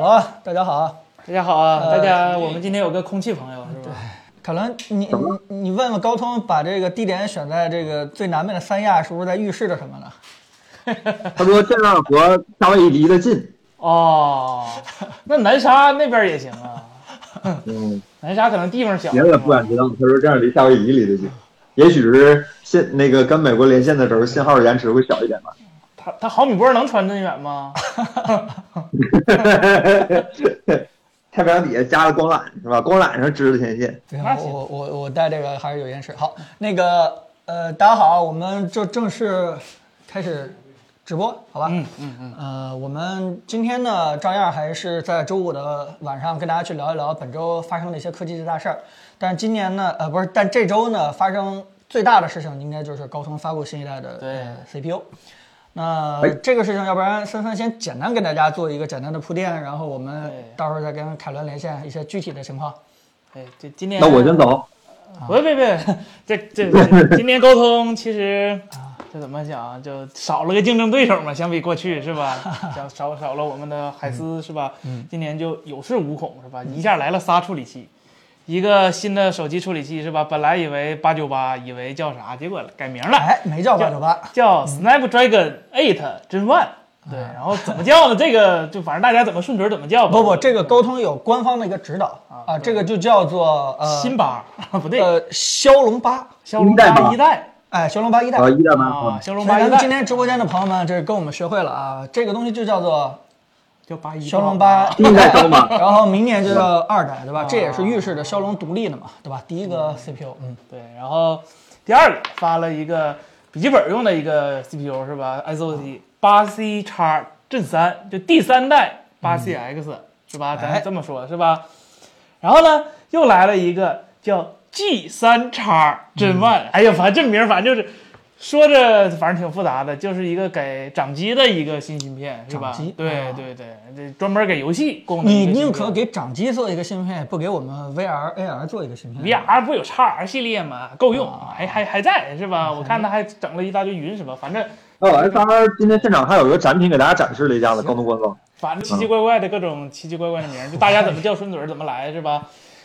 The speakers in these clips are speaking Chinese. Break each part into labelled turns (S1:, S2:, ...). S1: 啊，大家好啊！
S2: 大家好啊，
S1: 呃
S2: 大家，我们今天有个空气朋友是吧？
S1: 凯伦，你你你问问高通把这个地点选在这个最南面的三亚，是不是在预示着什么呢？
S3: 他说这样和夏威夷离得近。
S2: 哦，那南沙那边也行啊，
S3: 嗯，
S2: 南沙可能地方小。
S3: 别的不敢知道。他说这样离夏威夷离得近，也许是信那个跟美国连线的时候信号延迟会小一点吧。
S2: 他他毫米波能传这么远吗？
S3: 太平洋底下加了光缆是吧？光缆上支了天线。
S1: 对
S2: 那
S1: 我
S2: 行
S1: 我我我带这个还是有延迟。好，那个呃，大家好啊，我们就正式开始直播，好吧？
S2: 嗯嗯嗯，
S1: 呃，我们今天呢，照样还是在周五的晚上跟大家去聊一聊本周发生的一些科技的大事儿。但今年呢，呃，不是，但这周呢，发生最大的事情应该就是高通发布新一代的
S2: 对
S1: 呃 CPU。那
S3: 哎
S1: 这个事情，要不然森森先简单跟大家做一个简单的铺垫，然后我们
S2: 对
S1: 到时候再跟凯伦连线一些具体的情况。
S2: 哎，这今年
S3: 那我先走，
S2: 喂，别别别，这这这今年高通其实这怎么讲，啊就少了个竞争对手嘛，相比过去是 吧？少少少了我们的海思是吧？今年就有恃无恐是吧？一下来了仨处理器，一个新的手机处理器是吧？本来以为八九八，以为叫啥，结果改名了，
S1: 哎，没叫八九八，
S2: 叫 Snapdragon 8 Gen One。对，然后怎么叫呢？这个就反正大家怎么顺嘴怎么叫吧。
S1: 啊不不，这个高通有官方的一个指导啊，这个就叫做呃
S2: 新八 不对，
S1: 呃骁龙八，
S2: 骁龙
S3: 一代
S2: 八
S3: 吧
S2: 一代
S1: 哎，骁龙八一代
S3: 啊，一代
S2: 啊，
S3: 班。
S1: 所
S2: 骁龙
S1: 以
S2: 八
S1: 咱们
S2: 一代。
S1: 今天直播间的朋友们，这是跟我们学会了啊，这个东西就叫做
S2: 叫八一啊
S1: 骁龙八
S3: 第一代骁龙 八
S1: 然后明年就叫二代，对吧？这也是预示着骁龙独立的嘛，对吧？第一个 CPU，嗯，
S2: 对，然后第二个发了一个笔记本用的一个 CPU 是吧？SOC 八 C 叉 Gen 三，就第三代八 CX、是吧？
S1: 嗯哎
S2: 咱这么说，是吧？然后呢，又来了一个叫 G 三叉
S1: 嗯
S2: Gen One，、哎呀，反正这名儿反正就是。说着，反正挺复杂的，就是一个给掌机的一个新芯片，是吧
S1: 掌机？
S2: 对
S1: 啊
S2: 对对，这专门给游戏供的一
S1: 你
S2: 个芯片。
S1: 宁可给掌机做一个芯片，也不给我们 VR、AR 做一个芯片。
S2: VR 不有 x R 系列吗？够用，
S1: 啊
S2: 还还还在是吧？我看他还整了一大堆云什么，反正
S3: 哦，S R 今天现场还有一个展品给大家展示了一下子，高通官方。
S2: 反正奇奇怪怪的各种奇奇怪怪的名儿，就大家怎么叫顺嘴儿怎么来是吧？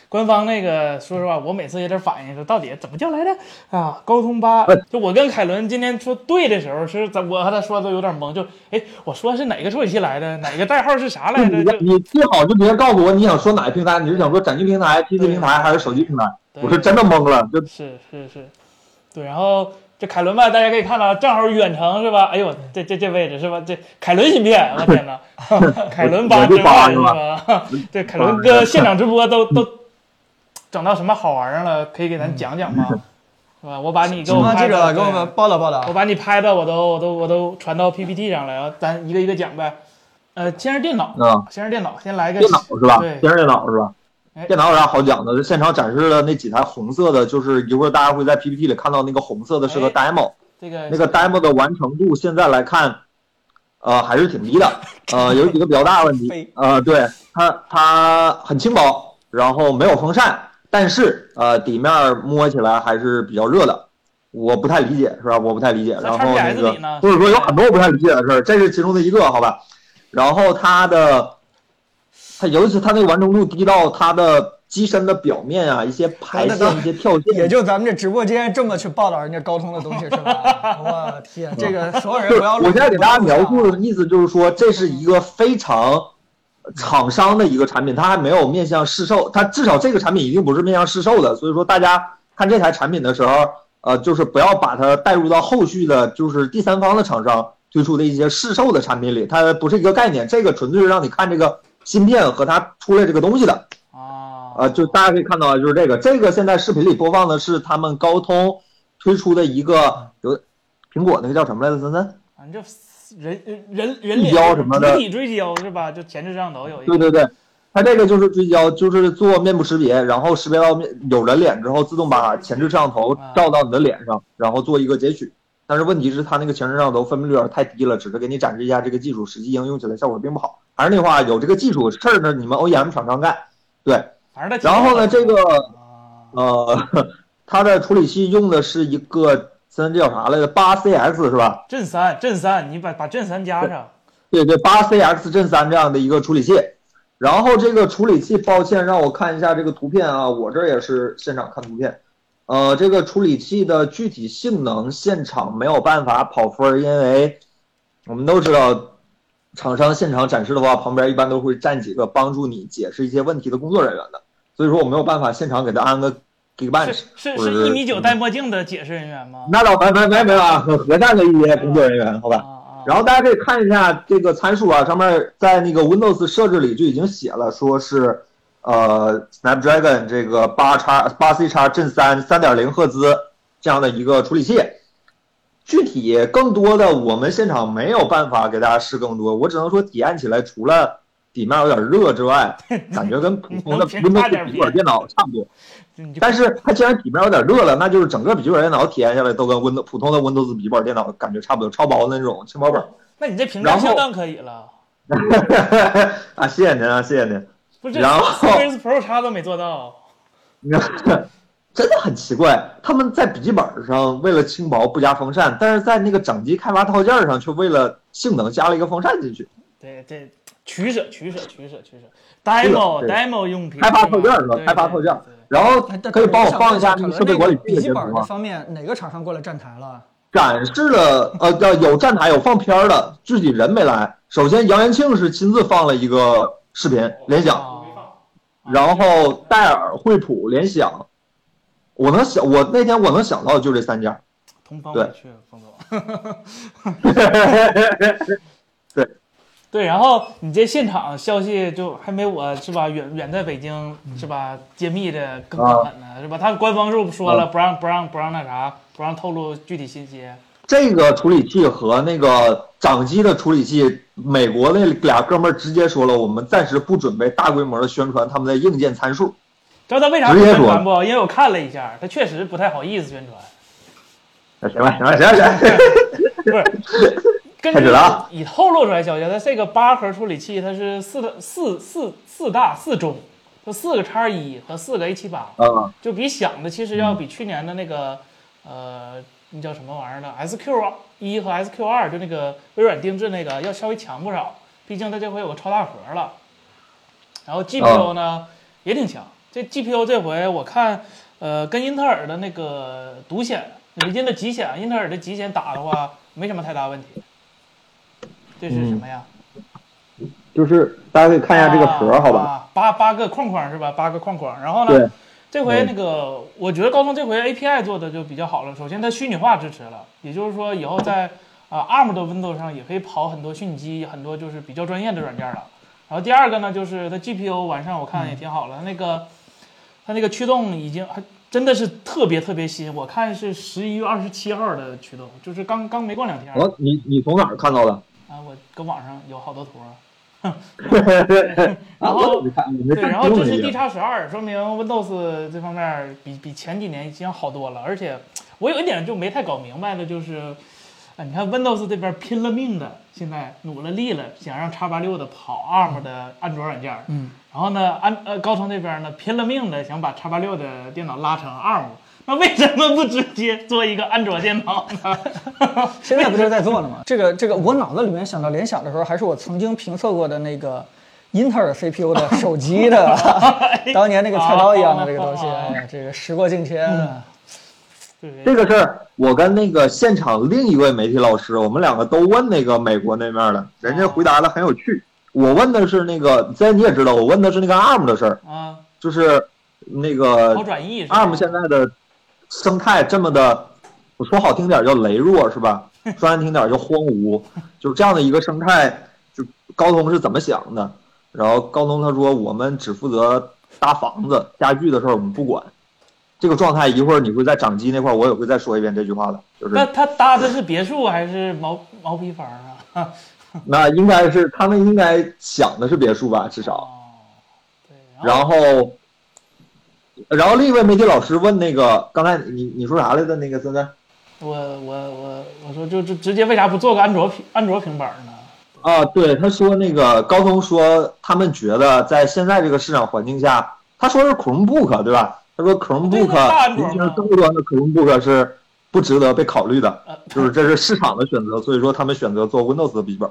S2: 官方那个，说实话，我每次有点反应，说到底怎么叫来着啊？高通八，就我跟凯伦今天说对的时候，是咱我和他说都有点懵，就哎，我说是哪个处理器来的，哪个代号是啥来着？
S3: 你
S2: 就
S3: 你最好就别告诉我你想说哪个平台，你是想说展示平台、PC 平台还是手机平台？
S2: 对
S3: 我是真的懵了，这
S2: 是是是，对，然后这凯伦吧，大家可以看到，正好远程是吧？哎呦，这这这位置是吧？这凯伦芯 片，我天哪，凯伦八
S3: 我就嗯
S2: 之
S3: 扒
S2: 外
S3: 是
S2: 是
S3: 吧
S2: 吧？ 这凯伦哥现场直播都都整到什么好玩儿上了？可以给咱讲讲
S3: 嗯
S2: 吗？是吧？我把你给
S1: 新
S2: 我
S1: 闻
S2: 拍
S1: 啊记
S2: 的，
S1: 者给我们
S2: 对
S1: 报道报道
S2: 我。把你拍的我都我都我都传到 PPT 上来，然后咱一个一个讲呗。呃，先是电脑，
S3: 啊，
S2: 先是电脑，先来个
S3: 电脑是吧
S2: 对？
S3: 先是电脑是吧
S2: 哎？
S3: 电脑有啥好讲的？这现场展示了那几台红色的，就是一会儿大家会在 PPT 里看到那个红色的是
S2: 哎
S3: 个 demo，
S2: 这个
S3: 那个 demo 的完成度现在来看，呃，还是挺低的。呃，有几个比较大的问
S1: 飞
S3: 题。呃，对，它它很轻薄，然后没有风扇，但是呃，底面摸起来还是比较热的。我不太理解，是吧？我不太理解。
S2: 在
S3: 然后那
S2: XPS
S3: 个
S2: 里呢
S3: 或者说有很多我不太理解的事儿，这是其中的一个，好吧？然后它的，它尤其它那个完成度低到它的机身的表面啊，一些排
S1: 等等
S3: 线、一些跳线，
S1: 也就咱们这直播间这么去报道人家高通的东西是 吧？我天，这个所有人
S3: 就是
S1: 不要啊
S3: 我现在给大家描
S1: 不要
S3: 述的意思就是说，这是一个非常厂商的一个产品，它还没有面向市售，它至少这个产品一定不是面向市售的。所以说，大家看这台产品的时候，呃，就是不要把它带入到后续的，就是第三方的厂商推出的一些市售的产品里，它不是一个概念。这个纯粹是让你看这个芯片和它出来这个东西的。
S2: 啊，
S3: 呃，就大家可以看到啊，就是这个，这个现在视频里播放的是他们高通推出的一个有苹果那个叫什么来着？森森。
S2: 反正啊就人人人脸
S3: 追焦什么的
S2: 集体追焦是吧？就前置摄像头有一
S3: 对
S2: 个，
S3: 对对，它这个就是追焦，就是做面部识别，然后识别到面有人脸之后，自动把前置摄像头照到你的脸上，然后做一个截取。但是问题是，它那个前置摄像头分辨率有点太低了，只是给你展示一下这个技术，实际应用起来效果并不好。还是那话，有这个技术事儿呢，你们 OEM 厂商干。对，
S2: 反正它
S3: 然后呢，这个
S2: 啊
S3: 呃， 它的处理器用的是一个，现在这叫啥来着？八 CX 是吧？
S2: 震三震三，你把把震三加上，
S3: 对对，八 CX 阵三这样的一个处理器。然后这个处理器，抱歉，让我看一下这个图片啊，我这儿也是现场看图片。呃，这个处理器的具体性能现场没有办法跑分儿，因为我们都知道，厂商现场展示的话，旁边一般都会站几个帮助你解释一些问题的工作人员的，所以说我没有办法现场给他安个 Geekbench。
S2: 是是
S3: 或者
S2: 是一米九戴墨镜的解释人员吗？
S3: 那倒没没没没有啊，很和善的一些工作人员，好
S2: 啊
S3: 吧？
S2: 啊，
S3: 然后大家可以看一下这个参数啊，上面在那个 Windows 设置里就已经写了，说是呃 Snapdragon 这个八叉八 C 叉 Gen 三三点零赫兹这样的一个处理器。具体更多的我们现场没有办法给大家试更多，我只能说体验起来，除了底面有点热之外，感觉跟普通的
S2: 能平价点别
S3: Windows 笔记本电脑差不多。
S2: 你就
S3: 但是它既然底面有点热了，那就是整个笔记本电脑体验下来都跟 Windows 普通的 Windows 笔记本电脑感觉差不多，超薄的那种轻薄本。
S2: 那你这评价
S3: 然后
S2: 相当可以了。
S3: 啊，谢谢您啊，谢谢您。
S2: 不是
S3: 然后
S2: Series Pro 叉都没做到，
S3: 真的很奇怪，他们在笔记本上为了轻薄不加风扇，但是在那个掌机开发套件上却为了性能加了一个风扇进去。
S2: 对这取舍取舍取舍取舍，demo
S3: 对
S2: demo 用品
S3: 开发
S2: 是吧
S3: 套件是吧
S2: 对
S3: 开发
S2: 对
S3: 套件
S2: 对
S3: 然后
S1: 哎
S3: 可以帮我放一下那
S1: 那
S3: 个设备管理器
S1: 笔
S3: 的
S1: 记
S3: 截
S1: 本
S3: 图
S1: 这
S3: 吗？
S1: 方面哪个厂商过来站台了？
S3: 展示了，呃，呃有站台有放片儿的，具体人没来。首先，杨元庆是亲自放了一个视频联想，
S2: 哦
S3: 然后戴尔、惠普、联想，我能想，我那天我能想到的就这三家。
S2: 同方
S3: 对
S2: 委屈，冯总。
S3: 对
S2: 对，然后你这现场消息就还没我是吧？远远在北京是
S3: 嗯
S2: 吧？揭秘的更狠
S3: 啊
S2: 呢是吧？他官方是不说了，不让不让不让那啥，不让透露具体信息。
S3: 这个处理器和那个掌机的处理器，美国那俩哥们儿直接说了，我们暂时不准备大规模的宣传他们的硬件参数。
S2: 知道他为啥
S3: 直
S2: 不
S3: 接
S2: 宣
S3: 说
S2: 传不？因为我看了一下，他确实不太好意思宣 传。
S3: 那行吧，行吧，行吧，行吧。
S2: 不是，根
S3: 开
S2: 据
S3: 始了啊
S2: 已透露出来消息，它这个八核处理器它是四的四四四大四中，就四个叉一和四个 A 七八，
S3: 啊，
S2: 就比想的其实要比去年的那个呃那叫什么玩意儿呢 SQ 一和 SQ 二就那个微软定制那个要稍微强不少，毕竟它这回有个超大核了。然后 GPU 呢、也挺强，这 GPU 这回我看呃跟英特尔的那个独显，雷军的极显，英特尔的极显打的话没什么太大问题。这是什么呀？
S3: 就是大家可以看一下这个盒儿，好吧？
S2: 啊、八八个框框是吧？八个框框。然后
S3: 对嗯
S2: 呢，这回那个我觉得高通这回 API 做的就比较好了。首先它虚拟化支持了，也就是说以后在啊、ARM 的 Windows 上也可以跑很多虚拟机，很多就是比较专业的软件了。然后第二个呢，就是它 GPU 晚上我
S3: 嗯
S2: 看也挺好了，那个它那个驱动已经还真的是特别特别新，我看是十一月二十七号的驱动，就是刚刚没逛两天
S3: 哦，你你从哪儿看 到的？
S2: 啊，我跟网上有好多图啊。
S3: 啊，我没看，我没
S2: 对，
S3: 看
S2: 然后
S3: 中
S2: 这
S3: 文
S2: 是
S3: 页
S2: D 叉十二，说明 Windows 这方面儿比比前几年已经好多了。而且我有一点就没太搞明白的，就是啊，你看 Windows 这边拼了命的，现在努了力了，想让叉八六的跑 ARM 的安卓软件，嗯，然后呢，安呃高通这边呢拼了命的想把叉八六的电脑拉成 ARM，那为什么不直接做一个安卓电脑呢？
S1: 现在不就是在做呢吗？这个这个，我脑子里面想到联想的时候，还是我曾经评测过的那个英特尔 CPU 的手机 的，
S2: 哎
S1: 当年那个菜刀一样的这个东
S2: 啊
S1: 西，哎呀，这个时过境迁啊。
S2: 嗯对不对
S3: 这个事儿，我跟那个现场另一位媒体老师，我们两个都问那个美国那面的，人家回答的很有趣。我问的是那个，现在你也知道，我问的是那个 ARM 的事儿，
S2: 啊，
S3: 就是那
S2: 好
S3: 个
S2: 转译是吧
S3: ARM 现在的生态这么的，我说好听点儿叫羸弱是 吧？说难听点儿叫荒芜，就是这样的一个生态，就高通是怎么想的？然后高通他说，我们只负责搭房子、家具的事儿，我们不管。这个状态一会儿你会在掌机那块儿，我也会再说一遍这句话的，就是
S2: 那他搭的是别墅还是毛毛坯房啊？
S3: 那应该是他们应该想的是别墅吧，至少。
S2: 哦，对，然后
S3: 然后，然后另一位媒体老师问那个，刚才你你说啥来着？那个森森
S2: 我我我我说就就直接为啥不做个安卓平安卓平板呢？
S3: 啊，对，他说那个高通说他们觉得在现在这个市场环境下，他说是 Chromebook 对吧？他说
S2: 对那大
S3: Chromebook
S2: 安卓
S3: 尤
S2: 嘛
S3: 其是高端的 Chromebook 是不值得被考虑的，
S2: 呃，
S3: 就是这是市场的选择，所以说他们选择做 Windows 的笔记本，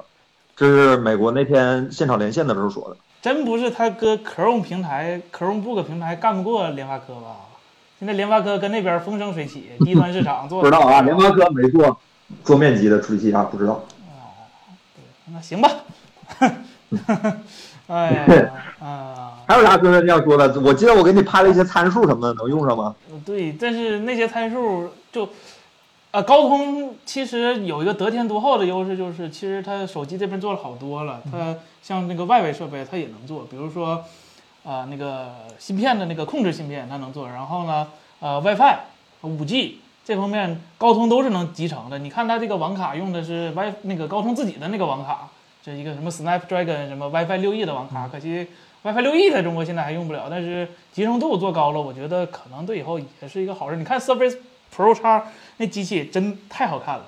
S3: 这是美国那天现场连线的时候说的。
S2: 真不是他搁 Chrome 平台、Chrome Book 平台干不过联发科吧？现在联发科跟那边风生水起，低端市场做
S3: 不知道啊，联发科没做桌面级的处理器啊，不知道。
S2: 那行吧。 哎呀啊，
S3: 还有啥哥要说的？我记得我给你拍了一些参数什么的，能用上吗？
S2: 对，但是那些参数就，呃，高通其实有一个得天独厚的优势，就是其实它手机这边做了好多了，它像那个外围设备它也能做，比如说，呃，那个芯片的那个控制芯片它能做，然后呢，呃，WiFi、五 G 这方面高通都是能集成的。你看它这个网卡用的是 Wi 那个高通自己的那个网卡，这一个什么 Snapdragon 什么 WiFi 六 E 的网卡，可惜 WiFi 六 E 在中国现在还用不了，但是集成度做高了，我觉得可能对以后也是一个好事。你看 Surface Pro 叉那机器真太好看了，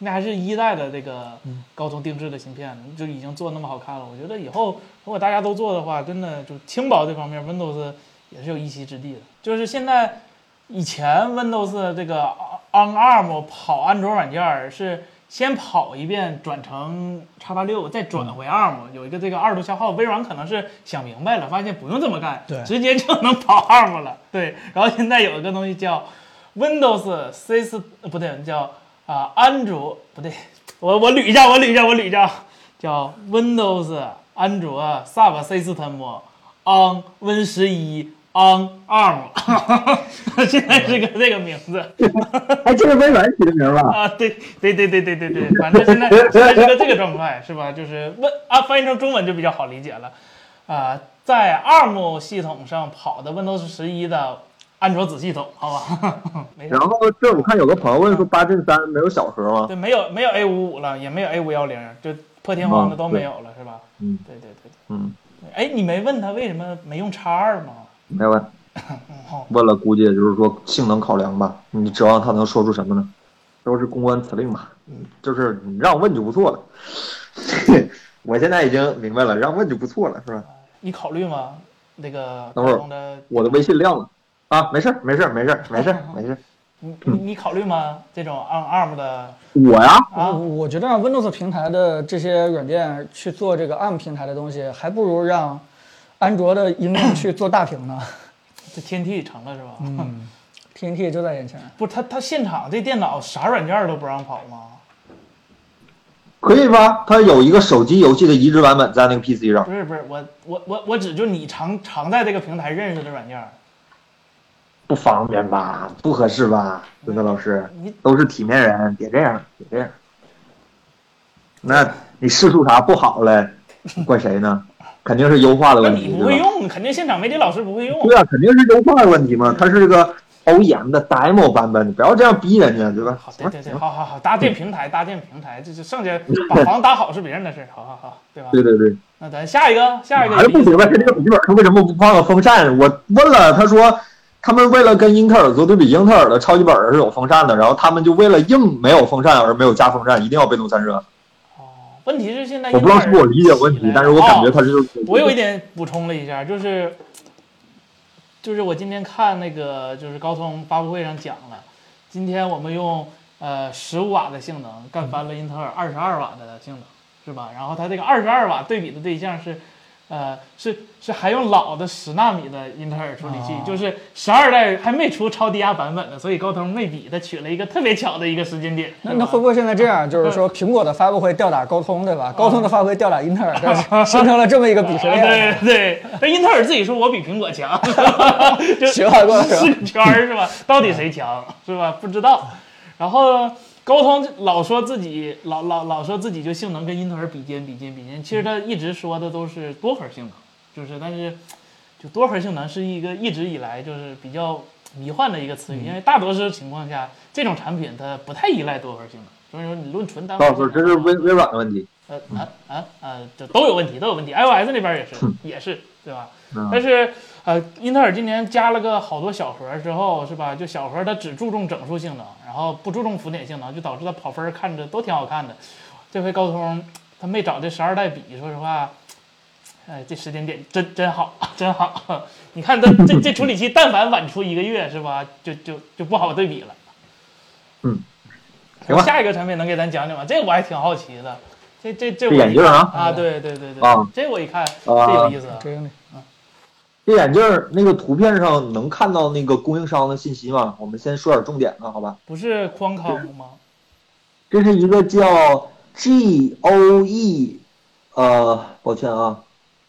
S2: 那还是一代的这个高通定制的芯片，就已经做那么好看了。我觉得以后如果大家都做的话，真的就轻薄这方面 Windows 也是有一席之地的。就是现在以前 Windows 这个 On ARM 跑安卓软件儿是。先跑一遍，转成叉八六，再转回 ARM，有一个这个二度消耗。微软可能是想明白了，发现不用这么干，
S1: 对
S2: 直接就能跑 ARM 了。对，然后现在有一个东西叫 Windows Sys，呃不对，叫啊、安卓不对，我我捋一下，我捋一下，我捋一下，叫 Windows 安卓 Sub System on Win 十一 on ARM，现在是个
S3: 嗯
S2: 这个名字。
S3: 哎，这是微软起的名儿吧？
S2: 啊，对对对对对对对，反正现在现在是个这个状态，是吧？就是问啊，翻译成中文就比较好理解了。啊、在 ARM 系统上跑的 Windows 十一的安卓子系统，好吧， 没事
S3: 然。后这我看有个朋友问说八阵三没有小核吗？
S2: 对，没有没有 A 五五了，也没有 A 五幺零，就破天荒的都没有了，是吧？
S3: 嗯，
S2: 对对对对。
S3: 嗯，
S2: 哎，你没问他为什么没用叉二吗？
S3: 没问。
S2: 好
S3: 问了，估计也就是说性能考量吧。你指望他能说出什么呢？都是公关辞令吧。就是你让问就不错了。 我现在已经明白了，让问就不错了，是吧？
S2: 你考虑吗？那个
S3: 等会儿
S2: 中的，
S3: 我的微信亮了啊，没事儿，没事儿，没事儿，没事儿，没事儿。
S2: 你你你考虑吗？这种 on ARM 的
S3: 我呀，
S1: 啊，
S2: 啊，
S1: 我觉得让 Windows 平台的这些软件去做这个 ARM 平台的东西，还不如让安卓的应 用去做大屏呢。
S2: 这天 T 成了是吧？
S1: 嗯，TNT 就在眼前。
S2: 不是他他现场这电脑啥软件都不让跑吗？
S3: 可以吧？它有一个手机游戏的移植版本在那个 PC 上
S2: 不是不是，我我我我指就你常常在这个平台认识的软件儿，
S3: 不方便吧？不合适吧？真的老师
S2: 你，
S3: 都是体面人，别这样，别这样。那你试出啥不好了，怪谁呢？肯定是优化的
S2: 那
S3: 问
S2: 你
S3: 题，
S2: 不
S3: 对
S2: 会
S3: 吧？
S2: 用，肯定现场媒体老师不会用。
S3: 对啊，肯定是优化的问题嘛。它是这个 OEM 的 demo 版本，你不要这样逼人家，对吧？
S2: 好，
S3: 行
S2: 对
S3: 了
S2: 对对，
S3: 行了
S2: 好好好，搭建平台，搭建平台，这就剩下把房搭好是别人的事儿，好好好，对吧？
S3: 对对对，
S2: 那咱下一个，下一个
S3: 还是不明白他这个笔记本上为什么不放个风扇？我问了，他说他们为了跟英特尔做对比，英特尔的超级本儿是有风扇的，然后他们就为了硬没有风扇而没有加风扇，一定要被动散热。
S2: 哦问题是现在
S3: 我不知道是不是
S2: 英特
S3: 我
S2: 尔
S3: 理解问题，但是我感觉他是就是
S2: 我有一点补充了一下，就是就是我今天看那个就是高通发布会上讲了，今天我们用呃十五瓦的性能干翻了英特尔二十二瓦的性能，是吧？然后它这个二十二瓦对比的对象是。呃，是是还用老的十纳米的英特尔处理器，
S1: 哦
S2: 就是十二代还没出超低压版本的，所以高通没比，它取了一个特别巧的一个时间点。
S1: 那
S2: 是吧嗯
S1: 那会不会现在这样，就是说苹果的发布会吊打高通，对
S2: 啊
S1: 吧？高通的发布会吊打英特尔，但是形成了这么一个鄙视链。
S2: 对对，但英特尔自己说我比苹果强，就
S1: 循 环过来是吧
S2: 是个圈儿 是吧？到底谁强是吧？不知道。然后高通老说自己老老老说自己就性能跟英特尔比肩比肩比肩，其实他一直说的都是多核性能，就是但是就多核性能是一个一直以来就是比较迷幻的一个词语，因为大多数情况下这种产品它不太依赖多核性能，所以说你论纯单核
S3: 老
S2: 性
S3: 师
S2: 能，，
S3: 这是微微软的问题。
S2: 呃啊啊啊，这都有问题，都有问题。iOS 那边也是，也是，对吧？
S3: 啊嗯哎
S2: 但是呃，英特尔今年加了个好多小核之后，是吧？就小核它只注重整数性能，然后不注重浮点性能，就导致它跑分儿看着都挺好看的。这回高通它没找这十二代比，说实话，哎，这时间点真真好，真好。你看它这这处理器，但凡晚出一个月，是吧？就就就不好对比了。
S3: 嗯行吧
S2: 下一个产品能给咱讲讲吗？这个我还挺好奇的。这这这我
S3: 这眼镜儿啊，
S2: 啊，对对对对，
S3: 啊
S2: 这我一看这有意思啊，
S1: 这个
S3: 这眼镜儿那个图片上能看到那个供应商的信息吗？我们先说点重点的，好吧？
S2: 不是匡康吗？
S3: 这是一个叫 G O E，呃，抱歉啊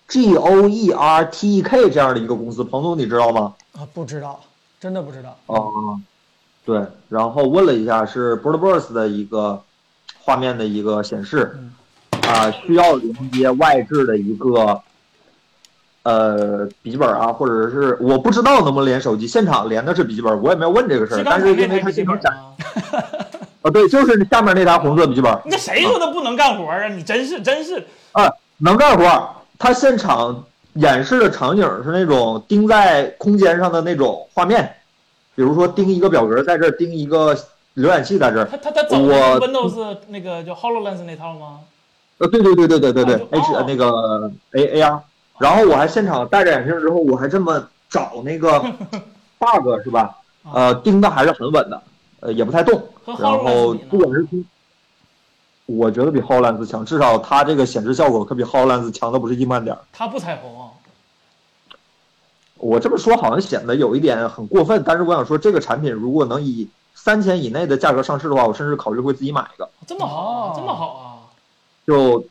S3: ，G O E R T E K 这样的一个公司，彭总你知道吗？
S1: 啊，不知道，真的不知道。
S3: 哦、对，然后问了一下是 BirdBox 的一个画面的一个显示，
S2: 嗯
S3: 啊、需要连接外置的一个呃笔记本啊，或者是我不知道能不能连手机，现场连的是笔记本，我也没有问这个事儿
S2: 是，刚
S3: 但
S2: 才
S3: 是
S2: 那
S3: 因为
S2: 台
S3: 它
S2: 笔记
S3: 现场
S2: 本
S3: 展
S2: 吗？
S3: 啊，对，就是下面那台红色笔记本，
S2: 你这谁说他不能干活啊？你真是真是
S3: 啊，能干活儿。他现场演示的场景是那种钉在空间上的那种画面，比如说钉一个表格在这儿，钉一个浏览器在这儿。
S2: 他他他走
S3: 我
S2: Windows 那个叫 Hololens 那套吗？
S3: 呃，对对对对对对对
S2: 哦
S3: ，H 呃那个 A A R。然后我还现场戴着眼镜之后，我还这么找 那个 bug 是吧？呃，钉的还是很稳的，呃，也不太动。
S2: 和
S3: 然
S2: Hololens
S3: 后
S2: 比
S3: 不
S2: 呢？
S3: 管是从，我觉得比 Hololens 强，至少它这个显示效果可比 Hololens 强的不是一万点儿。
S2: 他不彩虹啊，
S3: 我这么说好像显得有一点很过分，但是我想说，这个产品如果能以三千以内的价格上市的话，我甚至考虑会自己买一个。
S2: 这么好啊，
S1: 哦
S2: 这么好啊！
S3: 就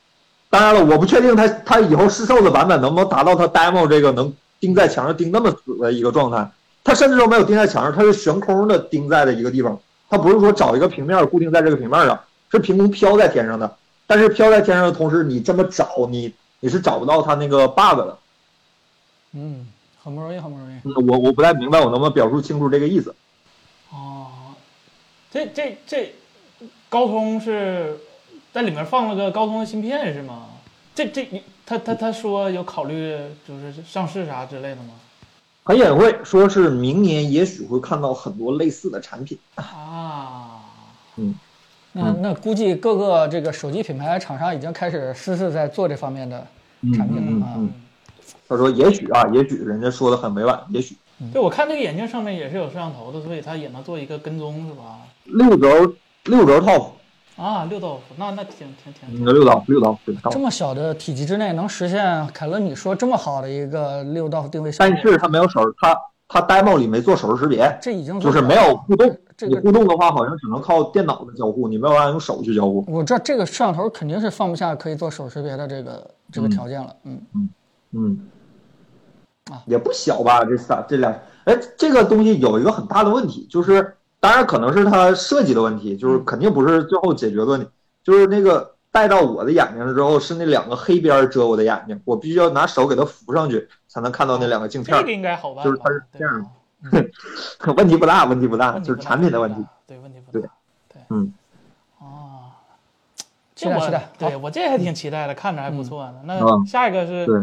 S3: 当然了，我不确定它它以后试售的版本能不能达到它 demo 这个能钉在墙上钉那么死的一个状态。它甚至都没有钉在墙上，它是悬空的钉在的一个地方，它不是说找一个平面固定在这个平面上，是凭空飘在天上的。但是飘在天上的同时，你这么找，你你是找不到它那个 bug 的。
S1: 嗯，很不容易，很不容易。
S3: 嗯我我不太明白我能不能表述清楚这个意思。
S2: 哦，这这这，高通是在里面放了个高通的芯片是吗？这这你他他他说有考虑就是上市啥之类的吗？
S3: 很隐晦，说是明年也许会看到很多类似的产品。
S2: 啊，
S1: 那
S3: 嗯
S1: 那估计各个这个手机品牌厂商已经开始私自在做这方面的产品了啊。
S3: 嗯他说也许啊，也许人家说的很委婉，也许
S2: 对，我看那个眼镜上面也是有摄像头的，所以它也能做一个跟踪是吧？
S3: 六轴六轴套谱，
S2: 啊，六道夫，那那挺挺挺
S3: 嗯六道六道对套
S1: 这
S3: 谱，
S1: 么小的体积之内能实现凯伦你说这么好的一个六道定位效果
S3: 但，是他没有手，他他 demo 里没做手势识别，
S1: 这已经
S3: 就
S1: 做
S3: 是
S1: 到
S3: 没
S1: 了
S3: 有互动。
S1: 这
S3: 你
S1: 个
S3: 互动的话，好像只能靠电脑的交互，你没有办法用手去交互。
S1: 我知道这个摄像头肯定是放不下可以做手识别的这个这个条件了，嗯，
S3: 嗯
S1: 啊，
S3: 也不小吧？这仨这俩，哎，这个东西有一个很大的问题，就是当然可能是它设计的问题，
S1: 嗯
S3: 就是肯定不是最后解决的问题，就是那个戴到我的眼睛了之后，是那两个黑边儿遮我的眼睛，我必须要拿手给它扶上去才能看到那两个镜片
S2: 这
S3: 儿
S2: 个。应该好办吧，
S3: 就是它是
S2: 对
S3: 这样
S2: 吧
S3: 问题不大，问题不大，
S2: 问题
S3: 就
S2: 不
S3: 是
S2: 大
S3: 产品的问题。，
S2: 对问题不
S3: 对
S2: 大，对，
S3: 嗯，
S2: 哦，
S1: 期
S2: 这
S1: 待
S2: 我
S1: 期待
S2: 对我这还挺期待的，看着还不错呢。那
S3: 嗯
S2: 下一个是
S3: 对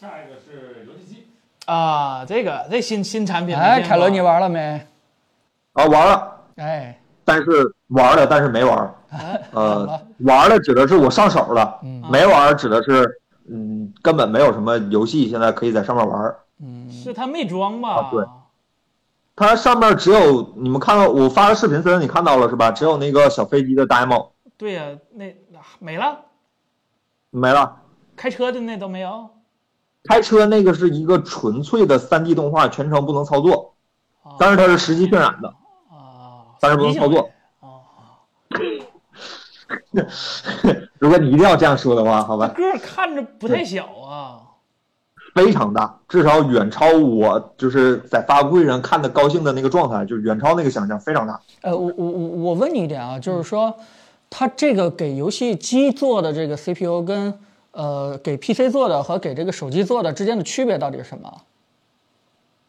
S4: 下一个是游戏机，
S2: 啊，这个这新新产品，
S1: 哎，凯伦你
S2: 吧，
S1: 玩了没？
S3: 啊，玩了，
S1: 哎，
S3: 但是玩了，但是没玩儿。
S2: 哎
S1: 怎么了
S3: 呃，玩了指的是我上手了，
S1: 嗯
S3: 没
S2: 啊
S3: 玩儿指的是嗯，根本没有什么游戏现在可以在上面玩儿。
S1: 嗯，
S2: 是它没装吧
S3: 啊？对它上面只有你们看到我发的视频，虽然你看到了是吧？只有那个小飞机的 demo
S2: 对呀，那啊没了，
S3: 没了。
S2: 开车的那都没有
S3: 开车那个是一个纯粹的 3D 动画，全程不能操作
S2: 哦，
S3: 但是它是实际渲染的，
S2: 啊，
S3: 但是不能操作。
S2: 啊。
S3: 哦 如果你一定要这样说的话，好
S2: 这
S3: 吧，
S2: 个儿看着不太小啊，
S3: 非常大，至少远超我就是在发布会上看的高兴的那个状态，就远超那个想象，非常大。
S1: 呃，我我我我问你一点啊，就是说，它这个给游戏机做的这个 CPU 跟呃给 PC 做的和给这个手机做的之间的区别到底是什么？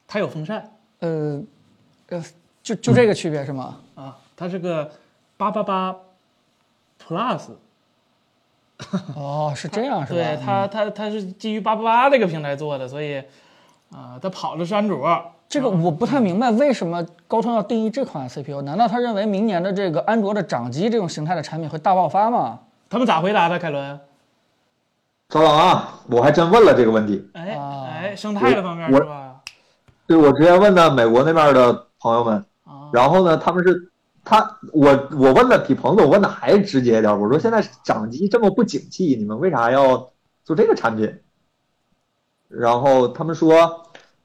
S2: 它有风扇
S1: 呃，呃，就就这个区别是吗？
S2: 啊，它是个八八八 Plus。
S1: 哦，是这样是吧？嗯
S2: 对它，它它是基于八八八这个平台做的，所以，啊、它跑的是安卓，
S1: 这个我不太明白，为什么高通要定义这款 CPU？难道他认为明年的这个安卓的掌机这种形态的产品会大爆发吗？
S2: 他们咋回答的？凯伦，
S3: 稍等啊，我还真问了这个问题，
S2: 哎、
S1: 啊
S2: 哎，生态的方面
S3: 我
S2: 是吧？
S3: 对我直接问的美国那边的朋友们，
S2: 啊，
S3: 然后呢，他们是他我我问了比彭总问的还直接一点，我说现在掌机这么不景气，你们为啥要做这个产品？然后他们说，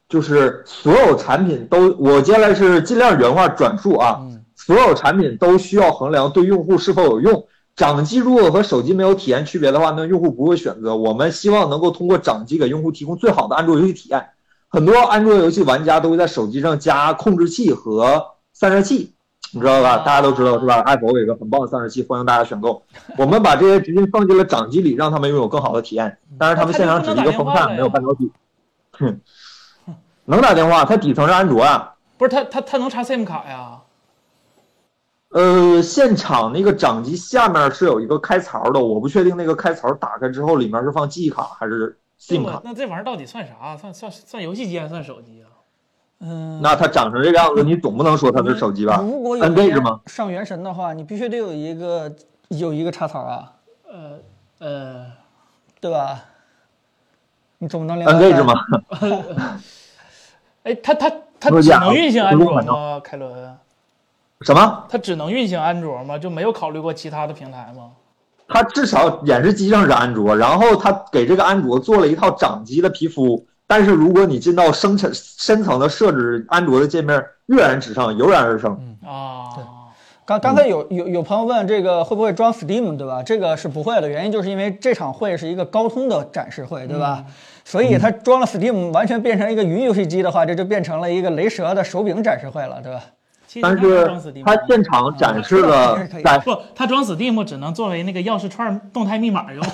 S3: 就是所有产品都，我接下来是尽量原话转述啊，
S2: 嗯
S3: 所有产品都需要衡量对用户是否有用。掌机如果和手机没有体验区别的话，那用户不会选择。我们希望能够通过掌机给用户提供最好的安卓游戏体验。很多安卓游戏玩家都会在手机上加控制器和散热器，你知道吧？大家都知道是吧？Apple 有一个很棒的散热器，欢迎大家选购。我们把这些直接放进了掌机里，让他们拥有更好的体验。但是他们现场只是一个风扇，没有半导体。哼，能打电话，它底层是安卓啊。
S2: 不是他他他能插 SIM 卡呀？
S3: 呃，现场那个掌机下面是有一个开槽的，我不确定那个开槽打开之后里面是放记忆卡还是
S2: 这
S3: SIM
S2: 我
S3: 卡。
S2: 那这玩意儿到底算啥？算算算游戏机还是算手机啊？
S1: 嗯，
S3: 那它长成这个样子，你总不能说它是手机吧？
S1: 如果有
S3: 摁
S1: 一
S3: 这个
S1: 天
S3: 吗？
S1: 上原神的话，你必须得有一个有一个插槽啊，
S2: 呃呃，
S1: 对吧？你总不能连
S3: 摁这个
S1: WiFi
S3: 吗？
S2: 哎，他他他
S3: 诺基
S2: 只
S3: 亚
S2: 能运行安
S3: 不用
S2: 卓
S3: 反
S2: 吗？凯伦，
S3: 什么？
S2: 他只能运行安卓吗？就没有考虑过其他的平台吗？
S3: 它至少演示机上是安卓，然后它给这个安卓做了一套掌机的皮肤。但是如果你进到深层深层的设置，安卓的界面跃然纸上，油然而生。
S2: 啊，
S1: 刚
S3: 嗯
S1: 刚才有有有朋友问这个会不会装 Steam，对吧？这个是不会的，原因就是因为这场会是一个高通的展示会，对吧？
S3: 嗯
S1: 所以它装了 Steam，完全变成一个云游戏机的话，这就变成了一个雷蛇的手柄展示会了，对吧？
S2: 其实
S3: 但
S2: 他
S3: 是
S2: 装 Steam
S3: 它
S2: 吗
S3: 现场展示了
S1: 嗯
S3: 展
S2: 不，他装 Steam 只能作为那个钥匙串动态密码用。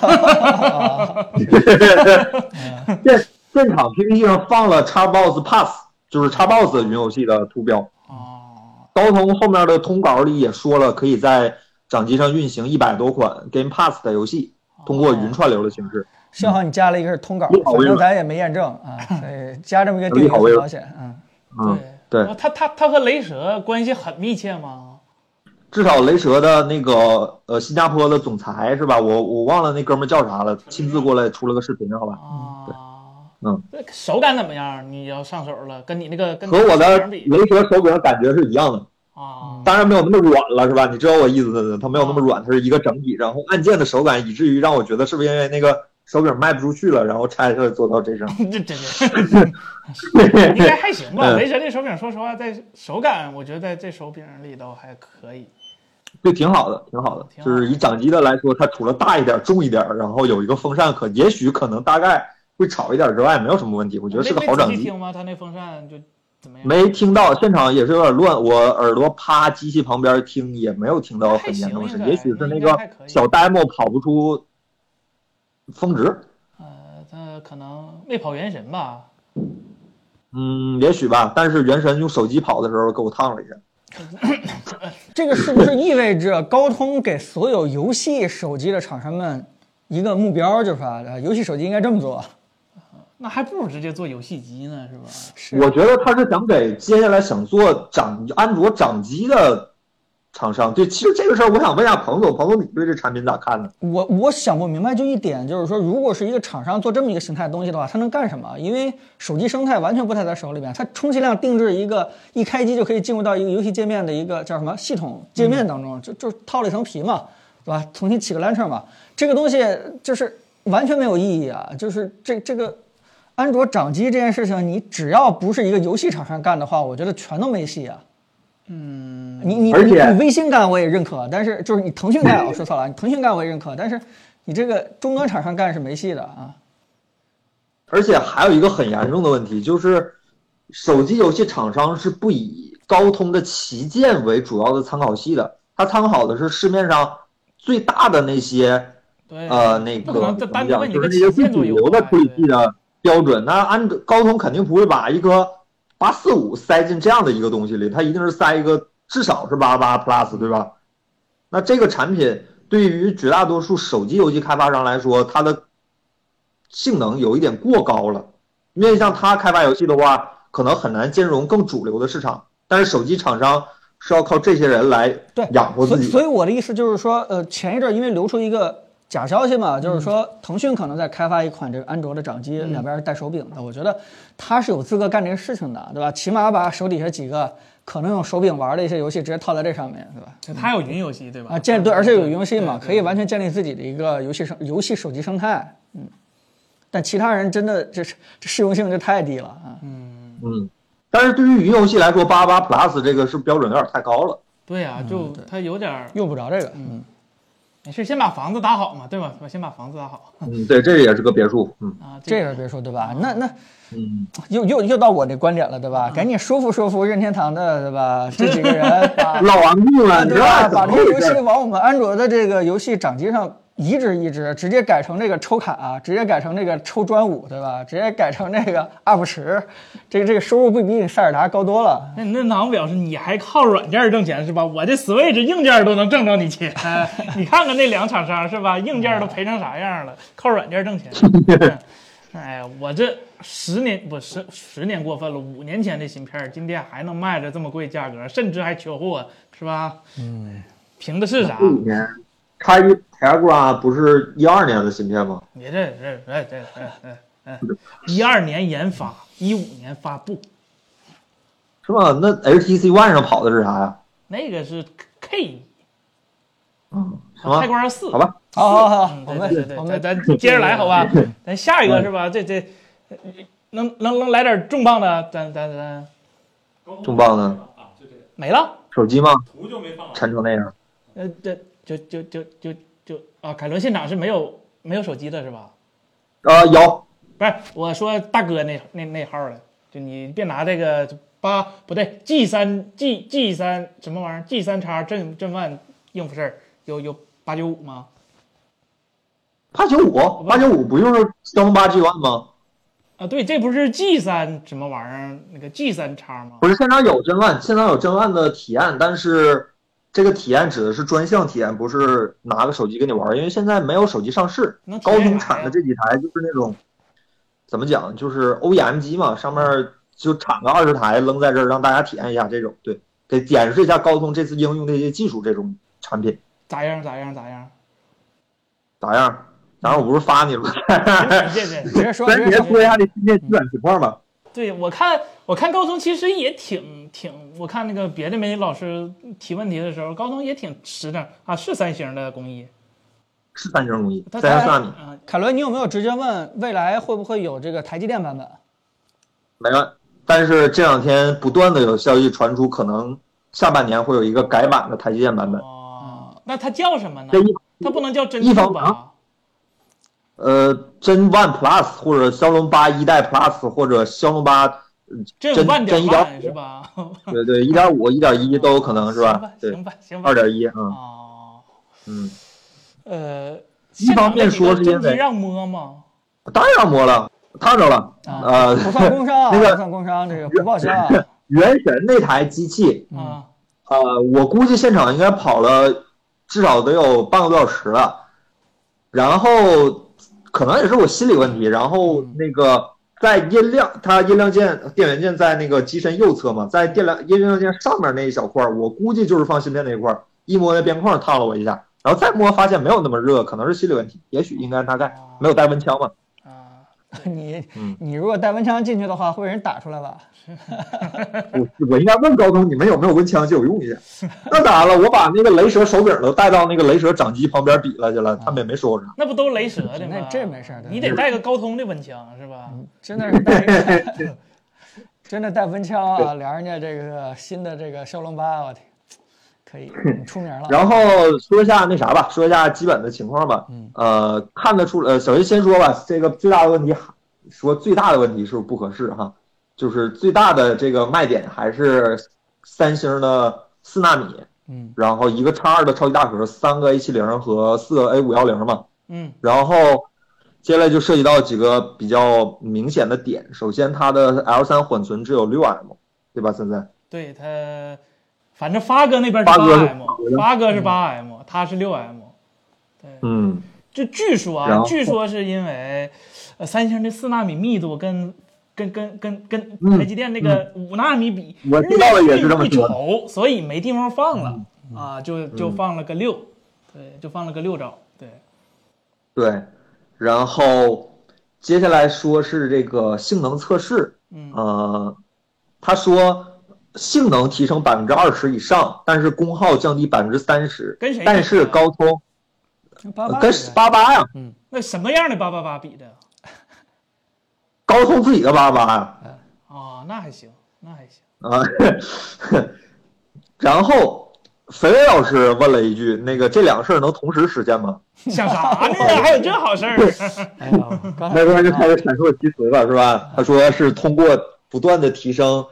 S3: 现现场 PPT 上放了 Xbox Pass，就是 Xbox 云游戏的图标。
S2: 哦，
S3: 高通后面的通稿里也说了，可以在掌机上运行一百多款 Game Pass 的游戏，通过云串流的形式。
S1: 幸好你加了一个是通稿，
S3: 嗯利好
S1: 反
S3: 为
S1: 正
S3: 稳
S1: 咱也没验证 啊，所以加这么一个定
S3: 利
S1: 义
S3: 好为
S1: 很
S3: 稳
S1: 保险，嗯。
S3: 嗯，对
S2: 哦他他他和雷蛇关系很密切吗？
S3: 至少雷蛇的那个呃新加坡的总裁是吧？我我忘了那哥们儿叫啥了，亲自过来出了个视频，好吧？
S2: 啊，
S3: 嗯
S2: 那手感怎么样？你要上手了，跟你那个跟
S3: 和我的
S2: 比
S3: 雷蛇手柄感觉是一样的，
S2: 啊，
S3: 当然没有那么软了，是吧？你知道我意思的，它没有那么软，它是一个整体。然后按键的手感，以至于让我觉得是不是因为那个手柄卖不出去了，然后拆下来做到这样。
S2: 这真的应该还行吧。
S3: 嗯
S2: 雷蛇这手柄，说实话，在手感，我觉得在这手柄里头还可以。
S3: 对，挺好的，挺好的。
S2: 挺好
S3: 就
S2: 的
S3: 是以掌机的来说，它除了大一点、重一点，然后有一个风扇可，也许可能大概会吵一点之外，没有什么问题。我
S2: 我
S3: 觉得是个好
S2: 没
S3: 掌
S2: 仔细
S3: 机。
S2: 听吗？他那风扇就怎么样？
S3: 没听到，现场也是有点乱，我耳朵趴机器旁边听，也没有听到很严重
S2: 还
S3: 的
S2: 行
S3: 事
S2: 应。该
S3: 也许是那
S2: 应该
S3: 个
S2: 还可以
S3: 小 demo 跑不出峰值，
S2: 呃，他可能没跑原神吧？
S3: 嗯，也许吧。但是原神用手机跑的时候给我烫了一下。
S1: 这个是不是意味着高通给所有游戏手机的厂商们一个目标，就是啥？呃游戏手机应该这么做。
S2: 那还不如直接做游戏机呢，是吧？
S1: 是
S3: 我觉得他是想给接下来想做掌安卓掌机的厂商。对，其实这个事儿我想问一下彭总，彭总你对这产品咋看呢？
S1: 我我想不明白就一点，就是说，如果是一个厂商做这么一个形态的东西的话，他能干什么？因为手机生态完全不太在手里面，它充其量定制一个一开机就可以进入到一个游戏界面的一个叫什么系统界面当中，就就套了一层皮嘛，对吧？重新起个 lantern 嘛，这个东西就是完全没有意义啊！就是这这个安卓掌机这件事情，你只要不是一个游戏厂商干的话，我觉得全都没戏啊。你你
S3: 而
S1: 你
S3: 且
S1: 你微信干我也认可，但是就是你腾讯干，我说错了，你腾讯干我也认可，但是你这个终端厂商干是没戏的啊。
S3: 而且还有一个很严重的问题，就是手机游戏厂商是不以高通的旗舰为主要的参考系的，它参考的是市面上最大的那些
S2: 对，
S3: 呃那
S2: 哎不
S3: 个
S2: 可
S3: 怎
S2: 能
S3: 么
S2: 单
S3: 讲
S2: 问你
S3: 就是
S2: 个
S3: 那些
S2: 旗
S3: 最
S2: 舰
S3: 主
S2: 都有
S3: 流的
S2: 吧
S3: 处理器
S2: 对
S3: 的标准。那安高通肯定不会把一颗八四五塞进这样的一个东西里，它一定是塞一个至少是八八 plus 对吧？那这个产品对于绝大多数手机游戏开发商来说，它的性能有一点过高了。面向它开发游戏的话，可能很难兼容更主流的市场。但是手机厂商是要靠这些人来
S1: 对
S3: 养活
S1: 所
S3: 自
S1: 以
S3: 己的。
S1: 所以我的意思就是说，呃，前一阵儿因为流出一个假消息嘛，就是说腾讯可能在开发一款这个安卓的掌机，两边带手柄的。我觉得他是有资格干这个事情的，对吧？起码把手底下几个可能用手柄玩的一些游戏直接套在这上面，对吧？
S2: 就它有云游戏对吧？
S1: 啊，建对，而且有游戏嘛，
S2: 对对
S1: 可以完全建立自己的一个游戏生游戏手机生态。嗯，但其他人真的这是这适用性就太低了啊！
S3: 嗯，但是对于云游戏来说，八八 plus 这个是标准有点太高了。
S2: 对呀，就它有点儿
S1: 用不着这个。嗯，
S2: 没事，先把房子打好嘛，对吧？先把房子打好
S3: 嗯，对，这也是个别墅。嗯
S2: 啊。
S1: 这个别说对吧？那那
S3: 嗯，
S1: 又又又到我这观点了，对吧？赶紧说服说服任天堂的，对吧？这几 个人把
S3: 老顽固了，你
S1: 对
S3: 知
S1: 吧？
S3: 道怎
S1: 把
S3: 么
S1: 这个游
S3: 回
S1: 戏
S3: 事？
S1: 往我们安卓的这个游戏掌机上移植移植，直接改成这个抽卡、直接改成这个抽专五，对吧？直接改成这个 UP 十，这个这个收入不比你塞尔达高多了？
S2: 那你那党表示你还靠软件挣钱是吧？我这 Switch 硬件都能挣着你钱， 你看看那两厂商是吧？硬件都赔成啥样了，靠软件挣钱。嗯哎呀，我这十年不十十年过分了，五年前的芯片儿今天还能卖着这么贵价格，甚至还缺货是吧？嗯，凭的 是啥？
S3: 这几年，它一 Tegra 不是一二年的芯片吗？
S2: 你这这哎这这这这，哎一二年研发，一五年发布，
S3: 是吧？那 HTC One 上跑的是啥呀？
S2: 那个是 K
S3: 嗯，什
S2: 开
S3: 么？
S2: 关四
S3: 好。吧，
S1: 好好好
S2: 嗯，
S1: 我
S2: 对对
S1: 们
S2: 对
S1: 我
S2: 对，
S1: 们
S2: 咱咱接着来好 吧？咱下一个是吧？这这呃能能能来点重磅的，咱咱咱
S3: 重磅的
S4: 啊，就这个
S2: 没了。
S3: 手机吗？
S4: 图就没放了。
S3: 沉成那样，
S2: 呃，这就就就就就啊，凯伦现场是没有没有手机的是吧？
S3: 啊，有
S2: 不是，我说大哥那那那号的，就你别拿这个八不对 G 三 G G 三什么玩意儿 G 三叉震震万应付事儿，有有八九五吗？
S3: 八九五，八九五不就是骁八 G One 吗？
S2: 啊，对，这不是 G 三什么玩意儿那个 G 三叉吗？
S3: 不是现场有真案，现场有真案的体验，但是这个体验指的是专项体验，不是拿个手机跟你玩儿，因为现在没有手机上市
S2: 能，体
S3: 高
S2: 验
S3: 通
S2: 啥呀
S3: 产的这几台就是那种怎么讲，就是 OEM 机嘛，上面就产个二十台扔在这儿让大家体验一下这种，对，给演示一下高通这次应用这些技术这种产品
S2: 咋样咋样咋样？
S3: 咋样？然后我不是发你了 吗？
S2: 谢谢。
S1: 直接说
S3: 咱
S1: 直接
S3: 别
S1: 说
S3: 说一下这芯
S2: 嗯
S3: 片基本情况吧。
S2: 对我看，我看高通其实也挺挺，我看那个别的媒体老师提问题的时候，高通也挺实诚啊，是三星的工艺，
S3: 是三星工艺，
S2: 它
S3: 三星纳米，
S2: 啊，
S1: 凯伦，你有没有直接问未来会不会有这个台积电版本？
S3: 没了。但是这两天不断的有消息传出，可能下半年会有一个改版的台积电版本。
S2: 哦，那它叫什么呢
S3: 这？一
S2: 它不能叫真
S3: 一
S2: 兔
S3: 方啊
S2: 吧？
S3: 呃，真 One Plus 或者骁龙八一代 Plus 或者骁龙八，
S2: 真有
S3: 真
S2: 万点
S3: 真一点
S2: 万是吧？
S3: 对对，一点五、一点一都有可能是
S2: 行
S3: 吧
S2: 吧？
S3: 对
S2: 行，吧，行吧。
S3: 二点一，嗯
S2: 哦，
S3: 嗯，
S2: 呃，
S3: 一方面说是因为
S2: 现场的这个真机让摸吗？
S3: 当然摸了，烫着了。呃，
S1: 不算工伤啊，
S3: 那个
S1: 不算工伤，这个不报销 啊。
S3: 原神那台机器，
S1: 嗯
S2: 啊，
S3: 呃，我估计现场应该跑了至少得有半个多小时了，然后可能也是我心理问题，然后那个在音量，它音量键、电源键在那个机身右侧嘛，在电量音量键上面那一小块儿，我估计就是放芯片那一块儿，一摸那边框烫了我一下，然后再摸发现没有那么热，可能是心理问题，也许应该大概没有带温枪嘛，
S2: 啊，
S1: 你
S3: 嗯
S1: 你如果带文枪进去的话，会被人打出来吧？
S3: 我我嗯应该问高通你们有没有温枪借我用一下？那当然了，我把那个雷蛇手柄都带到那个雷蛇掌机旁边比了去了，他们也没说我啥。
S1: 嗯
S2: 那不都雷蛇的吗
S1: 那？这没事儿的嗯
S2: 你得带个高通的温枪是吧？
S1: 真的是带， 真的带文枪啊，聊人家这个新的这个骁龙八，我天，可 以出名了。
S3: 然后说一下那啥吧，说一下基本的情况吧。
S1: 嗯，
S3: 呃，看得出，呃，小云先说吧，这个最大的问题，说最大的问题是不是不合适哈？就是最大的这个卖点还是三星的四纳米，
S1: 嗯，
S3: 然后一个叉二的超级大核，三个 A 七零和四个 A 五幺零嘛。
S2: 嗯
S3: 然后接下来就涉及到几个比较明显的点。首先，它的 L 3缓存只有六 M，对吧？现在，
S2: 对他，反正发哥那边是
S3: 发哥是
S2: 8 M，发哥是八 M，他是六 M。
S3: 嗯，
S2: 就据说
S3: 然
S2: 啊
S3: 后，
S2: 据说是因为，呃，三星的四纳米密度跟跟跟跟跟
S3: 嗯
S2: 台积电那个五纳米比，
S3: 我知道了也是这么说的嗯
S2: 说，所以没地方放了啊，就就放了个六，对，就放了个六兆，对，
S3: 对，然后接下来说是这个性能测试，
S2: 嗯
S3: 呃，他说性能提升百分之二十以上，但是功耗降低百分之三十
S2: 跟谁，
S3: 但是
S2: 比啊
S3: 高通
S1: 八
S3: 呃
S1: 八
S3: 跟八八呀，
S2: 那什么样的八八八比的？
S3: 高通自己的八八呀，
S2: 哦，那还行，那还行。
S3: 啊，然后肥伟老师问了一句，那个这两个事儿能同时实现吗？
S2: 想啥 呢？还有这好事儿？
S1: 哎呦，刚才
S3: 那突然就开始阐述了题词了，是吧？他说是通过不断的提升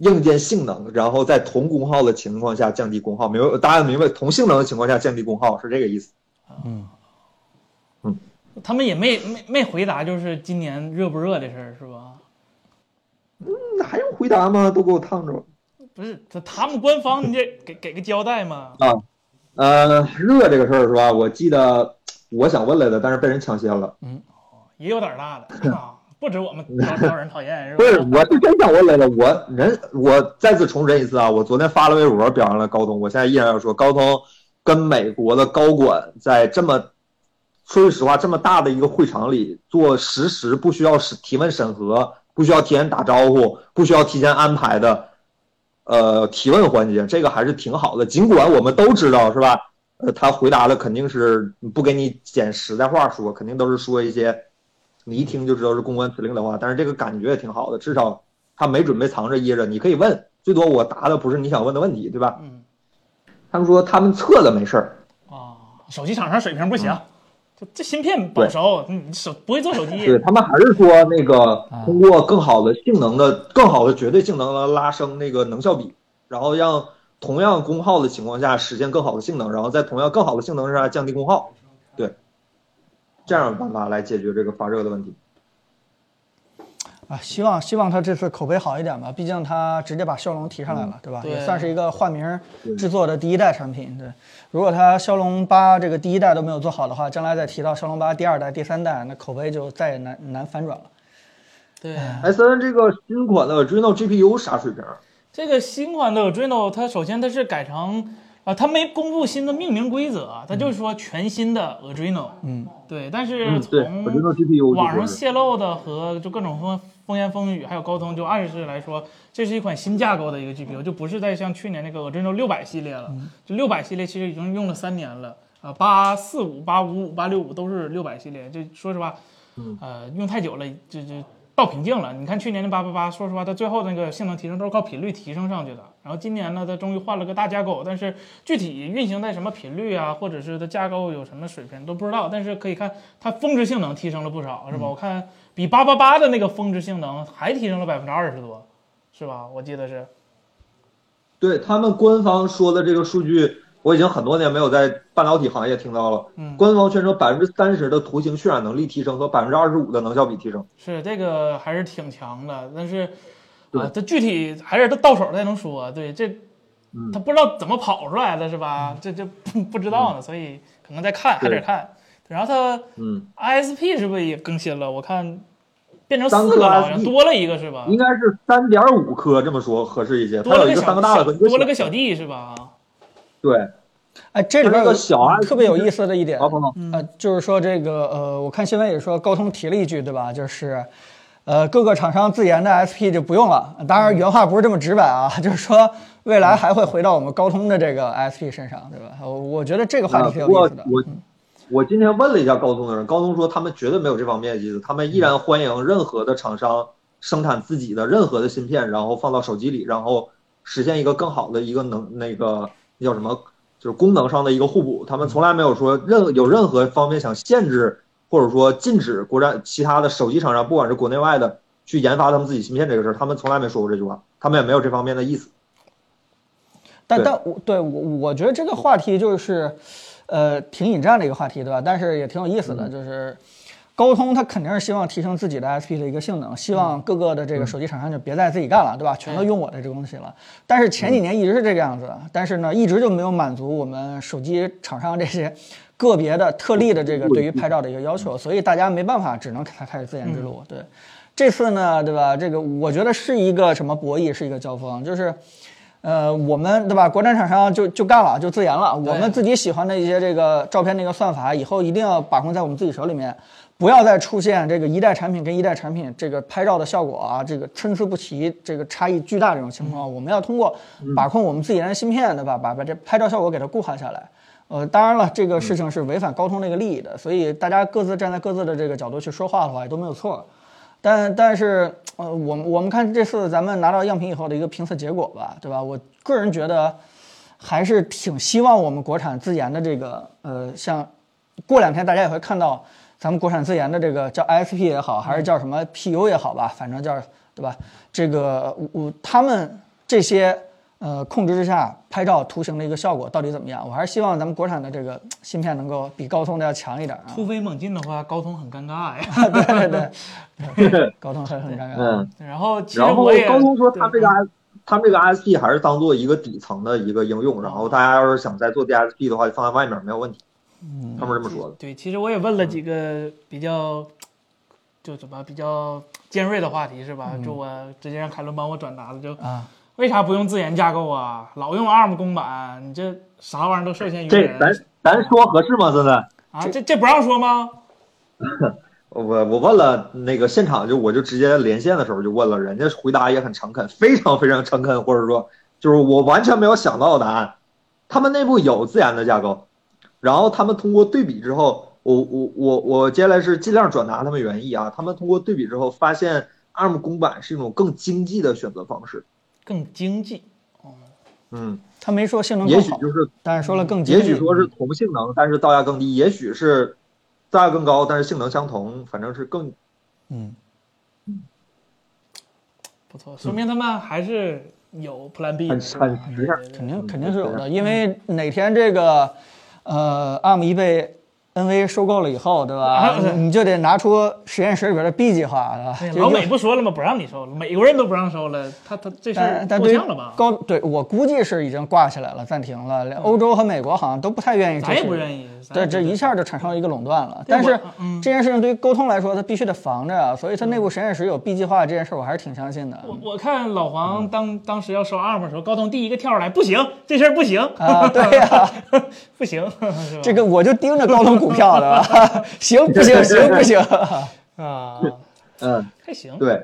S3: 硬件性能，然后在同功耗的情况下降低功耗，明白？大家明白同性能的情况下降低功耗是这个意思。
S2: 他们也没没没回答，就是今年热不热的事儿是吧？
S3: 那还用回答吗？都给我烫着了。
S2: 不是，他他们官方你得给给个交代嘛。
S3: 呃，热这个事儿是吧？我记得我想问来的，但是被人抢先了。
S2: 也有点儿大 的啊，不止我们招招人讨厌是
S3: 不是，
S2: 吧？
S3: 我是真想问来了。我人，我再次重申一次啊，我昨天发了微博表扬了高通，我现在依然要说，高通跟美国的高管在这么，说句实话，这么大的一个会场里做实时不需要是提问审核，不需要提前打招呼，不需要提前安排的，呃，提问环节，这个还是挺好的。尽管我们都知道是吧？呃，他回答的肯定是不给你捡实在话说，肯定都是说一些你一听就知道是公关指令的话，但是这个感觉也挺好的，至少他没准备藏着掖着，你可以问，最多我答的不是你想问的问题，对吧？
S2: 嗯
S3: 他们说他们测了没事儿，
S2: 啊，手机厂商水平不
S3: 嗯
S2: 行，就这芯片保熟，你手不会做手
S3: 对
S2: 机，
S3: 他们还是说那个通过更好的性能的、更好的绝对性能的拉升那个能效比，然后让同样功耗的情况下实现更好的性能，然后在同样更好的性能上降低功耗，对，这样的办法来解决这个发热的问题。
S1: 啊，希望希望他这次口碑好一点吧，毕竟他直接把骁龙提上来
S3: 嗯
S1: 了，对吧？
S2: 对
S1: 也算是一个换名儿制作的第一代产品。对，如果他骁龙八这个第一代都没有做好的话，将来再提到骁龙八第二代、第三代，那口碑就再也难难反转了。
S2: 对。
S3: S N 这个新款的 Adreno G P U 啥水平？啊
S2: 这个新款的 Adreno，它首先它是改成啊、它没公布新的命名规则啊，它就是说全新的 Adreno。
S1: 嗯，
S2: 对，但是
S3: 嗯，对
S2: 从
S3: ，Adreno G P U
S2: 网上泄露的和就各种风风言风语，还有高通就暗示来说，这是一款新架构的一个 GPU，就不是在像去年那个 Adreno 六百系列了。就六百系列其实已经用了三年了啊，八四五、八五五、八六五都是六百系列。这说实话，呃，用太久了，这这到瓶颈了。你看去年的八八八，说实话，它最后那个性能提升都是靠频率提升上去的。然后今年呢，它终于换了个大架构，但是具体运行在什么频率啊，或者是它架构有什么水平都不知道。但是可以看它峰值性能提升了不少，是吧？我看比八八八的那个峰值性能还提升了百分之二十多，是吧？我记得是。
S3: 对他们官方说的这个数据，我已经很多年没有在半导体行业听到了。
S2: 嗯
S3: 官方宣称百分之三十的图形渲染能力提升和百分之二十五的能效比提升。
S2: 是这个还是挺强的，但是
S3: 对
S2: 啊，这具体还是他到手才能说。对，这
S3: 嗯
S2: 他不知道怎么跑出来的，是吧？这这不不知道呢，所以可能在看，还
S3: 嗯对
S2: 得看。然后它
S3: 嗯，
S2: ISP 是不是也更新了？我看变成
S3: 三
S2: 四
S3: 颗
S2: 个了，好像
S3: ISP
S2: 多了一个是吧？
S3: 应该是三点五颗，这么说合适一些。
S2: 多
S3: 它有
S2: 了
S3: 一
S2: 个
S3: 个
S2: 小
S3: 三个大的和一个
S2: 多了
S3: 小
S2: 个小弟是吧？啊
S3: 对，
S1: 哎，这里边
S3: 它那个小啊
S1: 特别有意思的一点，
S3: 好，彭总，
S1: 呃，就是说这个呃，我看新闻也说高通提了一句，对吧？就是，呃，各个厂商自研的 SP 就不用了。当然，原话不是这么直白啊， 就是说未来还会回到我们高通的这个 SP 身上，对吧？我我觉得这个话题
S3: 啊
S1: 挺
S3: 不
S1: 有意
S3: 过
S1: 思的。嗯
S3: 我我今天问了一下高通的人，高通说他们绝对没有这方面的意思，他们依
S1: 嗯
S3: 然欢迎任何的厂商生产自己的任何的芯片，然后放到手机里，然后实现一个更好的一个能那个那叫什么，就是功能上的一个互补。他们从来没有说任有任何方面想限制或者说禁止国产其他的手机厂商，不管是国内外的，去研发他们自己芯片这个事儿，他们从来没说过这句话，他们也没有这方面的意思。
S1: 但
S3: 对
S1: 但我对我我觉得这个话题就是，呃，挺引战的一个话题，对吧？但是也挺有意思的，就是高通它肯定是希望提升自己的 SP 的一个性能，希望各个的这个手机厂商就别再自己干了，对吧？全都用我的这个东西了。但是前几年一直是这个样子的，但是呢，一直就没有满足我们手机厂商这些。个别的特例的这个对于拍照的一个要求，所以大家没办法，只能开开始自研之路。对，这次呢，对吧？这个我觉得是一个什么博弈，是一个交锋，就是呃，我们对吧？国产厂商就就干了，就自研了。
S2: 对
S1: 我们自己喜欢的一些这个照片的一个算法，以后一定要把控在我们自己手里面，不要再出现这个一代产品跟一代产品这个拍照的效果啊，这个参差不齐，这个差异巨大这种情况。我们要通过把控我们自己人的芯片，对吧？把把这拍照效果给它固化下来。呃，当然了，这个事情是违反高通的一个利益的，所以大家各自站在各自的这个角度去说话的话，也都没有错。但但是，呃，我们我们看这次咱们拿到样品以后的一个评测结果吧，对吧？我个人觉得，还是挺希望我们国产自研的这个，呃，像过两天大家也会看到，咱们国产自研的这个叫 ISP 也好，还是叫什么 PU 也好吧，反正叫对吧？这个我他们这些呃控制之下拍照图形的一个效果到底怎么样？我还是希望咱们国产的这个芯片能够比高通的要强一点啊！
S2: 突飞猛进的话，高通很尴尬呀。
S1: 对 对对，高通很很尴尬。
S3: 嗯，
S2: 然后其实
S3: 然后
S2: 我也
S3: 高通说他这
S2: 对
S3: 个 S，他们这个 SP 还是当做一个底层的一个应用，然后大家要是想再做 DSP 的话，就放在外面没有问题。他们是这么说的。
S2: 对，其实我也问了几个比较，就怎么比较尖锐的话题是吧？就
S1: 嗯
S2: 我直接让凯伦帮我转达的，就
S1: 啊，
S2: 为啥不用自研架构啊？老用 ARM 公版，你这啥玩意儿都受限于
S3: 这
S2: 人
S3: 咱咱说合适吗？现在
S2: 啊？这这不让说吗？
S3: 我我问了那个现场就我就直接连线的时候就问了，人家回答也很诚恳，非常非常诚恳，或者说就是我完全没有想到的答案。他们内部有自研的架构，然后他们通过对比之后，我我我我接下来是尽量转达他们原意啊。他们通过对比之后发现，ARM 公版是一种更经济的选择方式。
S2: 更经济，
S3: 嗯，
S1: 他没说性能
S3: 也
S1: 更
S3: 许
S1: 好，
S3: 就是
S1: 但是说了更接
S3: 也
S1: 近。
S3: 许说是同性能，但是造价更低；也许是造价更高，但是性能相同，反正是更
S1: 嗯，
S2: 不错，说明他们还是有 Plan B 的
S3: 很
S2: 是吧。
S3: 很实
S2: 嗯对对
S3: 诚。
S1: 肯定肯定是有
S3: 啊
S1: 的，因为哪天这个，呃，ARM 一被 NV 收购了以后，对吧
S2: 啊？对
S1: 你就得拿出实验室里边的 B 计划，对
S2: 对
S1: 吧？
S2: 哎老
S1: 就
S2: 美不说了吗？不让你收了，美国人都不让收了，他他这事儿
S1: 但但
S2: 过
S1: 对于
S2: 呛了吧？嗯
S1: 高对我估计是已经挂起来了，暂停了。连欧洲和美国好像都不太愿意支持，
S2: 咱也不愿意。咱
S1: 对，
S2: 也
S1: 这
S2: 不
S1: 一下就产生了一个垄断了。但是
S2: 我嗯
S1: 这件事情对于沟通来说，它必须得防着啊，所以它内部实验室有 B 计划这件事，我还是挺相信的。
S2: 我我看老黄当当时要收 ARM 的时候，高通第一个跳出来，不行，这事儿不行
S1: 啊对 呀，
S2: 不行， 是吧？
S1: 这个我就盯着高通股票的吧， 行不 行？行不行？
S2: 啊，
S3: 嗯，
S2: 还行，
S3: 对。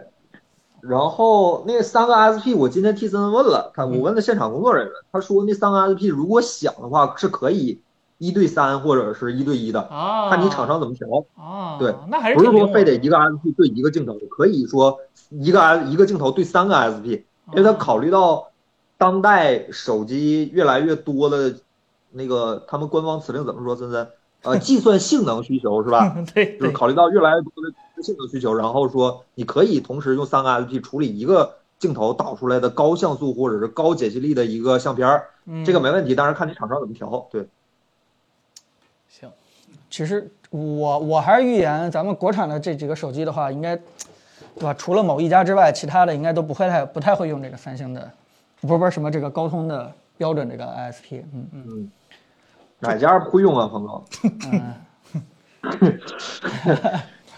S3: 然后那三个 SP，我今天替森问了，他我问了现场工作人员，他说那三个 SP 如果想的话是可以一对三或者是一对一的，
S2: 啊，
S3: 看你厂商怎么调，
S2: 啊，
S3: 对，
S2: 那还是
S3: 不是
S2: 挺
S3: 说
S2: 灵
S3: 非
S2: 活
S3: 得
S2: 的
S3: 一个 SP 对一个镜头，可以说一个 S 一个镜头对三个 SP，因为他考虑到当代手机越来越多的那个他们官方词令怎么说，森森，呃，计算性能需求是吧？
S2: 对
S3: 就
S2: 对
S3: 是考虑到越来越多的性能需求，然后说你可以同时用三个 SP 处理一个镜头导出来的高像素或者是高解析力的一个相片儿，
S2: 嗯
S3: 这个没问题，当然看你厂商怎么调。对，
S2: 行，
S1: 其实我我还是预言，咱们国产的这几个手机的话，应该，对吧？除了某一家之外，其他的应该都不会太不太会用这个三星的，不是不是什么这个高通的标准这个 ISP，嗯嗯
S3: 哪家不会用啊，彭总？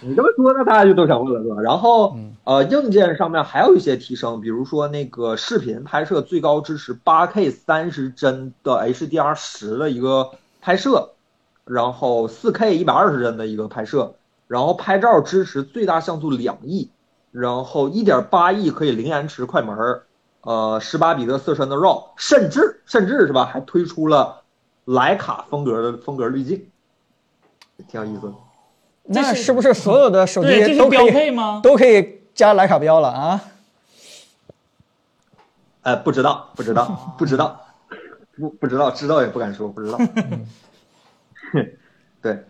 S3: 你这么说，那大家就都想问了，是吧？然后，呃，硬件上面还有一些提升，比如说那个视频拍摄最高支持 8K 三十帧的 HDR 十的一个拍摄，然后 4K 一百二十帧的一个拍摄，然后拍照支持最大像素两亿，然后一点八亿可以零延迟快门儿，呃，十八比特色深的 RAW，甚至甚至是吧，还推出了徕卡风格的风格滤镜，挺有意思的。
S1: 那
S2: 这
S1: 是不是所有的手
S2: 对，这
S1: 机
S2: 是
S1: 都
S2: 标
S1: 可
S2: 配
S1: 以
S2: 吗？
S1: 都可以加徕卡标了啊？
S3: 呃，不知道，不知道，不知道，不不知道，知道也不敢说，不知道。 对，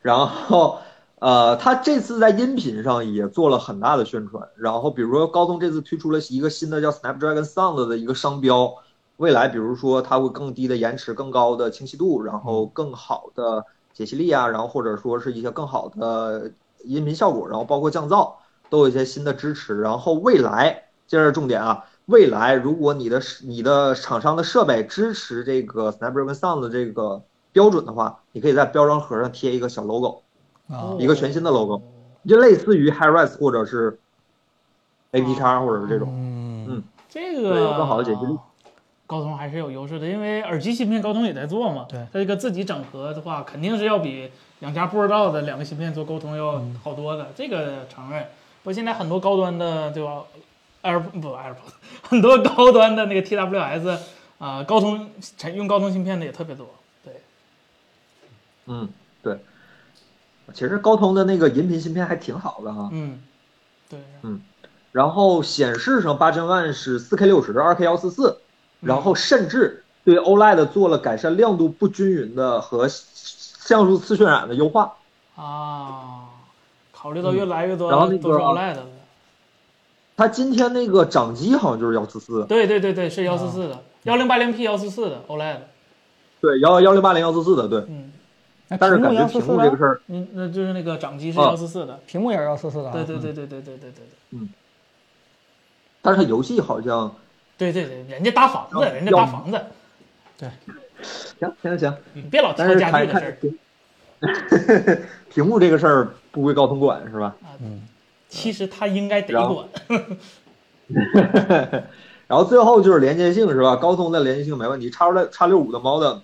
S3: 然后呃，他这次在音频上也做了很大的宣传。然后比如说高通这次推出了一个新的叫 Snapdragon Sound 的一个商标，未来比如说它会更低的延迟、更高的清晰度，然后更好的解析力啊，然后或者说是一些更好的音频效果，然后包括降噪都有一些新的支持。然后未来，接着重点啊。未来，如果你的你的厂商的设备支持这个 Snapdragon Sound 的这个标准的话，你可以在标章盒上贴一个小 logo，
S1: 啊，
S3: 一个全新的 logo，就类似于 HiRes 或者是 AP 叉或者是这种，
S1: 嗯
S3: 嗯
S2: 这
S3: 对
S2: 个啊
S3: 有更好的解决力
S2: 高通还是有优势的，因为耳机芯片高通也在做嘛。
S1: 对
S2: 它这个自己整合的话，肯定是要比两家不知道的两个芯片做沟通要
S3: 嗯
S2: 好多的，这个承认。不过现在很多高端的对吧，Air 不 AirPods，很多高端的那个 TWS 啊、高通用高通芯片的也特别多。对，
S3: 嗯，对。其实高通的那个音频芯片还挺好的哈，
S2: 嗯，对，
S3: 然后显示上八千万是四 K 六十、二 K 幺四四，然后甚至对 OLED 做了改善亮度不均匀的和像素次渲染的优化。
S2: 啊，考虑到越来越多
S3: 然后那个
S2: 都是 OLED 的了。
S3: 它今天那个掌机好像就是幺四四，
S2: 对对对对，是幺四四的，幺零八零 P 幺四四的 OLED，
S3: 对，幺幺零八零幺四四的，对。
S2: 嗯，
S1: 那
S3: 但是
S1: 屏幕
S3: 感觉
S1: 144
S3: 屏幕这个事儿，
S2: 嗯，那就是那个掌机是
S3: 啊
S2: 幺四四的，
S1: 屏幕也是幺四四的啊，
S2: 对对对对对对对对对
S3: 但是它游戏好像
S2: 对对对，人家搭房子，
S3: 要
S2: 人家搭房子，
S3: 行行行，
S2: 你别老
S3: 但
S2: 挑
S3: 是
S2: 哦家
S3: 看
S2: 具的
S3: 看
S2: 事儿
S3: 屏，屏 幕这个事儿不归高通管是吧？
S2: 啊。其实他应该得
S3: 然后
S2: 管，
S3: 然后最后就是连接性是吧？高通的连接性没问题，叉六叉六五的 modem，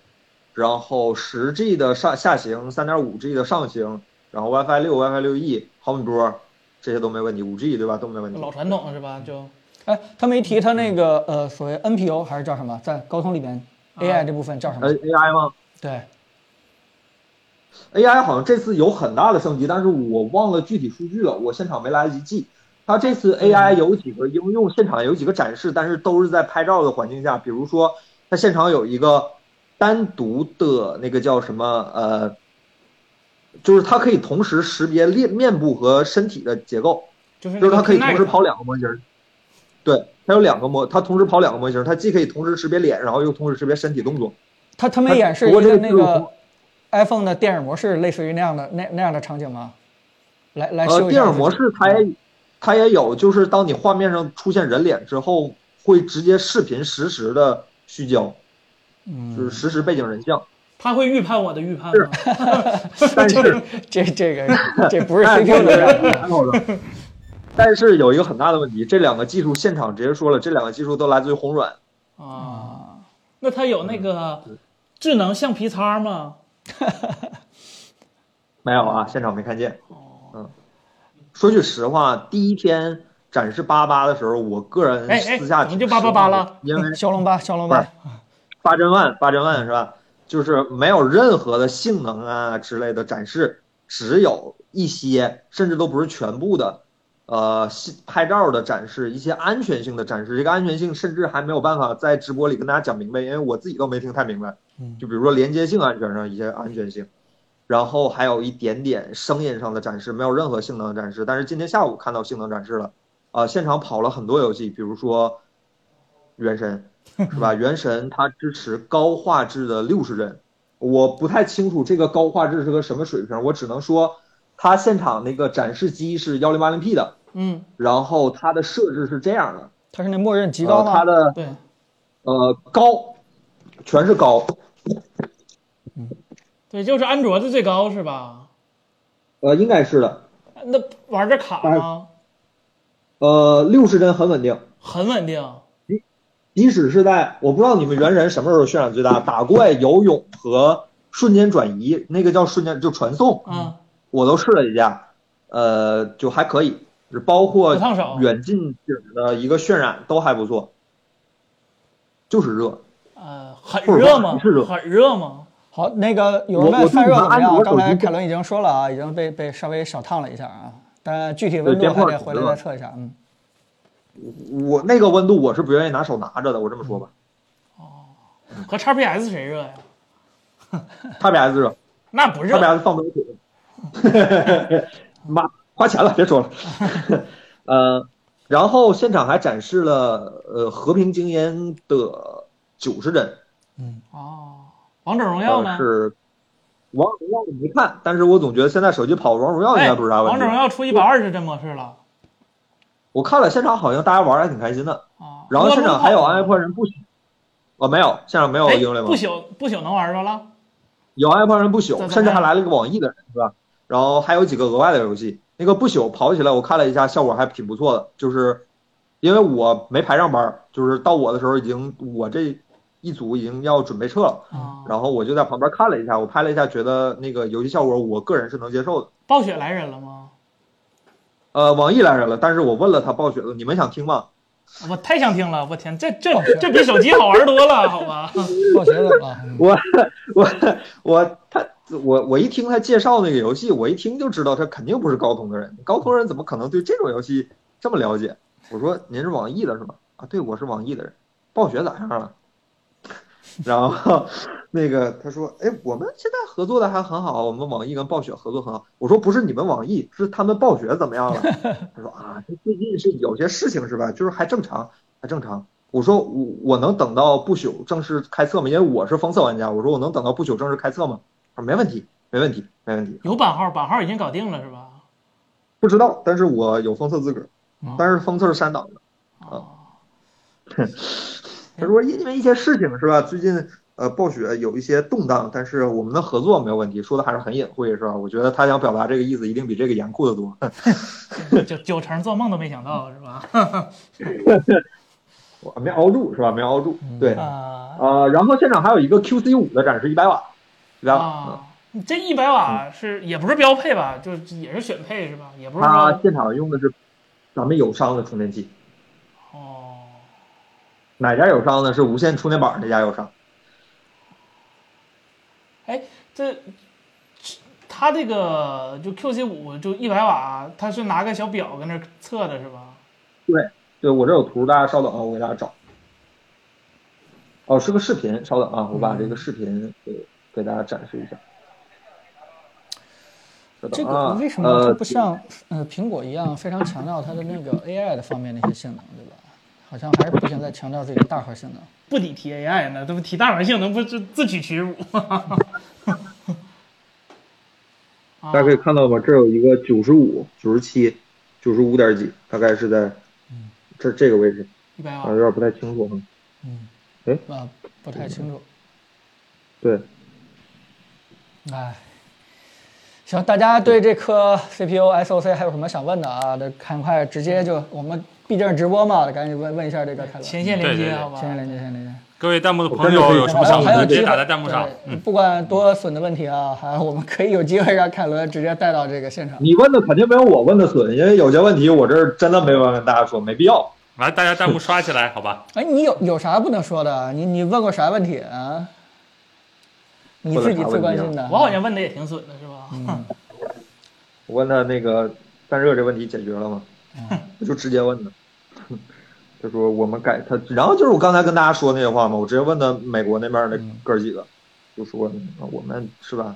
S3: 然后十 G 的上下行，三点五 G 的上行，然后 WiFi 六、WiFi 六 E 毫米波这些都没问题，五 G 对吧？都没问题
S2: 老。传统是吧？就
S1: 哎，他没提他那个呃所谓 NPU 还是叫什么，在高通里边
S2: 啊
S1: AI 这部分叫什么
S3: 呃？，AI 吗
S1: 对，
S3: ？AI 好像这次有很大的升级，但是我忘了具体数据了，我现场没来得及记。它这次 AI 有几个应用，现场有几个展示，但是都是在拍照的环境下，比如说它现场有一个单独的那个叫什么呃。就是它可以同时识别面面部和身体的结构，
S2: 就是
S3: 就是它
S2: 那个
S3: 可以
S2: Kinect
S3: 同时跑两个模型儿。对，它有两个模，它同时跑两个模型儿，它既可以同时识别脸，然后又同时识别身体动作。
S1: 他他没
S3: 它
S1: 演示
S3: 不
S1: 一
S3: 过这
S1: 个
S3: 个
S1: 那
S3: 技术
S1: 个
S3: 活
S1: iPhone 的电影模式，类似于那样的那那样的场景吗？来来
S3: 呃
S1: 秀，一下
S3: 电
S1: 自
S3: 影
S1: 己
S3: 模式它也它也有，就是当你画面上出现人脸之后，会直接视频实时的虚焦，就
S1: 嗯
S3: 是，实时背景人像。
S2: 他会预判我的预判吗？
S3: 但是
S1: 这这个这不是
S3: 哎
S1: CPU 的
S3: 这个
S1: 事儿，
S3: 挺好的但是有一个很大的问题，这两个技术现场直接说了，这两个技术都来自于红软。
S2: 啊，那他有那个智能橡皮擦吗？
S3: 没有啊，现场没看见。嗯，说句实话，第一天展示八八的时候，我个人
S2: 哎哎
S3: 私下
S2: 怎
S3: 挺
S2: 么就
S3: 失望的
S2: 888了，
S3: 因 为
S1: 骁龙八骁龙
S3: 不
S1: 八
S3: 是，八千万八千万是吧？就是没有任何的性能啊之类的展示，只有一些甚至都不是全部的，呃，信拍照的展示，一些安全性的展示。这个安全性甚至还没有办法在直播里跟大家讲明白，因为我自己都没听太明白。就比如说连接性安全上一些安全性，然后还有一点点声音上的展示，没有任何性能的展示。但是今天下午看到性能展示了，啊、现场跑了很多游戏，比如说《原神》，是吧？《原神》它支持高画质的六十帧，我不太清楚这个高画质是个什么水平，我只能说它现场那个展示机是幺零八零 P 的，
S2: 嗯，
S3: 然后它的设置是这样的，
S1: 它是那默认极
S3: 呃
S1: 高吗？
S3: 它的
S2: 对，
S3: 呃高，全是高，
S2: 对，就是安卓的最高是吧？
S3: 呃应该是的，
S2: 那玩这卡吗？
S3: 呃六十帧很稳定。
S2: 很稳定。啊
S3: 即使是在我不知道你们猿人什么时候渲染最大，打怪、游泳和瞬间转移，那个叫瞬间就传
S1: 嗯
S3: 送，
S2: 啊，
S3: 我都试了一下，呃，就还可以，就是包括
S2: 不烫手
S3: 远近景的一个渲染都还不错，就是热。
S2: 呃，很
S3: 不是
S2: 热吗？
S3: 是热
S2: 很热吗？
S1: 好，那个有人
S3: 我
S1: 问
S3: 我
S1: 散热怎么
S3: 我
S1: 样？
S3: 我
S1: 刚才
S3: 手机
S1: 凯伦已经说了啊，已经被被稍微小烫了一下啊，但具体温度
S3: 对电话
S1: 还得回来
S3: 手机
S1: 再
S3: 嘛
S1: 测一下。嗯，
S3: 我那个温度我是不愿意拿手拿着的，我这么 说吧
S2: 和 XPS 谁热呀？
S3: ，XPS 热
S2: 那不热，
S3: ，XPS 放不了水， 妈花钱了，别说了， 呃，然后现场还展示了呃和平精英的九十帧。呃
S2: 哦，王者荣耀呢？
S3: 是王者荣耀我没看，但是我总觉得现在手机跑王者荣耀应
S2: 哎，
S3: 该不是啥问
S2: 王
S3: 题。
S2: 者荣耀出一百二十帧模式了
S3: 我看了现场，好像大家玩的还挺开心的。
S2: 啊。
S3: 然后现场还有
S2: 安
S3: 安徽人不朽，哦没有，现场没有
S2: 哎，
S3: 英联
S2: 不
S3: 盟，
S2: 朽不朽能玩着了
S3: 有安徽人不
S2: 在
S3: 朽，
S2: 在
S3: 甚至还来了一个网易的人，是吧？然后还有几个额外的游戏。那个不朽跑起来，我看了一下，效果还挺不错的。就是因为我没排上班儿，就是到我的时候已经我这一组已经要准备撤了，
S2: 啊，
S3: 然后我就在旁边看了一下，我拍了一下，觉得那个游戏效果我个人是能接受的。
S2: 暴雪来人了吗？
S3: 呃，网易来人了，但是我问了他暴雪了，你们想听吗？
S2: 我太想听了，我天，这这这比手机好玩多了，好吧？
S1: 暴雪怎么了？嗯
S3: 我我他我我一听他介绍那个游戏，我一听就知道他肯定不是高通的人，高通人怎么可能对这种游戏这么了解？我说您是网易的是吧？啊，对，我是网易的人。暴雪咋样了？ 然后那个他说，哎，我们现在合作的还很好，我们网易跟暴雪合作很好。我说不是你们网易，是他们暴雪怎么样了？他说啊，这最近是有些事情是吧？就是还正常，还正常。我说我我能等到不朽正式开测吗？因为我是封测玩家，我说我能等到不朽正式开测吗？他说没问题，没问题，没问题。
S2: 有版号，版号已经搞定了是吧？
S3: 不知道，但是我有封测资格
S2: 哦，
S3: 但是封测是删档的。
S2: 啊，哎
S3: 他说因为一些事情是吧，最近呃暴雪有一些动荡，但是我们的合作没有问题，说的还是很隐晦是吧？我觉得他想表达这个意思一定比这个严酷的多。
S2: 九九成做梦都没想到是吧？
S3: 我没熬住是吧？没熬住，
S2: 嗯
S3: 对，
S1: 啊，
S3: 呃，然后现场还有一个 QC 五的展示，一百瓦，一百瓦。
S2: 啊，你这一百瓦是也不是标配吧？就是也是选配是吧？也不
S3: 嗯
S2: 是
S3: 他
S2: 说
S3: 现场用的是咱们友商的充电器，
S2: 哦，
S3: 哪家友商呢？是无线充电板那家友商。
S2: 这它这个就 QC 五就一百瓦，它是拿个小表跟那儿测的是吧？
S3: 对我这有图，大家稍等啊，我给大家找。哦，是个视频，稍等啊，我把这
S1: 嗯
S3: 个视频给给大家展示一下。稍
S1: 这
S3: 等
S1: 个
S3: 啊
S1: 为什么它
S3: 呃
S1: 不像呃苹果一样非常强调它的那个 AI 的方面的一些性能，对吧？好像还是不停在强调自己的大核性能。
S2: 不抵提 AI 呢，这不提大玩性能不是自取其 辱吗？啊
S3: 大家可以看到吧，这有一个九十五、九十七、九十五点几，大概是在这这个位置
S2: 一百
S3: 啊，
S2: 瓦
S3: 有点不太清楚哈。
S1: 嗯，
S3: 哎
S1: 啊，不太清楚。啊
S3: 对，
S1: 哎，行，大家对这颗 CPU、SOC 还有什么想问的啊？这赶快直接就我们毕竟是直播嘛，赶紧问问一下这个凯伦。
S2: 前线连
S4: 对
S2: 接
S4: 对对
S2: 好吧？
S1: 先连接，先连接。
S4: 各位弹幕的
S3: 我
S4: 朋
S3: 真的
S4: 友
S3: 可以
S4: 有什么想
S1: 还有
S4: 问，直
S1: 机
S4: 接
S1: 会
S4: 打在弹幕上
S1: 对。
S4: 嗯，
S1: 不管多损的问题啊，还我们可以有机会让凯伦直接带到这个现场。
S3: 你问的肯定没有我问的损，因为有些问题我这儿真的没法跟大家说，没必要。
S4: 来，大家弹幕刷起来，好吧？
S1: 哎，你有有啥不能说的？你你问过啥问题啊？你自己最关
S3: 啊
S1: 心的。
S2: 我好像问的也挺损的是吧？
S3: 我问他那个散热这问题解决了吗？
S1: 嗯
S3: 我就直接问他， 他说我们改他，然后就是我刚才跟大家说那些话嘛，我直接问他美国那边的哥儿几
S1: 嗯
S3: 个，就说啊我们是吧，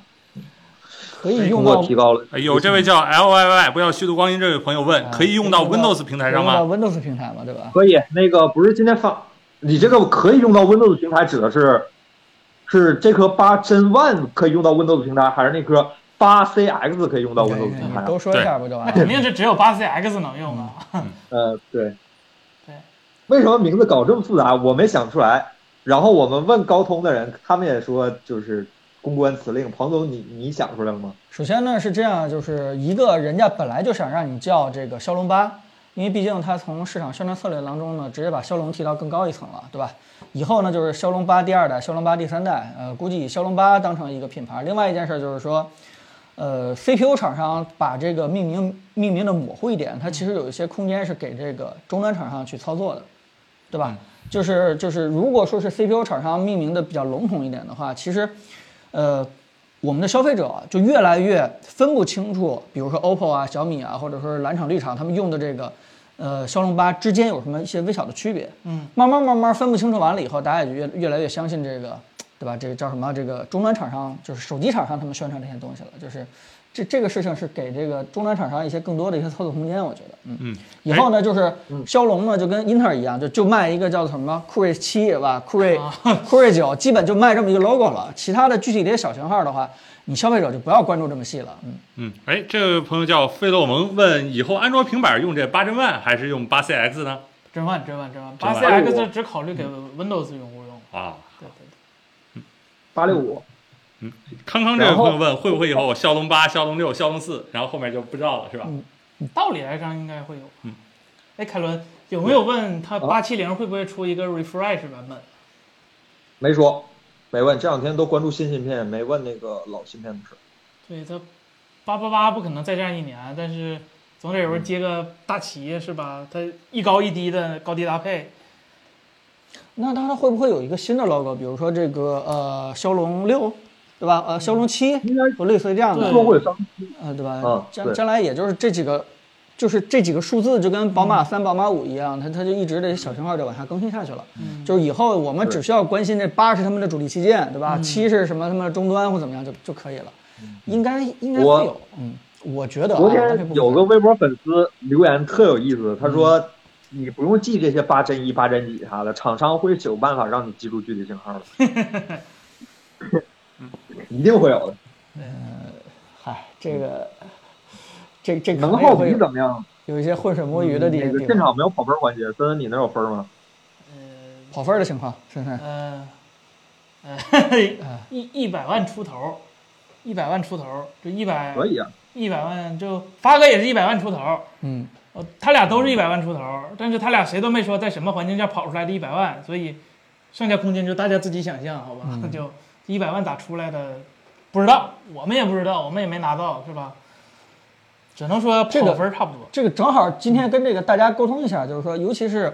S1: 可以
S3: 通
S1: 用
S3: 过
S1: 到
S3: 提高了，
S4: 哎有这位叫 L Y Y 不要虚度光阴这位朋友问，可以用
S1: 可
S4: 到
S1: 以用到
S4: Windows 平台上
S1: 用
S4: 吗
S1: 到？Windows 平台嘛，对吧？
S3: 可以那个不是今天发，你这个可以用到 Windows 平台，指的是是这颗八真 One 可以用到 Windows 平台，还是那颗八 CX 可以用到 Windows
S1: 对
S3: 平
S1: 你
S3: 台啊？
S1: 都说一下不就完
S2: 那
S1: 了
S2: 肯？定是只有八 CX 能用啊。
S3: 呃，对，
S2: 对，
S3: 为什么名字搞这么复杂？我没想出来。然后我们问高通的人，他们也说就是公关辞令。彭总，你你想出来了吗？
S1: 首先呢是这样，就是一个人家本来就想让你叫这个骁龙八，因为毕竟它从市场宣传策略当中呢，直接把骁龙提到更高一层了，对吧？以后呢就是骁龙八第二代、骁龙八第三代，呃，估计以骁龙八当成一个品牌。另外一件事就是说，呃，CPU 厂商把这个命名命名的模糊一点，它其实有一些空间是给这个终端厂商去操作的，对吧？就是就是，如果说是 CPU 厂商命名的比较笼统一点的话，其实，呃，我们的消费者就越来越分不清楚，比如说 OPPO 啊、小米啊，或者说是蓝厂、绿厂，他们用的这个，呃，骁龙八之间有什么一些微小的区别。
S2: 嗯，
S1: 慢慢慢慢分不清楚完了以后，大家也就越越来越相信这个，对吧？这个叫什么？这个终端厂商就是手机厂商他们宣传这些东西了，就是这这个事情是给这个终端厂商一些更多的一些操作空间，我觉得，嗯。
S4: 嗯，
S1: 以后呢，就是骁龙呢，就跟英特尔一样，就就卖一个叫什么酷睿七是吧？酷睿 酷睿九，基本就卖这么一个 logo 了。其他的具体的一些小型号的话，你消费者就不要关注这么细了。嗯，
S4: 嗯，哎，这位朋友叫费洛蒙问，以后安装平板用这八针万还是用八 CX 呢？
S2: 真万真万真万，
S4: 真
S2: 八
S4: 万
S2: CX 只考虑给 Windows 用户用。
S4: 啊，
S2: 对对对，
S3: 八六五，
S4: 康康这位
S3: 然后
S4: 朋友问，会不会以后骁龙八、骁龙六、骁龙四，然后后面就不知道了，是吧？
S2: 道理来讲应该会有。
S4: 嗯，
S2: 哎，凯伦有没有问他
S3: 啊
S2: 八七零会不会出一个 refresh 版本？
S3: 没说，没问。这两天都关注新芯片，没问那个老芯片的事。
S2: 对它八八八不可能再战一年，但是总得有人接个大旗是吧？它一高一低的高低搭配，
S1: 那它会不会有一个新的 logo？比如说这个呃骁龙六，对吧？呃骁龙七，就类似于这样的，
S2: 对
S3: 说会商
S1: 呃对吧
S3: 嗯？
S1: 将
S3: 对
S1: 将来也就是这几个，就是这几个数字就跟宝马三、宝马五一样，它它就一直这些小型号就往下更新下去了。就是以后我们只需要关心这八是他们的主力旗舰，对吧？七是什么他们的终端或怎么样就就可以了。应该应该
S3: 嗯我
S1: 会有，嗯，我觉得啊
S3: 昨
S1: 我也
S3: 天
S1: 不
S3: 有个微博粉丝留言特有意思，他
S1: 嗯
S3: 说：“你不用记这些八针一、八针几啥的，厂商会有办法让你记住具体型 号的，一定会有的。
S1: 嗨，这个这这可
S3: 能
S1: 也
S3: 耗
S1: 会
S3: 比
S1: 有
S3: 怎么样？
S1: 有一些浑水摸鱼的地
S3: 嗯那个
S1: 地
S3: 现
S1: 方，
S3: 场没有跑分环节，森森你那有分
S1: 哎
S3: 吗？
S1: 跑分儿的情况，是不
S3: 嗯
S1: 是？
S2: 呃，呃 一一百万出头，一百万出头，就一百
S3: 可以啊，
S2: 一百万就发哥也是一百万出头，
S1: 嗯，
S2: 呃，他俩都是一百万出头，但是他俩谁都没说在什么环境下跑出来的一百万，所以剩下空间就大家自己想象，好吧？
S1: 嗯
S2: 就一百万咋出来的，不知道，我们也不知道，我们也没拿到，是吧？只能说
S1: 这个
S2: 跑分儿差不多。
S1: 这个正好今天跟这个大家沟通一下，就是说，尤其是，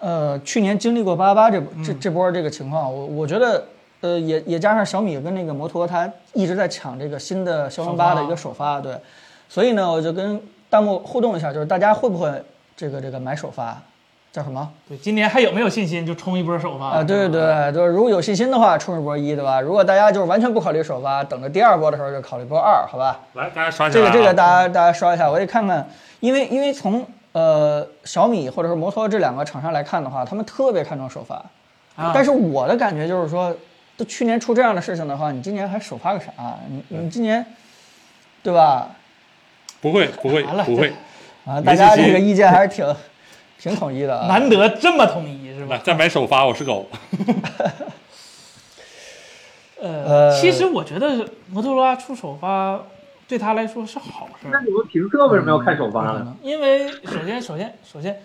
S1: 呃，去年经历过八八八这这这波这个情况，我我觉得，呃，也也加上小米跟那个摩托，它一直在抢这个新的骁龙八的一个首发，对，所以呢，我就跟弹幕互动一下，就是大家会不会这个这个买首发，叫什么？
S2: 对，今年还有没有信心就冲一波首发
S1: 啊，对对对，就是如果有信心的话，冲一波一，对吧？如果大家就是完全不考虑首发，等着第二波的时候就考虑波二，好吧？
S4: 来，大家刷起
S1: 这
S4: 来
S1: 个
S4: 啊。
S1: 这个大家大家刷一下，我得看看，因为因为从呃小米或者是摩托这两个厂商来看的话，他们特别看重首发，
S2: 啊
S1: 但是我的感觉就是说，都去年出这样的事情的话，你今年还首发个啥？啊你你今年，对吧？
S4: 不会不会
S2: 完了
S4: 不会，
S1: 啊，
S4: 没
S1: 大家
S4: 信
S1: 这
S4: 心
S1: 个意见还是挺挺统一的啊。
S2: 难得这么统一是
S4: 来
S2: 吧？
S4: 再买首发，我是狗。
S2: 呃，
S1: 呃
S2: 其实我觉得摩托罗拉出首发对他来说是好事
S3: 那
S2: 儿，
S3: 你们评测为什么要看首发
S1: 嗯
S3: 呢？
S2: 因为首先首先首先，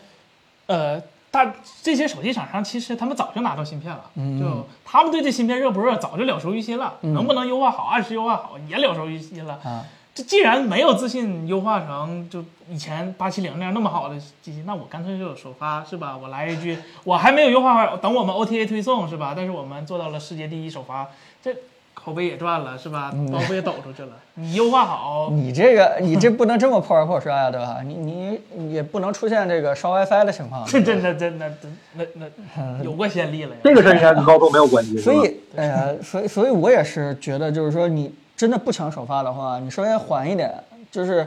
S2: 呃，大这些手机厂商其实他们早就拿到芯片了，
S1: 嗯
S2: 就他们对这芯片热不热早就了熟于心了，能不能优化好，按时优化好也了熟于心了。
S1: 啊，
S2: 这既然没有自信优化成就以前八七零那样那么好的机器，那我干脆就首发是吧？我来一句，我还没有优化好，等我们 OTA 推送是吧？但是我们做到了世界第一首发，这口碑也赚了是吧？包袱也抖出去了。你优化好，
S1: 你这个你这不能这么破罐破摔啊，对吧？你你也不能出现这个烧 WiFi 的情况。
S2: 这 真的真的真那 那有过先例了呀。
S3: 这个事儿应该跟高中没有关系，是
S1: 所
S3: 吧？
S1: 以，哎呀，所以，所以我也是觉得，就是说，你真的不抢首发的话，你稍微缓一点，就是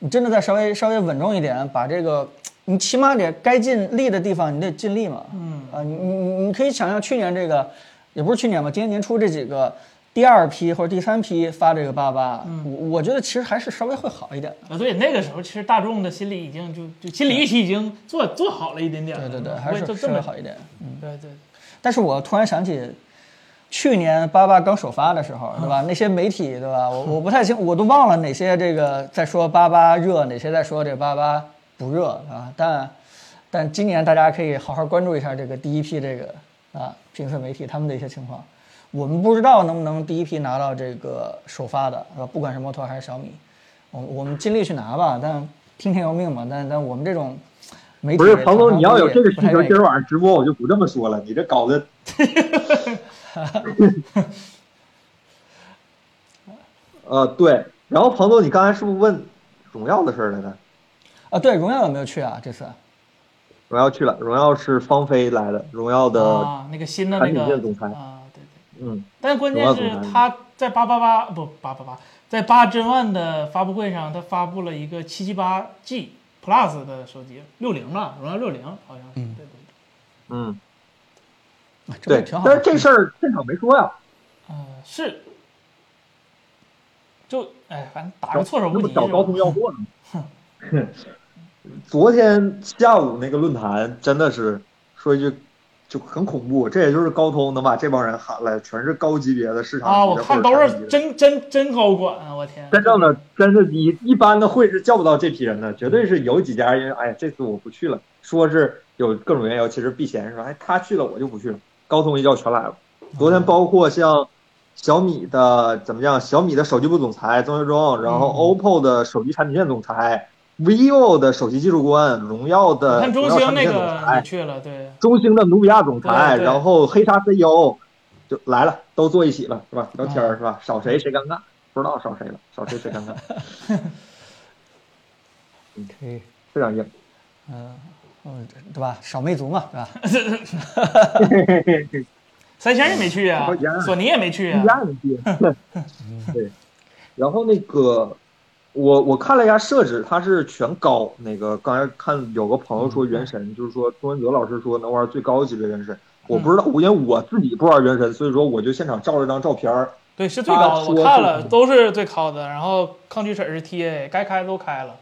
S1: 你真的再稍微稍微稳重一点，把这个你起码得该尽力的地方，你得尽力嘛。嗯啊，你你你你可以想象去年这个，也不是去年吧，今年年初这几个第二批或者第三批发这个八八，
S2: 嗯
S1: 我我觉得其实还是稍微会好一点的。
S2: 啊，对，那个时候其实大众的心理已经就就心理预期已经做做好了一点点了
S1: 对对对，
S2: 不会
S1: 还是
S2: 嗯就这
S1: 稍微
S2: 么
S1: 好一点。
S2: 对对。
S1: 但是我突然想起，去年八八刚首发的时候，
S3: 嗯
S1: 对吧？那些媒体，对吧？我我不太清，我都忘了哪些这个在说八八热，哪些在说这八八不热啊。但但今年大家可以好好关注一下这个第一批这个啊评测媒体他们的一些情况。我们不知道能不能第一批拿到这个首发的，对吧？不管是摩托还是小米，我我们尽力去拿吧。但听天由命嘛。但但我们这种媒体
S3: 不是庞
S1: 常常
S3: 总，你要有
S1: 也
S3: 这个需
S1: 不太
S3: 求，
S1: 愿意
S3: 今儿晚上直播我就不这么说了，你这 搞得呃，对。然后彭总，你刚才是不是问荣耀的事儿来着？
S1: 啊，对，荣耀有没有去啊？这次？
S3: 荣耀去了，荣耀是芳菲来的，荣耀的，
S1: 哦
S2: 啊，那个新的那
S3: 呃产品
S2: 个
S3: 线总裁
S2: 啊，对对。
S3: 嗯，
S2: 但关键
S3: 荣耀
S2: 是
S3: 总裁
S2: 他在八八八不八八八，在八真万的发布会上，他发布了一个七七八 G Plus 的手机，六零吧，荣耀六零好像是。对对对。
S3: 嗯，
S1: 啊这不
S3: 对
S1: 也挺。好的。
S3: 但是这事儿现场没说呀，
S2: 嗯，是。就哎，反正打个措手
S3: 那
S2: 不
S3: 么
S2: 及
S3: 找高通
S2: 是吧
S3: 要货 呢。 昨天下午那个论坛真的是说一句就很恐怖，这也就是高通能把这帮人喊来，全是高级别的市场
S2: 啊！
S3: 级
S2: 我
S3: 的
S2: 看
S3: 或者
S2: 都
S3: 产
S2: 是
S3: 级的
S2: 真真真高管啊！我天，
S3: 真正的真的一一般的会是叫不到这批人的，绝对是有几家因为哎这次我不去了，说是有各种缘由，其实避嫌说哎他去了我就不去了，高通一叫全来了。昨天包括像小米的怎么样，小米的手机部总裁曾学忠，然
S2: 嗯
S3: 后 OPPO 的手机产品线总裁。vivo 的首席技术官，荣耀
S2: 我
S3: 的
S2: 看中
S3: 荣耀
S2: 兴
S3: 产品
S2: 那
S3: 线总
S2: 个
S3: 裁
S2: 你去了， 对，
S3: 中兴的努比亚总裁，
S2: 对对
S3: 然后黑鲨 CEO 就来了，都坐一起了，是吧？聊天儿是
S2: 嗯
S3: 吧？少谁谁尴尬，不知道少谁了，少谁谁尴尬，
S1: 可以，
S3: 非常硬。
S1: 嗯嗯，对吧？少魅族嘛，对
S3: 嗯
S1: 吧？
S2: 三星也没去啊
S3: 我家，
S2: 索尼也没去
S3: 一
S2: 啊，
S3: 样的地方
S2: 嗯
S3: 对。然后那个，我我看了一下设置，它是全高。那个刚才看有个朋友
S2: 嗯
S3: 说《原神》，就是说钟文泽老师说能玩最高级别《原神》，
S2: 嗯
S3: 我不知道，因为我自己不玩《原神》，所以说我就现场照了张照片儿。
S2: 对，是最高的，
S3: 啊他说
S2: 我看
S3: 就
S2: 了，
S3: 是
S2: 都是最高的，然后抗锯齿是 TA，该开都开了，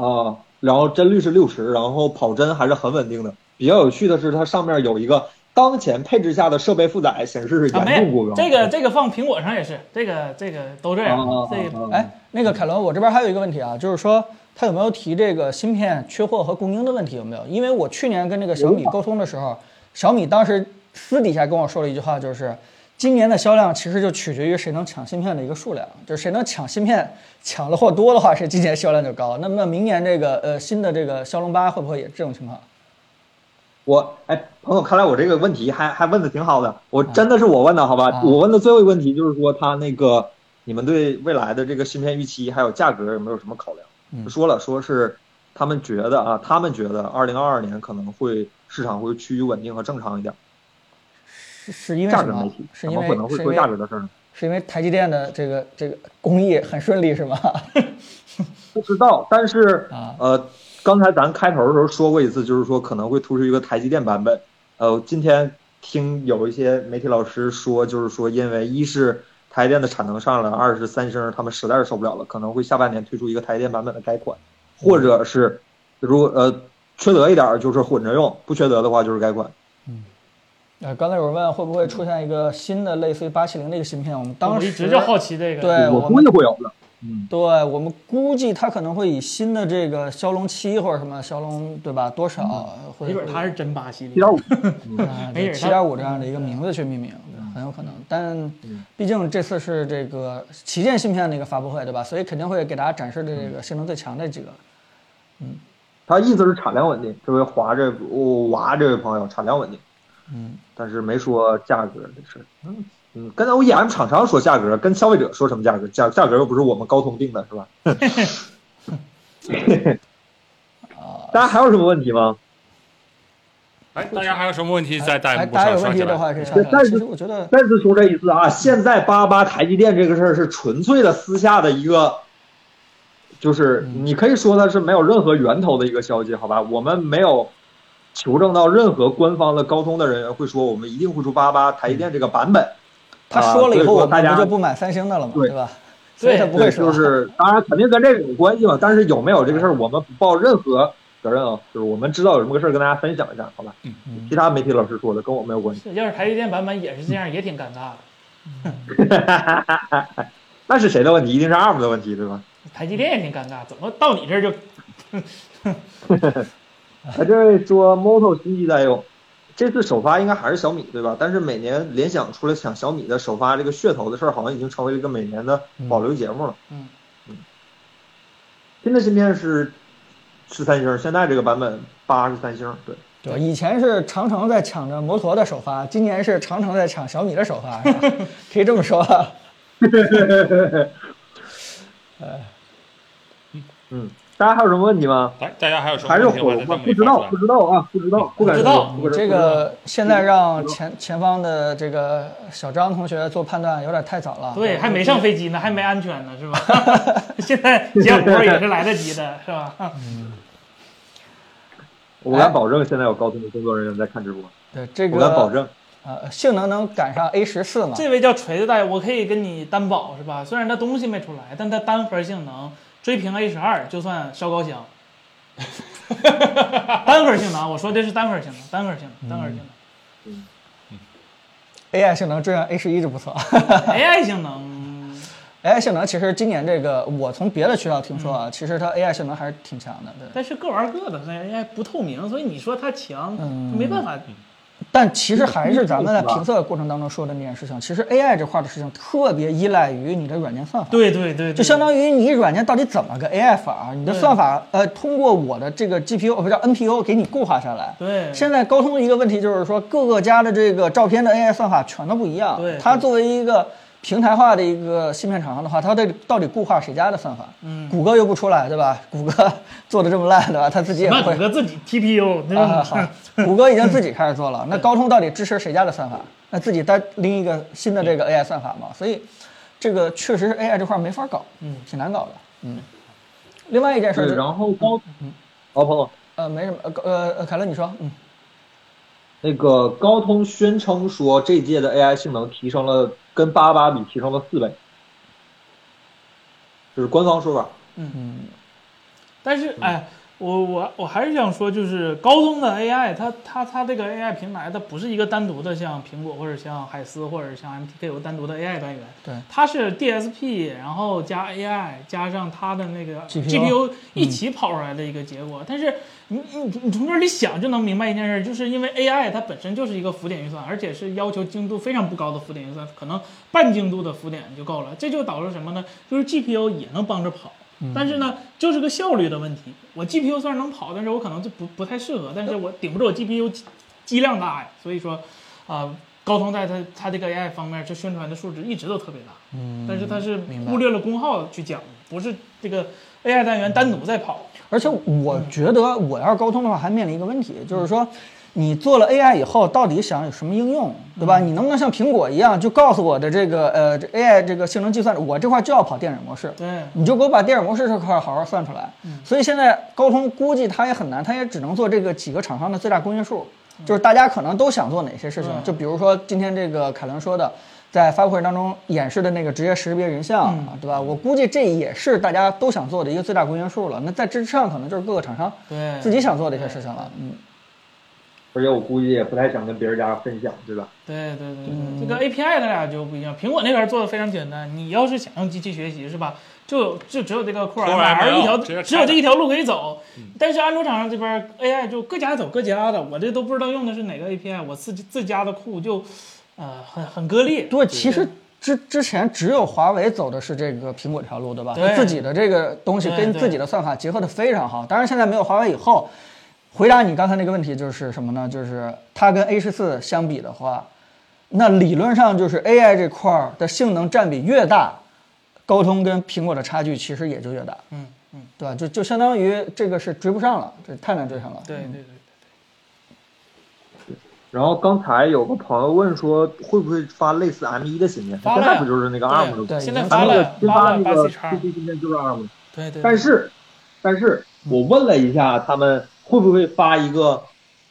S3: 啊，然后帧率是六十，然后跑帧还是很稳定的。比较有趣的是，它上面有一个当前配置下的设备负载显示是
S2: 啊，没
S3: 原度
S2: 有
S3: 过高。
S2: 这个这个放苹果上也是，这个这个都这样
S3: 啊，
S2: 这个
S1: 哎，那个凯伦，我这边还有一个问题啊，就是说他有没有提这个芯片缺货和供应的问题有没有？因为我去年跟这个小米沟通的时候，小米当时私底下跟我说了一句话，就是今年的销量其实就取决于谁能抢芯片的一个数量，就是谁能抢芯片抢了货多的话， 谁今年销量就高。那么明年这个呃新的这个骁龙八会不会也这种情况？
S3: 我哎，朋友，看来我这个问题还还问的挺好的，我真的是我问的，好吧？
S1: 啊
S3: 我问的最后一个问题就是说，他那个你们对未来的这个芯片预期还有价格有没有什么考量？
S1: 嗯
S3: 说了，说是他们觉得啊，他们觉得二零二二年可能会市场会趋于稳定和正常一点，
S1: 是是因为
S3: 价
S1: 什
S3: 格没
S1: 么
S3: 提？，
S1: 是
S3: 怎
S1: 因
S3: 么
S1: 为
S3: 可能
S1: 是
S3: 会
S1: 因
S3: 说价格
S1: 为
S3: 的事儿呢？
S1: 是因为台积电的这个这个工艺很顺利是 吗？
S3: 不知道，但是
S1: 啊
S3: 呃，刚才咱开头的时候说过一次，就是说可能会突出一个台积电版本。呃，今天听有一些媒体老师说，就是说因为一是台积电的产能上来了，二是三星他们实在是受不了了，可能会下半年推出一个台积电版本的改款，
S1: 嗯
S3: 或者是如果呃缺德一点儿就是混着用，不缺德的话就是改款。
S1: 呃，刚才有人问会不会出现一个新的类似于八七零的一个芯片，我们当
S2: 我
S1: 时
S2: 一直就好奇这个，
S1: 对
S3: 我
S1: 哎我
S3: 估
S1: 们
S3: 计会有的。
S1: 对我们估计它可能会以新的这个骁龙七或者什么骁龙对吧多少，或
S2: 嗯没
S1: 者
S2: 准他是真巴西利，
S3: 七点五，
S2: 没准
S1: 七
S2: 它
S1: 点五这样的一个名字去命名，很有可能。但
S3: 嗯
S1: 毕竟这次是这个旗舰芯片的一个发布会，对吧？所以肯定会给大家展示的这个性能最强的几个。
S3: 他意思是产量稳定。这位华这我娃这位朋友产量稳定，
S1: 嗯，
S3: 但是没说价格的事儿。嗯嗯，跟 OEM 厂商说价格，跟消费者说什么价格？价价格又不是我们高通定的，是吧？ 大家还有什么问题吗？
S4: 哎，大家还有什么问
S2: 嗯
S4: 题在弹
S1: 哎，
S4: 幕
S1: 大家
S4: 上
S1: 有
S4: 刷
S1: 问
S4: 起
S1: 题的
S4: 来？
S1: 话可以上来。
S3: 但是
S1: 其实我觉得，
S3: 再次说这一次啊，现在八八台积电这个事儿是纯粹的私下的一个，就是
S1: 嗯
S3: 你可以说它是没有任何源头的一个消息，好吧？我们没有求证到任何官方的高通的人员会说我们一定会出八八台积电这个版本。
S1: 他说了以后，
S3: 啊所以说
S1: 我
S3: 大
S1: 们
S3: 家
S1: 不就不买三星的了嘛，
S3: 对
S1: 对吧？所以他不会说
S3: 就。是当然肯定跟这个有关系嘛，但是有没有这个事儿，我们不抱任何责任啊，就是我们知道有这么个事儿，跟大家分享一下，好吧？
S1: 嗯
S3: 其他媒体老师说的跟我没有关系，
S2: 是要是台积电版本也是这样，也挺尴尬的。
S3: 那是谁的问题？一定是 ARM 的问题，对吧？
S2: 台积电也挺尴尬，怎么到你这儿就
S3: 哎，这位说 Moto 新机在用，这次首发应该还是小米对吧？但是每年联想出来抢小米的首发这个噱头的事儿，好像已经成为了一个每年的保留节目了。
S2: 嗯嗯
S3: 嗯新的芯片是是三星，现在这个版本八是三星，对。
S1: 对吧？以前是长城在抢着摩托的首发，今年是长城在抢小米的首发，是吧可以这么说吧。
S3: 嗯，大家还有什么问题吗？
S4: 来，大家还有什么
S3: 还是
S4: 问题的
S3: 火
S4: 话，在
S3: 吗？
S4: 弹幕
S3: 不
S4: 里
S3: 知
S4: 发出
S3: 道，
S4: 来
S3: 不。知道啊，不知道，不敢
S2: 不知
S3: 说
S2: 道，
S3: 不敢
S1: 这
S3: 说。
S1: 个现在让前前方的这个小张同学做判断有点太早了。
S2: 对，还没上飞机呢，还没安全呢， 是吧？现在接活儿也是来得及的，是
S1: 嗯
S2: 吧？
S3: 我敢保证，现在有高通的工作人员在看直播，
S1: 对哎这
S3: 我敢保
S1: 个
S3: 证。
S1: 呃性能能赶上 A 十四吗？
S2: 这位叫锤子大爷，我可以跟你担保，是吧？虽然它东西没出来，但它单核性能追平 A 十二，就算烧高香。 单核性能，我说的是单核性能，单核性能，单核性
S1: 嗯
S2: 能。
S1: AI 性能追上 A 十一就不错。
S2: AI 性能
S1: AI 性能其实今年这个我从别的渠道听说
S2: 嗯
S1: 啊，其实它 AI 性能还是挺强的。对，
S2: 但是各玩各的，那 AI 不透明，所以你说它强，
S1: 嗯
S2: 没办法
S1: 但其实还是咱们在评测的过程当中说的那件事情，其实 AI 这块的事情特别依赖于你的软件算法。
S2: 对对对，
S1: 就相当于你软件到底怎么个 AI 法儿，你的
S2: 对
S1: 算法呃通过我的这个 GPU 哦不叫 NPU 给你固化下来。
S2: 对
S1: 现在高通的一个问题就是说，各个家的这个照片的 AI 算法全都不一样。
S2: 对
S1: 它作为一个平台化的一个芯片厂商的话，它到底到底固化谁家的算法？嗯，谷歌又不出来，对吧？谷歌做的这么烂，对吧？它自己也
S2: 那
S1: 会
S2: 谷。歌自己 TPU 对
S1: 啊，
S2: 吧？
S1: 好，谷歌已经自己开始做了。那高通到底支持谁家的算法？那自己单拎一个新的这个 AI 算法嘛？所以，这个确实是 AI 这块没法搞，嗯，挺难搞的，嗯。另外一件事儿
S3: 对，
S1: 就是，
S3: 然后高，
S1: 嗯
S3: 好朋友，
S1: 呃，没什么，呃呃，呃凯乐你说，嗯，
S3: 那个高通宣称说这届的 AI 性能提升了，跟八八比提升了四倍，这是官方说法。
S2: 但是哎，我我我还是想说，就是高通的 AI，它它它这个 AI 平台，它不是一个单独的，像苹果或者像海思或者像 MTK 有单独的 AI 单元，
S1: 对
S2: 它是 DSP，然后加 AI 加上它的那个
S1: GPU
S2: 一起跑出来的一个结果。但是你你你从这里想就能明白一件事，就是因为 AI 它本身就是一个浮点运算，而且是要求精度非常不高的浮点运算，可能半精度的浮点就够了。这就导致什么呢？就是 GPU 也能帮着跑。
S1: 嗯
S2: 但是呢，就是个效率的问题。我 GPU 虽然能跑，但是我可能就不不太适合，但是我顶不住我 GPU 机机量大呀。所以说，啊、高通在它它这个 AI 方面，这宣传的数值一直都特别大，嗯，但是它是
S1: 明白
S2: 忽略了功耗去讲，不是这个 AI 单元单独在跑，
S1: 而且我觉得我要是高通的话，还面临一个问题，就是说。你做了 AI 以后，到底想有什么应用，对吧？你能不能像苹果一样，就告诉我的这个呃这 AI 这个性能计算，我这块就要跑电影模式，
S2: 对，
S1: 你就给我把电影模式这块儿好好算出来。
S2: 嗯
S1: 所以现在高通估计它也很难，它也只能做这个几个厂商的最大公约数，
S2: 嗯
S1: 就是大家可能都想做哪些事情。就比如说今天这个凯伦说的，在发布会当中演示的那个直接识别人像，
S2: 嗯
S1: 啊，对吧？我估计这也是大家都想做的一个最大公约数了。那在之上，可能就是各个厂商
S2: 对
S1: 自己想做的一些事情了。嗯，
S3: 而且我估计也不太想跟别人家分享，对吧？
S2: 对对对，对，这个 API 它俩就不一样。苹果那边做的非常简单，你要是想用机器学习是吧？就有就只有这个 Core
S4: Core
S2: ML
S4: ML
S2: 一条，
S4: 直接嗯
S2: 只有这
S4: 开
S2: 一条路可以走。但是安卓厂商这边 AI 就各家走各家的，我这都不知道用的是哪个 API，我自己自家的库就，呃，很很割裂。
S1: 对，其实。之之前只有华为走的是这个苹果这条路，对吧？
S2: 对
S1: 自己的这个东西
S2: 对
S1: 跟
S2: 对
S1: 自己的算法结合的非常好。当然，现在没有华为以后，回答你刚才那个问题就是什么呢？就是它跟 A 1 4相比的话，那理论上就是 AI 这块儿的性能占比越大，高通跟苹果的差距其实也就越大，
S2: 嗯嗯，
S1: 对吧？就就相当于这个是追不上了，这太难追上了。
S2: 对对对。
S3: 然后刚才有个朋友问说，会不会发类似 M 1的芯片？
S2: 发
S3: 现
S2: 了呀
S3: 在不就是那个 ARM 的
S2: 对
S3: 吗？
S1: 对
S2: 现在
S1: 已经
S2: 发
S3: 它那个
S2: 了
S3: 新
S2: 发
S3: 发
S2: 了
S3: 那
S2: 八
S3: 个
S2: C 叉，
S3: PC 芯片就是 ARM 的。
S2: 对对。
S3: 但是，但是我问了一下他们会不会发一个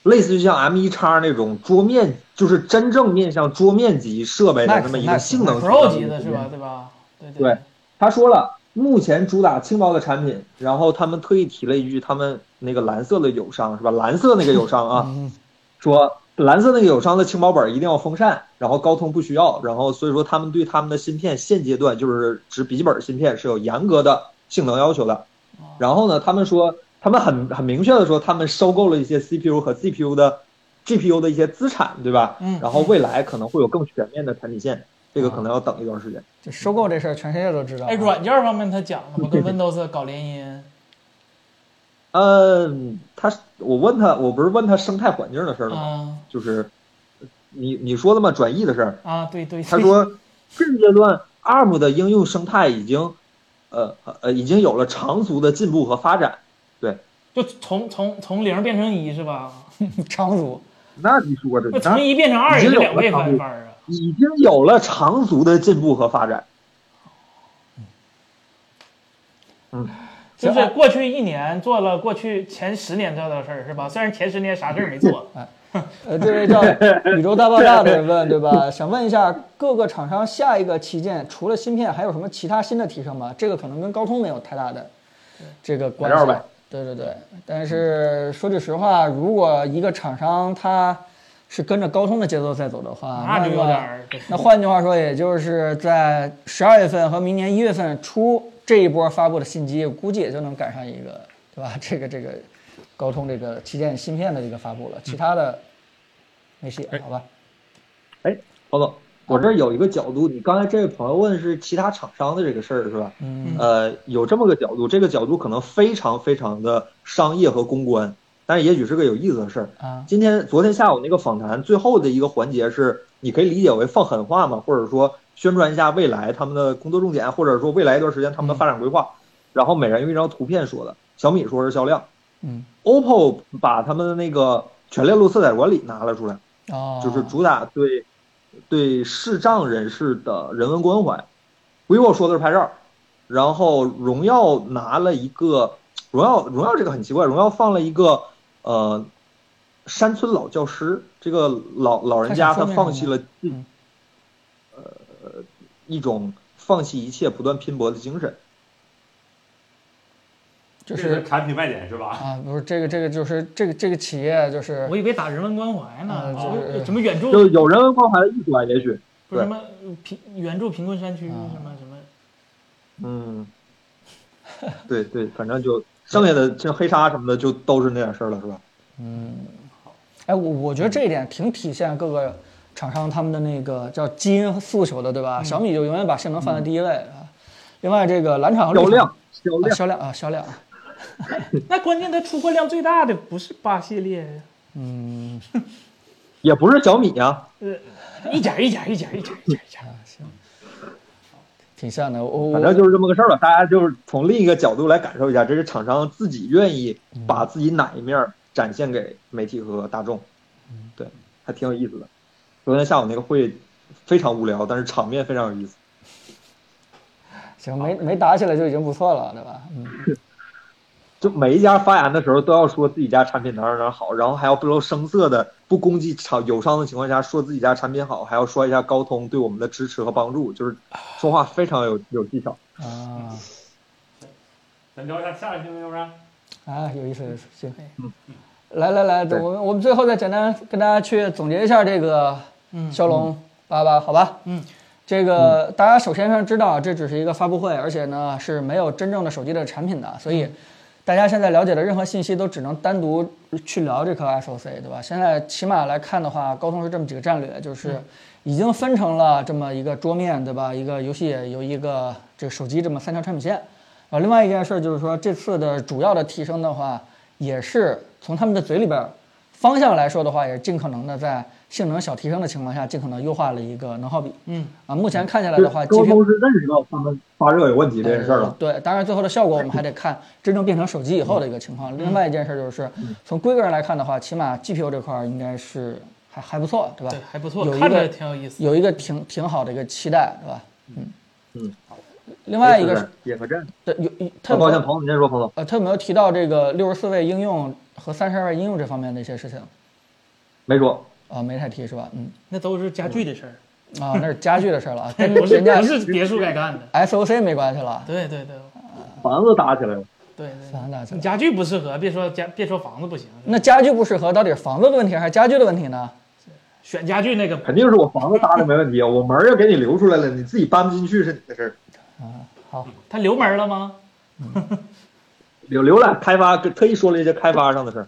S3: 类似于像 M 1叉那种桌面，就是真正面向桌面级设备的
S1: Max，
S3: 这么一个性能
S2: Pro 级的是吧？？对吧？对
S3: 对，他说了，目前主打轻薄的产品，然后他们特意提了一句，他们那个蓝色的友商是吧？蓝色那个友
S2: 嗯
S3: 商啊，
S1: 嗯
S3: 说蓝色那个友商的轻薄本一定要风扇，然后高通不需要，然后所以说他们对他们的芯片现阶段就是指笔记本芯片是有严格的性能要求的。
S2: 哦
S3: 然后呢，他们说他们很很明确的说，他们收购了一些 CPU 和 CPU 的 GPU 的一些资产，对吧？
S2: 嗯
S3: 然后未来可能会有更全面的产品线，这个可能要等一段时间。
S1: 这收购这事儿，全世界都知道。
S2: 哎，软件方面他讲了吗？跟 Windows 搞联姻。
S3: 嗯，他是我问他，我不是问他生态环境的事儿了吗？
S2: 啊
S3: 就是你你说的嘛，转译的事儿。
S2: 啊，对对。
S3: 他说，现阶段 ARM 的应用生态已经，呃呃，已经有了长足的进步和发展。对，
S2: 就从从从零变成一是吧？
S1: 长足，
S3: 那你说的
S2: 那
S3: 那
S2: 从一变成二也是两倍翻番啊！
S3: 已经有了长足的进步和发展。
S2: 就
S1: 行啊
S2: 是过去一年做了过去前十年做的事儿是吧？虽然前十年啥事儿没做，
S1: 呃，这位叫宇宙大爆炸的人问，对吧？想问一下，各个厂商下一个旗舰除了芯片，还有什么其他新的提升吗？这个可能跟高通没有太大的这个关
S3: 材
S1: 系
S3: 料呗。
S1: 对对对，但是说句实话，如果一个厂商他是跟着高通的节奏在走的话，
S2: 那就有
S1: 么
S2: 点儿对
S1: 那换句话说，也就是在十二月份和明年一月份初这一波发布的新机，估计也就能赶上一个，对吧？这个这个高通这个旗舰芯片的一个发布了，其他的没戏
S4: 哎，
S1: 好吧？
S3: 黄总，我这儿有一个角度，你刚才这位朋友问是其他厂商的这个事儿是吧？
S1: 嗯，
S3: 呃，有这么个角度，这个角度可能非常非常的商业和公关，但是也许是个有意思的事儿。
S1: 啊，
S3: 今天昨天下午那个访谈最后的一个环节是，你可以理解为放狠话嘛，或者说宣传一下未来他们的工作重点，或者说未来一段时间他们的发展规划。然后每人用一张图片说的，小米说是销量
S1: 嗯，
S3: ，OPPO 把他们的那个全链路色彩管理拿了出来，
S1: 哦，
S3: 就是主打对对视障人士的人文关怀。vivo 说的是拍照，然后荣耀拿了一个荣耀，荣耀这个很奇怪，荣耀放了一个呃山村老教师，这个老老人家
S1: 他想
S3: 他
S1: 说那
S3: 放弃
S1: 什么
S3: 了自
S1: 嗯
S3: 呃一种放弃一切不断拼搏的精神。
S1: 就
S4: 这
S1: 是
S4: 产品卖点是吧？
S1: 啊，不是这个这个就是这个这个企业就是
S2: 我以为打人文关怀呢，
S1: 嗯
S2: 哦
S1: 就是
S2: 什么援助，
S3: 就有人文关怀的艺术啊，也许，
S2: 不是什么贫援助贫困山区，什
S1: 啊
S2: 么什么，
S3: 嗯，对对，反正就剩下的像黑鲨什么的，就都是那点事儿了，是吧？
S1: 哎，我我觉得这一点挺体现各个厂商他们的那个叫基因诉求的，对吧？小米就永远把性能放在第一位啊。另外，这个蓝厂和绿
S3: 销
S1: 厂啊
S3: 量，销量，
S1: 销量啊，销量，
S2: 那关键它出货量最大的不是八系列，
S1: 嗯，
S3: 也不是小米啊，
S2: 呃，一家一家一家一家一家一家，
S1: 挺像的。哦我
S3: 反
S1: 我
S3: 正就是这么个事儿吧。大家就是从另一个角度来感受一下，这是厂商自己愿意把自己哪一面儿展现给媒体和大众，对，还挺有意思的。昨天下午那个会非常无聊，但是场面非常有意思。
S1: 行，没没打起来就已经不错了，对吧？嗯，
S3: 就每一家发言的时候都要说自己家产品哪儿哪儿好，然后还要不露声色的不攻击厂友商的情况下说自己家产品好，还要说一下高通对我们的支持和帮助，就是说话非常有有技巧。
S1: 啊
S4: 咱聊一下下一个新闻，要不然？
S1: 啊，有意思，有意思，行
S2: 哎。
S1: 来来来，
S3: 对
S1: 我们我们最后再简单跟大家去总结一下这个
S2: 嗯
S1: 骁龙八八，好吧？
S2: 嗯，
S1: 这个大家首先上知道，这只是一个发布会，而且呢是没有真正的手机的产品的，所
S2: 嗯
S1: 以大家现在了解的任何信息都只能单独去聊这颗 SOC，对吧？现在起码来看的话，高通是这么几个战略，就是已经分成了这么一个桌面，对吧？一个游戏有一个这个手机这么三条产品线。啊，另外一件事就是说，这次的主要的提升的话，也是从他们的嘴里边儿方向来说的话，也是尽可能的在性能小提升的情况下，尽可能优化了一个能耗比。
S2: 嗯
S1: 啊，目前看下来的话，
S3: 高
S1: GPU
S3: 通是认识到他们发热有问题这件事儿了。
S1: 呃对，当然最后的效果我们还得看真正变成手机以后的一个情
S3: 嗯
S1: 况。另外一件事就是，从规格上来看的话，起码 GPU 这块儿应该是还还不错，对吧？
S2: 对，还不错
S1: 有，一
S2: 看着
S1: 个
S2: 挺有意思。
S1: 有一个挺挺好的一个期待，对吧？嗯
S3: 嗯。
S1: 呃另外一个是，
S3: 也和震，
S1: 对，有有他
S3: 啊
S1: 有没有
S3: 抱歉，彭总，你先说，彭总。
S1: 呃，他有没有提到这个六十四位应用和三十二位应用这方面的一些事情？
S3: 没说，
S1: 啊，没太提是吧？嗯，
S2: 那都是家具的事儿，
S1: 啊，那是家具的事儿了， 啊，跟
S2: 不是
S1: 人家
S2: 不是别墅该干的。
S1: SOC 没关系了。啊
S2: 对对对
S3: 房子搭起来了。
S2: 对
S1: 房子
S2: 对， 家具不适合，别说家，别说房子不行，
S1: 那家具不适合，到底是房子的问题还是家具的问题呢？
S2: 选家具那个
S3: 肯定是我房子搭的没问题，啊我门儿要给你留出来了，你自己搬不进去是你的事儿。
S1: 好，
S2: 他留门了吗？
S3: 浏浏览开发特意说了一些开发上的事儿，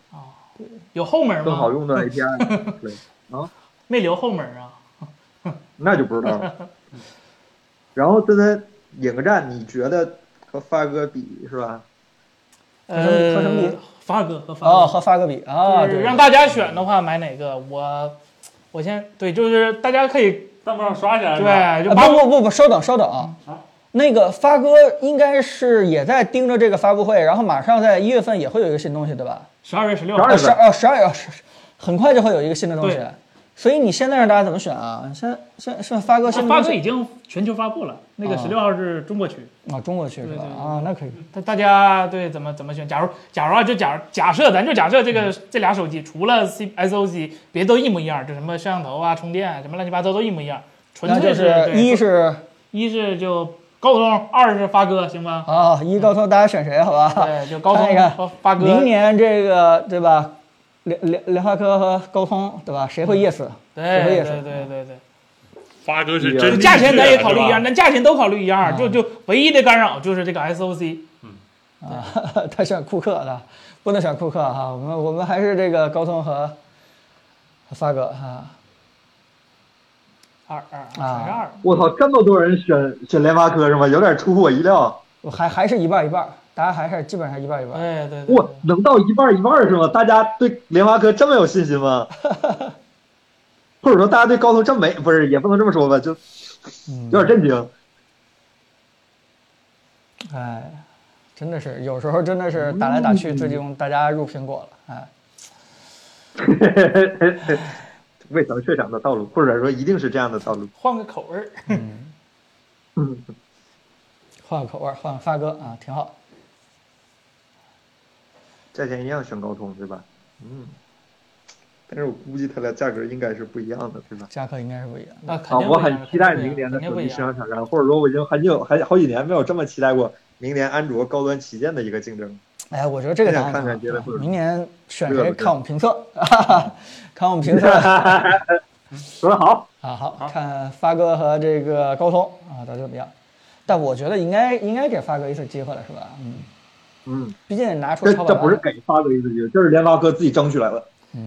S2: 有后门
S3: 更好
S2: 吗？
S3: 用的 API 之类的啊，
S2: 没留后门啊。
S3: 那就不知道了。然后刚才引个战，你觉得和发哥比是吧？
S1: 生合成
S2: 呃
S1: 比，
S2: 发哥和发
S1: 哦，
S2: 哥
S1: 和发个比啊，
S2: 就是
S1: 对，
S2: 让大家选的话，买哪个？我我先对，就是大家可以
S4: 弹幕上刷起来是吧？
S2: 对，就
S1: 啊
S2: 把
S1: 不
S2: 我
S1: 不不不，稍等稍等啊
S4: 啊，
S1: 那个发哥应该是也在盯着这个发布会，然后马上在一月份也会有一个新东西，对吧？
S2: 十二月十六
S3: 12
S2: 号
S3: 月
S1: 哦，十二哦十二月，是是很快就会有一个新的东西
S2: 对，
S1: 所以你现在让大家怎么选啊？你先先先发哥新的
S2: 啊发
S1: 东
S2: 哥
S1: 西
S2: 已经全球发布了，那个
S1: 啊
S2: 十六号是中国区。
S1: 啊，中国去是吧？
S2: 对对对
S1: 啊，那可以，
S2: 大大家对怎么怎么选？假如假如啊，就假假设咱就假设这
S1: 嗯
S2: 个、这俩手机除了 C S O C，别都一模一样，就什么摄像头啊、充电啊，什么乱七八糟都一模一样，纯啊
S1: 那
S2: 粹
S1: 就是是
S2: 对
S1: 一是
S2: 一是就高通，二是发哥，行吧？
S1: 啊，一高通大家选谁？好吧，
S2: 对，就高
S1: 看一
S2: 通
S1: 看
S2: 和发哥。
S1: 明年这个对吧？联联联发科和高通对吧？谁
S2: 嗯
S1: 会 yes？
S2: 对
S1: 谁会
S2: 对
S1: yes？
S2: 对对对
S4: 发哥是
S2: 对，
S4: 真
S2: 价钱咱也考虑一
S4: 是吧
S2: 样，咱价钱都考虑一样，
S1: 嗯
S2: 就就唯一的干扰就是这个 S O C。
S1: 啊， 他选库克的，不能选库克哈、我们我们还是这个高通和发哥啊
S2: 二二
S1: 啊
S2: 全是二，
S3: 我操，这么多人选选联发科是吗？有点出乎我意料。啊
S1: 我还还是一半儿一半儿，大家还是基本上一半儿一半儿。
S2: 哎对对
S3: 哇
S2: 对，
S3: 能到一半儿一半儿是吗？大家对联发科这么有信 心吗？或者说大家对高通这么没不是也不能这么说吧，就
S2: 嗯
S3: 有点震惊。
S1: 哎，真的是有时候真的是打来打去，最终大家入苹果了。哎，
S3: 未尝却长的道路，或者说一定是这样的道路。
S2: 换个口味儿，
S3: 啊嗯，
S1: 换个口味儿，换个发哥啊，挺好。
S3: 价钱一样选高通对吧？嗯，但是我估计它俩价格应该是不一样的，对吧？
S1: 价格应该是不一样的。
S2: 那
S3: 啊，
S2: 肯定
S3: 我
S2: 不一样
S3: 很期待明年的
S2: 肯定
S3: 手
S2: 不一
S3: 机市
S2: 样，
S3: 场抢占，或者说我已经很久还好几年没有这么期待过明年安卓高端旗舰的一个竞争。
S1: 哎，我觉得这个答
S3: 想
S1: 案
S3: 看看
S1: 挺
S3: 别
S1: 好啊
S3: 的会有什么
S1: 明年选
S3: 热
S1: 谁
S3: 的
S1: 看我们评测， 看我们 评测啊。
S3: 说得好，
S1: 好，看发哥和这个高通啊，到底怎么样？但我觉得应该应该给发哥一次机会了，是吧？嗯，
S3: 嗯，
S1: 毕竟拿出
S3: 这
S1: 超百
S3: 这
S1: 万，
S3: 不是给发哥一个机会，这是联发科自己争取来的。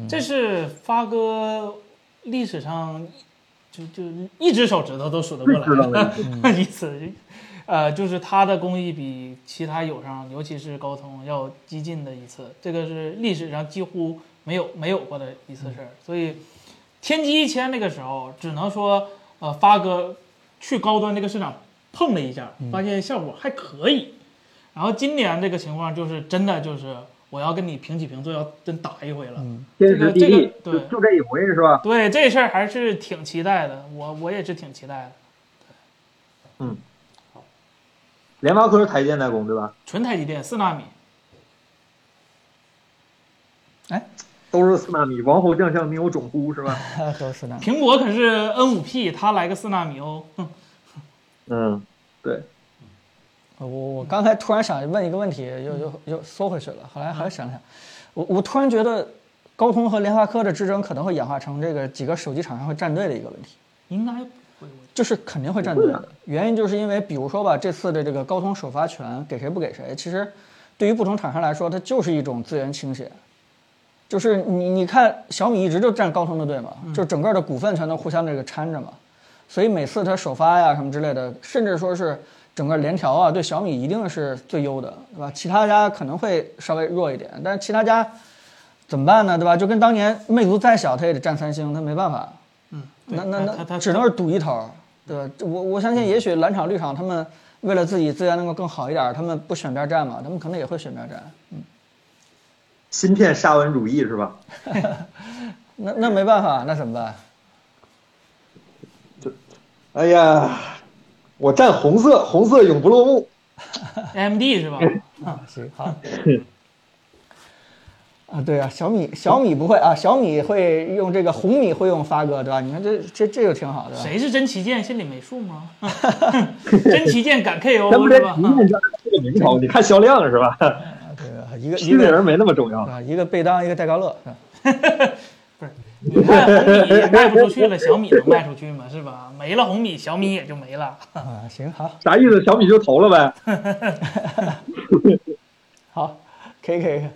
S2: 这是发哥历史上就就一只手指头都数得过
S3: 是 知道
S2: 来的一次，呃，就是他的工艺比其他友商，尤其是高通要激进的一次，这个是历史上几乎没有没有过的一次事儿，所以天玑一千那个时候只能说呃发哥去高端这个市场碰了一下，发现效果还可以。然后今年这个情况就是真的就是我要跟你平起平坐，要真打一回了。
S3: 天时地利，
S2: 这个这个对
S3: 就就这一回是吧？
S2: 对这事儿还是挺期待的，我我也是挺期待的。
S3: 联发科是台积电代工对吧？
S2: 纯台积电四纳米，
S3: 都是四纳米，王侯将相宁有种乎是吧？
S1: 都是的。
S2: 苹果可是 N 五 P，它来个四纳米哦。哼
S3: 嗯，对，
S1: 我我刚才突然想问一个问题，又又又缩回去了。后来还是想了想，我我突然觉得高通和联发科的之争可能会演化成这个几个手机厂商会站队的一个问题，
S2: 应该不会，我
S1: 就是肯定会站队的。原因就是因为，比如说吧，这次的这个高通首发权给谁不给谁，其实对于不同厂商来说，它就是一种资源倾斜。就是你你看小米一直就站高通的队嘛，
S2: 嗯
S1: 就整个的股份全都互相这个掺着嘛，所以每次它首发呀什么之类的，甚至说是整个联调啊，对小米一定是最优的，对吧？其他家可能会稍微弱一点，但是其他家怎么办呢？对吧？就跟当年魅族再小，它也得占三星，它没办法。
S2: 嗯，对
S1: 那
S2: 它
S1: 那
S2: 它
S1: 那
S2: 它
S1: 只能是赌一头儿，对吧？这我我相
S2: 嗯
S1: 信，也许蓝厂绿厂他们为了自己资源能够更好一点儿，他们不选边站嘛，他们可能也会选边站。
S3: 芯片沙文主义是吧？
S1: 那那没办法，那怎么办？
S3: 哎呀，我站红色，红色永不落幕。
S2: AMD 是吧？
S1: 啊，行好。 啊，对啊，小米小米不会啊，小米会用这个红米会用发哥，对吧？你看这这这就挺好的。
S2: 谁是真旗舰？心里没数 吗？真旗舰敢 KO 哦是
S3: 这
S2: 吧？
S3: 旗舰家这个名 头，你看销量是吧？
S1: 啊这个一个一
S3: 吃的
S1: 个
S3: 人没那么重要。
S1: 啊，一个贝当，一个戴高乐。是吧
S2: 你看红米卖不出去了，小米能卖出去吗？是吧？没了红米，小米也就没了。
S1: 啊，行，好，
S3: 啥意思？小米就投了呗？
S1: 好，可以，可以。可以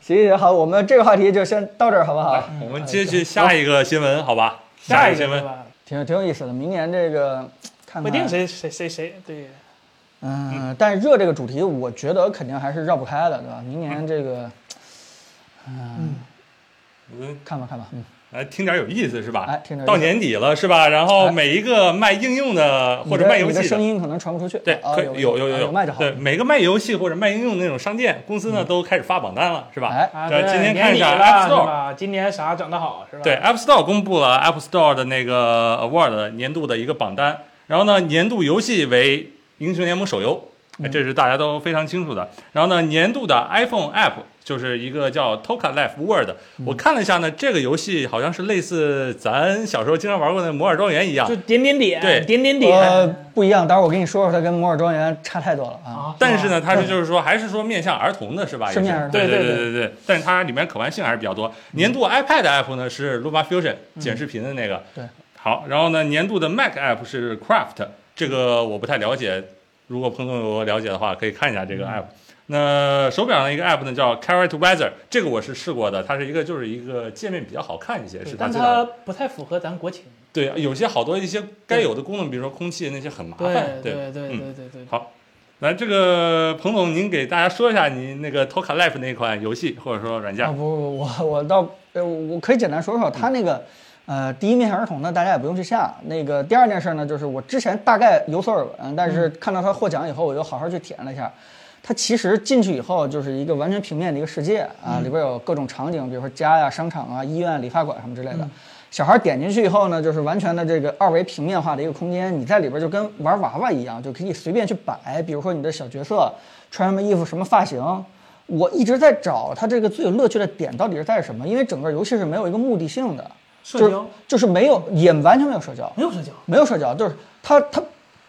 S1: 行行好，我们这个话题就先到这儿，好不好？
S4: 我们接去下一个新闻，好吧？下
S2: 一个
S4: 个新
S2: 是
S4: 闻，
S2: 吧？
S1: 挺挺有意思的。明年这个看看，
S2: 不定谁谁谁谁对，
S1: 嗯，但是热这个主题，我觉得肯定还是绕不开的，对吧？明年这个，嗯，
S4: 嗯，
S1: 看吧看吧，嗯，
S4: 来听点有意思是吧？
S1: 哎听点有意思
S4: 到年底了是吧？然后
S1: 哎
S4: 每一个卖应用的或者卖游
S1: 你的
S4: 戏
S1: 声
S4: 的。
S1: 音可能传不出去，
S4: 对，
S1: 啊、
S4: 可以
S1: 有
S4: 有有
S1: 有
S4: 有
S1: 卖就好
S4: 对，
S1: 了。
S4: 每个卖游戏或者卖应用的那种商店公司呢，都开始发榜单了，是吧？
S1: 哎
S2: 啊，
S4: 对，今天看
S2: 年
S4: 一
S2: 底
S4: 下
S2: 了
S4: App
S2: 是
S4: Store，
S2: 吧？今年啥整得好是吧？
S4: 对，App Store 公布了 App Store 的那个 Award 年度的一个榜单，然后呢，年度游戏为《英雄联盟》手游，
S2: 嗯
S4: 哎这是大家都非常清楚的。然后呢，年度的 iPhone App 就是一个叫 Toca Life World，我
S2: 嗯
S4: 看了一下呢，这个游戏好像是类似咱小时候经常玩过的《摩尔庄园》一样
S2: 就，点点点，
S4: 对
S2: 点点
S1: 呃
S2: 点。，
S1: 不一样，待会儿我跟你说说，它跟摩尔庄园差太多了啊。
S2: 啊，
S4: 但是呢，它是就是说还是说面向儿童的是吧？
S1: 是
S4: 也
S1: 面向儿童
S4: 对
S2: 对
S4: 对
S2: 对
S4: 对对。但是它里面可玩性还是比较多。年度 iPad app 呢是 Luma Fusion 剪视频的那个。
S1: 对。
S4: 好，然后呢，年度的 Mac app 是 Craft，这个我不太了解，如果彭总有了解的话，可以看一下这个 app。那手表上一个 app 呢叫 Carrot Weather，这个我是试过的，它是一个就是一个界面比较好看一些，
S2: 对
S4: 是它
S2: 但
S4: 最大的
S2: 它不太符合咱国情。
S4: 对，有些好多一些该有的功能，比如说空气那些很麻烦。
S2: 对对
S4: 嗯
S2: 对对对。
S4: 好，来这个彭总，您给大家说一下您那个 Toca Life 那款游戏或者说软
S1: 啊不
S4: 件。
S1: 不，我我倒呃，我可以简单说说它那个。呃，第一面向儿童呢，大家也不用去下。那个第二件事呢，就是我之前大概有所耳闻，但是看到它获奖以后，我又好好去体验了一下。它其实进去以后就是一个完全平面的一个世界
S2: 嗯
S1: 啊，里边有各种场景，比如说家呀、商场啊、医院、理发馆什么之类
S2: 嗯
S1: 的。小孩点进去以后呢，就是完全的这个二维平面化的一个空间，你在里边就跟玩娃娃一样，就可以随便去摆，比如说你的小角色穿什么衣服、什么发型。我一直在找它这个最有乐趣的点到底是在什么，因为整个游戏是没有一个目的性的，
S2: 社
S1: 就是
S2: 交
S1: 就是没有，也完全没有社交，
S2: 没有社交，
S1: 没有社交，就是他他，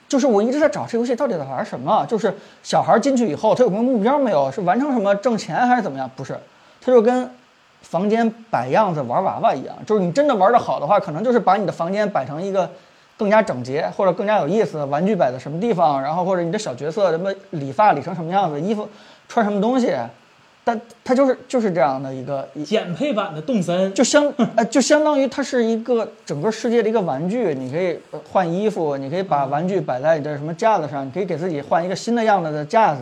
S1: 就是我一直在找这游戏到底在玩什么，就是小孩进去以后他有什么目标没有，是完成什么挣钱还是怎么样？不是，他就跟房间摆样子玩娃娃一样，就是你真的玩的好的话，可能就是把你的房间摆成一个。更加整洁或者更加有意思，玩具摆在什么地方，然后或者你的小角色什么理发理成什么样子，衣服穿什么东西，但它就是就是这样的一个一
S2: 减配版的动森，
S1: 就相呃，就相当于它是一个整个世界的一个玩具，你可以呃换衣服，你可以把玩具摆在你的什么架子上，你可以给自己换一个新的样子的架子，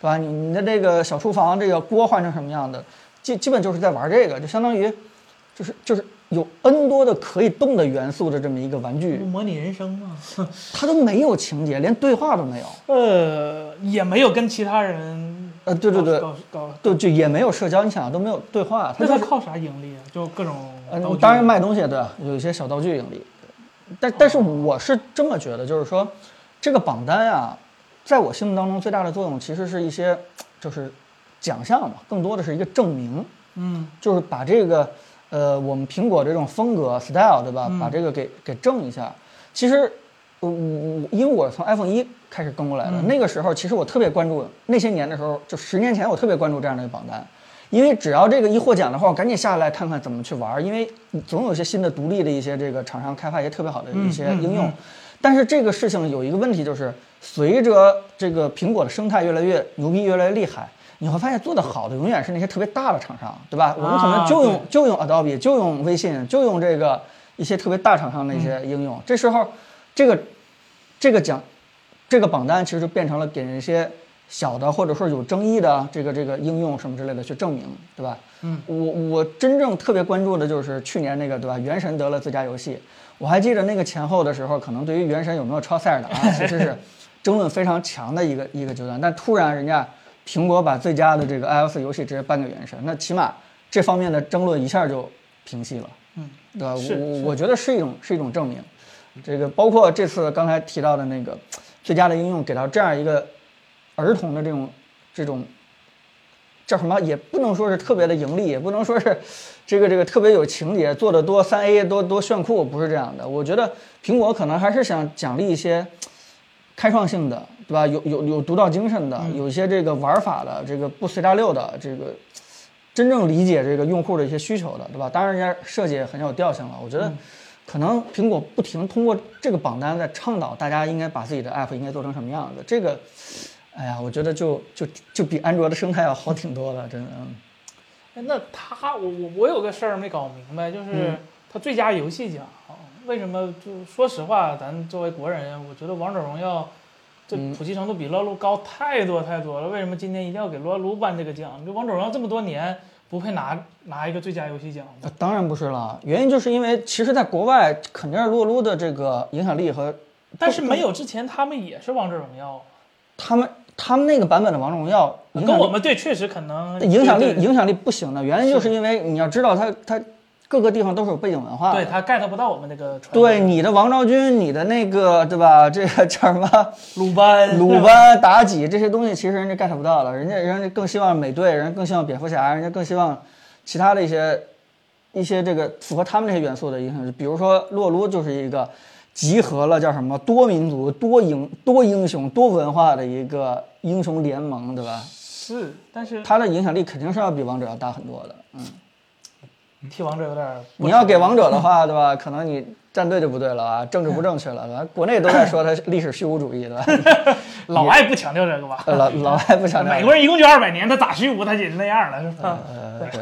S1: 对吧？你你的这个小厨房这个锅换成什么样的，基基本就是在玩这个，就相当于就是就是有 N 多的可以动的元素的这么一个玩具，
S2: 模拟人生嘛。
S1: 它都没有情节，连对话都没有，
S2: 呃，也没有跟其他人
S1: 呃，对对对，
S2: 搞搞，
S1: 对就也没有社交，你想都没有对话，它
S2: 那
S1: 就
S2: 他
S1: 是
S2: 靠啥盈利啊？就各种道
S1: 嗯，
S2: 具
S1: 当然卖东西对，有一些小道具盈利，但但是我是这么觉得，就是说，这个榜单啊，在我心目当中最大的作用其实是一些就是奖项嘛，更多的是一个证明，
S2: 嗯
S1: 就是把这个呃我们苹果这种风格 style 对吧，
S2: 嗯
S1: 把这个给给正一下。其实呃我我因为我从 iPhone 一开始跟过来的，
S2: 嗯
S1: 那个时候其实我特别关注，那些年的时候就十年前我特别关注这样的一个榜单。因为只要这个一获奖的话，我赶紧下来看看怎么去玩儿，因为总有一些新的独立的一些这个厂商开发一些特别好的一些
S2: 嗯嗯
S1: 应用。
S2: 嗯
S1: 但是这个事情有一个问题，就是随着这个苹果的生态越来越牛逼、越来越厉害，你会发现做得好的永远是那些特别大的厂商，对吧？我们可能就用、
S2: 对
S1: 就用 Adobe，就用微信，就用这个一些特别大厂商的一些应用。这时候，这个这个奖这个榜单其实就变成了给人一些小的或者说有争议的这个这个应用什么之类的去证明，对吧？
S2: 嗯，
S1: 我我真正特别关注的就是去年那个对吧？《原神》得了最佳游戏，我还记得那个前后的时候，可能对于《原神》有没有超塞尔达、啊，其实是争论非常强的一个一个阶段。但突然人家苹果把最佳的这个 iOS 游戏直接颁给《原神》，那起码这方面的争论一下就平息了。
S2: 嗯，
S1: 对吧？
S2: 是
S1: 我我觉得是一种是一种证明。这个包括这次刚才提到的那个最佳的应用，给到这样一个儿童的这种这种叫什么，也不能说是特别的盈利，也不能说是这个这个特别有情节，做的多三 A 多多炫酷，不是这样的。我觉得苹果可能还是想奖励一些开创性的，对吧？有有有独到精神的，有一些这个玩法的，这个不随大溜的，这个真正理解这个用户的一些需求的，对吧？当然，人家设计也很有调性了。我觉得，可能苹果不停地通过这个榜单在倡导大家应该把自己的 app 应该做成什么样子。这个，哎呀，我觉得就就就比安卓的生态要好挺多了，真的。嗯
S2: 哎那他我我我有个事儿没搞明白，
S1: 嗯
S2: 就是他最佳游戏奖为什么就说实话，咱作为国人，我觉得王者荣耀这
S1: 嗯
S2: 普及程度比撸啊撸高太多太多了。为什么今年一定要给撸啊撸颁这个奖？这王者荣耀这么多年不配拿拿一个最佳游戏奖吗？
S1: 那呃当然不是了，原因就是因为其实在国外肯定是撸啊撸的这个影响力和
S2: 但是没有之前他们也是王者荣耀，
S1: 他们他们那个版本的王者荣耀影响
S2: 呃跟
S1: 力
S2: 我们对确实可能
S1: 影响力
S2: 对对
S1: 影响力不行的，原因就是因为你要知道它它各个地方都是有背景文化的，
S2: 对他 get 不到我们那个传
S1: 对你的王昭君，你的那个对吧？这个叫什么？
S2: 鲁班
S1: 鲁班、妲己这些东西，其实人家 get 不到了，人家人家更希望美队，人家更希望蝙蝠侠，人家更希望其他的一些一些这个符合他们这些元素的影响，比如说洛撸就是一个集合了叫什么多民族、多英、多英雄、多文化的一个英雄联盟，对吧？
S2: 是，但是
S1: 它的影响力肯定是要比王者要大很多的。嗯，
S2: 替王者有点儿不
S1: 你要
S2: 值
S1: 给王者的话，对吧？可能你站队就不对了啊，政治不正确了。完国内都在说它是历史虚无主义，对吧？
S2: 老外不强调这个吧？
S1: 呃老老外 不
S4: 嗯
S1: 想
S2: 美国人一共就二百年，他咋虚无他也那样了，是吧？
S1: 呃，对，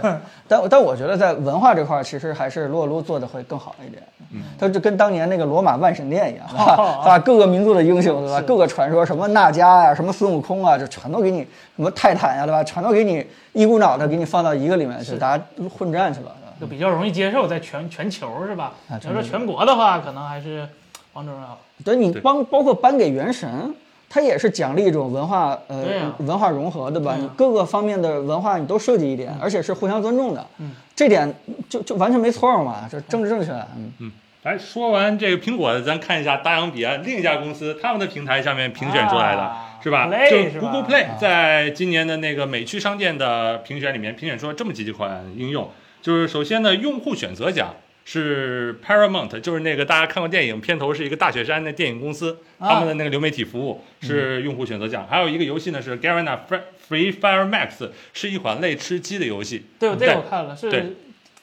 S1: 但但我觉得在文化这块儿，其实还是洛卢做的会更好一点。嗯，它就跟当年那个罗马万神殿一样，对
S2: 哦
S1: 吧？把各个民族的英雄，对吧？各个传说，什么纳迦呀、什么孙悟空啊，就全都给你，什么泰坦呀、对吧？全都给你一股脑的给你放到一个里面去，大家混战去了。对吧
S2: 就比较容易接受，在全全球是吧？
S1: 啊
S2: 你
S1: 真
S2: 要说
S1: 是
S2: 全国的话，可能还是王者荣耀。
S1: 对你
S4: 对
S1: 帮包括颁给元神，它也是奖励一种文化呃
S2: 对啊
S1: 文化融合，对吧？
S2: 对啊嗯
S1: 你各个方面的文化你都涉及一点，而且是互相尊重的，嗯，这点就就完全没错嘛，就政治正确，嗯，
S4: 来说完这个苹果的，咱看一下大洋彼岸另一家公司他们的平台下面评选出来的、
S2: 啊
S4: 是吧
S2: Play，
S4: 就是
S2: 是吧
S4: Google Play 在今年的那个美区商店的评选里面评选出了这么几款应用，就是首先呢，用户选择奖。是 Paramount，就是那个大家看过电影片头是一个大雪山的电影公司，他们的那个流媒体服务是用户选择奖。还有一个游戏呢是 Garena Fre- Free Fire Max，是一款类吃鸡的游戏。
S2: 对，我这
S4: 对
S2: 个我看了，
S4: 对嗯
S2: 是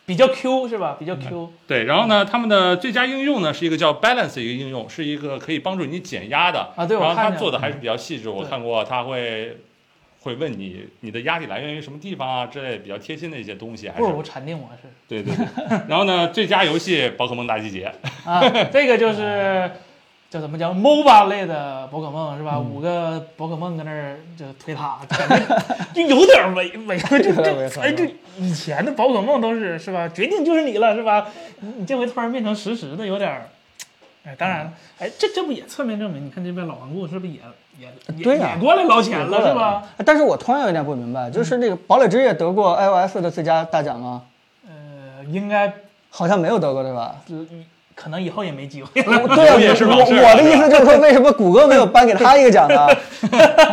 S2: 比较 Q 是吧？比较 Q，
S4: 对，然后呢，他们的最佳应用呢是一个叫 Balance 的一个应用，是一个可以帮助你减压的
S2: 啊对我
S4: 然后
S2: 看
S4: 他
S2: 见
S4: 做的
S2: 了嗯
S4: 还是比较细致，我
S2: 对
S4: 看过，他会会问你你的压力来源于什么地方啊之类比较贴心的一些东西，还是
S2: 不如禅定模式
S4: 对对对。然后呢，最佳游戏宝可梦大集结，
S2: 啊。这个就是叫怎么讲 MOBA 类的宝可梦是吧？五个宝可梦搁那儿就推塔， 感觉就有点违违和。就
S1: 有点违
S2: 这
S1: 和
S2: 哎，这以前的宝可梦都是是吧？决定就是你了是吧？你你这回突然变成实时的，有点儿。哎，当然了，哎，这这不也侧面证明？你看这边老顽固是不是也也也
S1: 对呀
S2: 也过来捞钱了是吧？？
S1: 嗯但是我突然有点不明白，就是那个《堡垒之夜》得过 iOS 的最佳大奖吗？
S2: 呃，应该
S1: 好像没有得过，对吧？
S2: 呃可能以后也没机会了。
S1: 对啊，
S4: 我也是
S1: 我
S4: 往事
S1: 我的意思就是 说，为什么谷歌没有颁给他一个奖呢？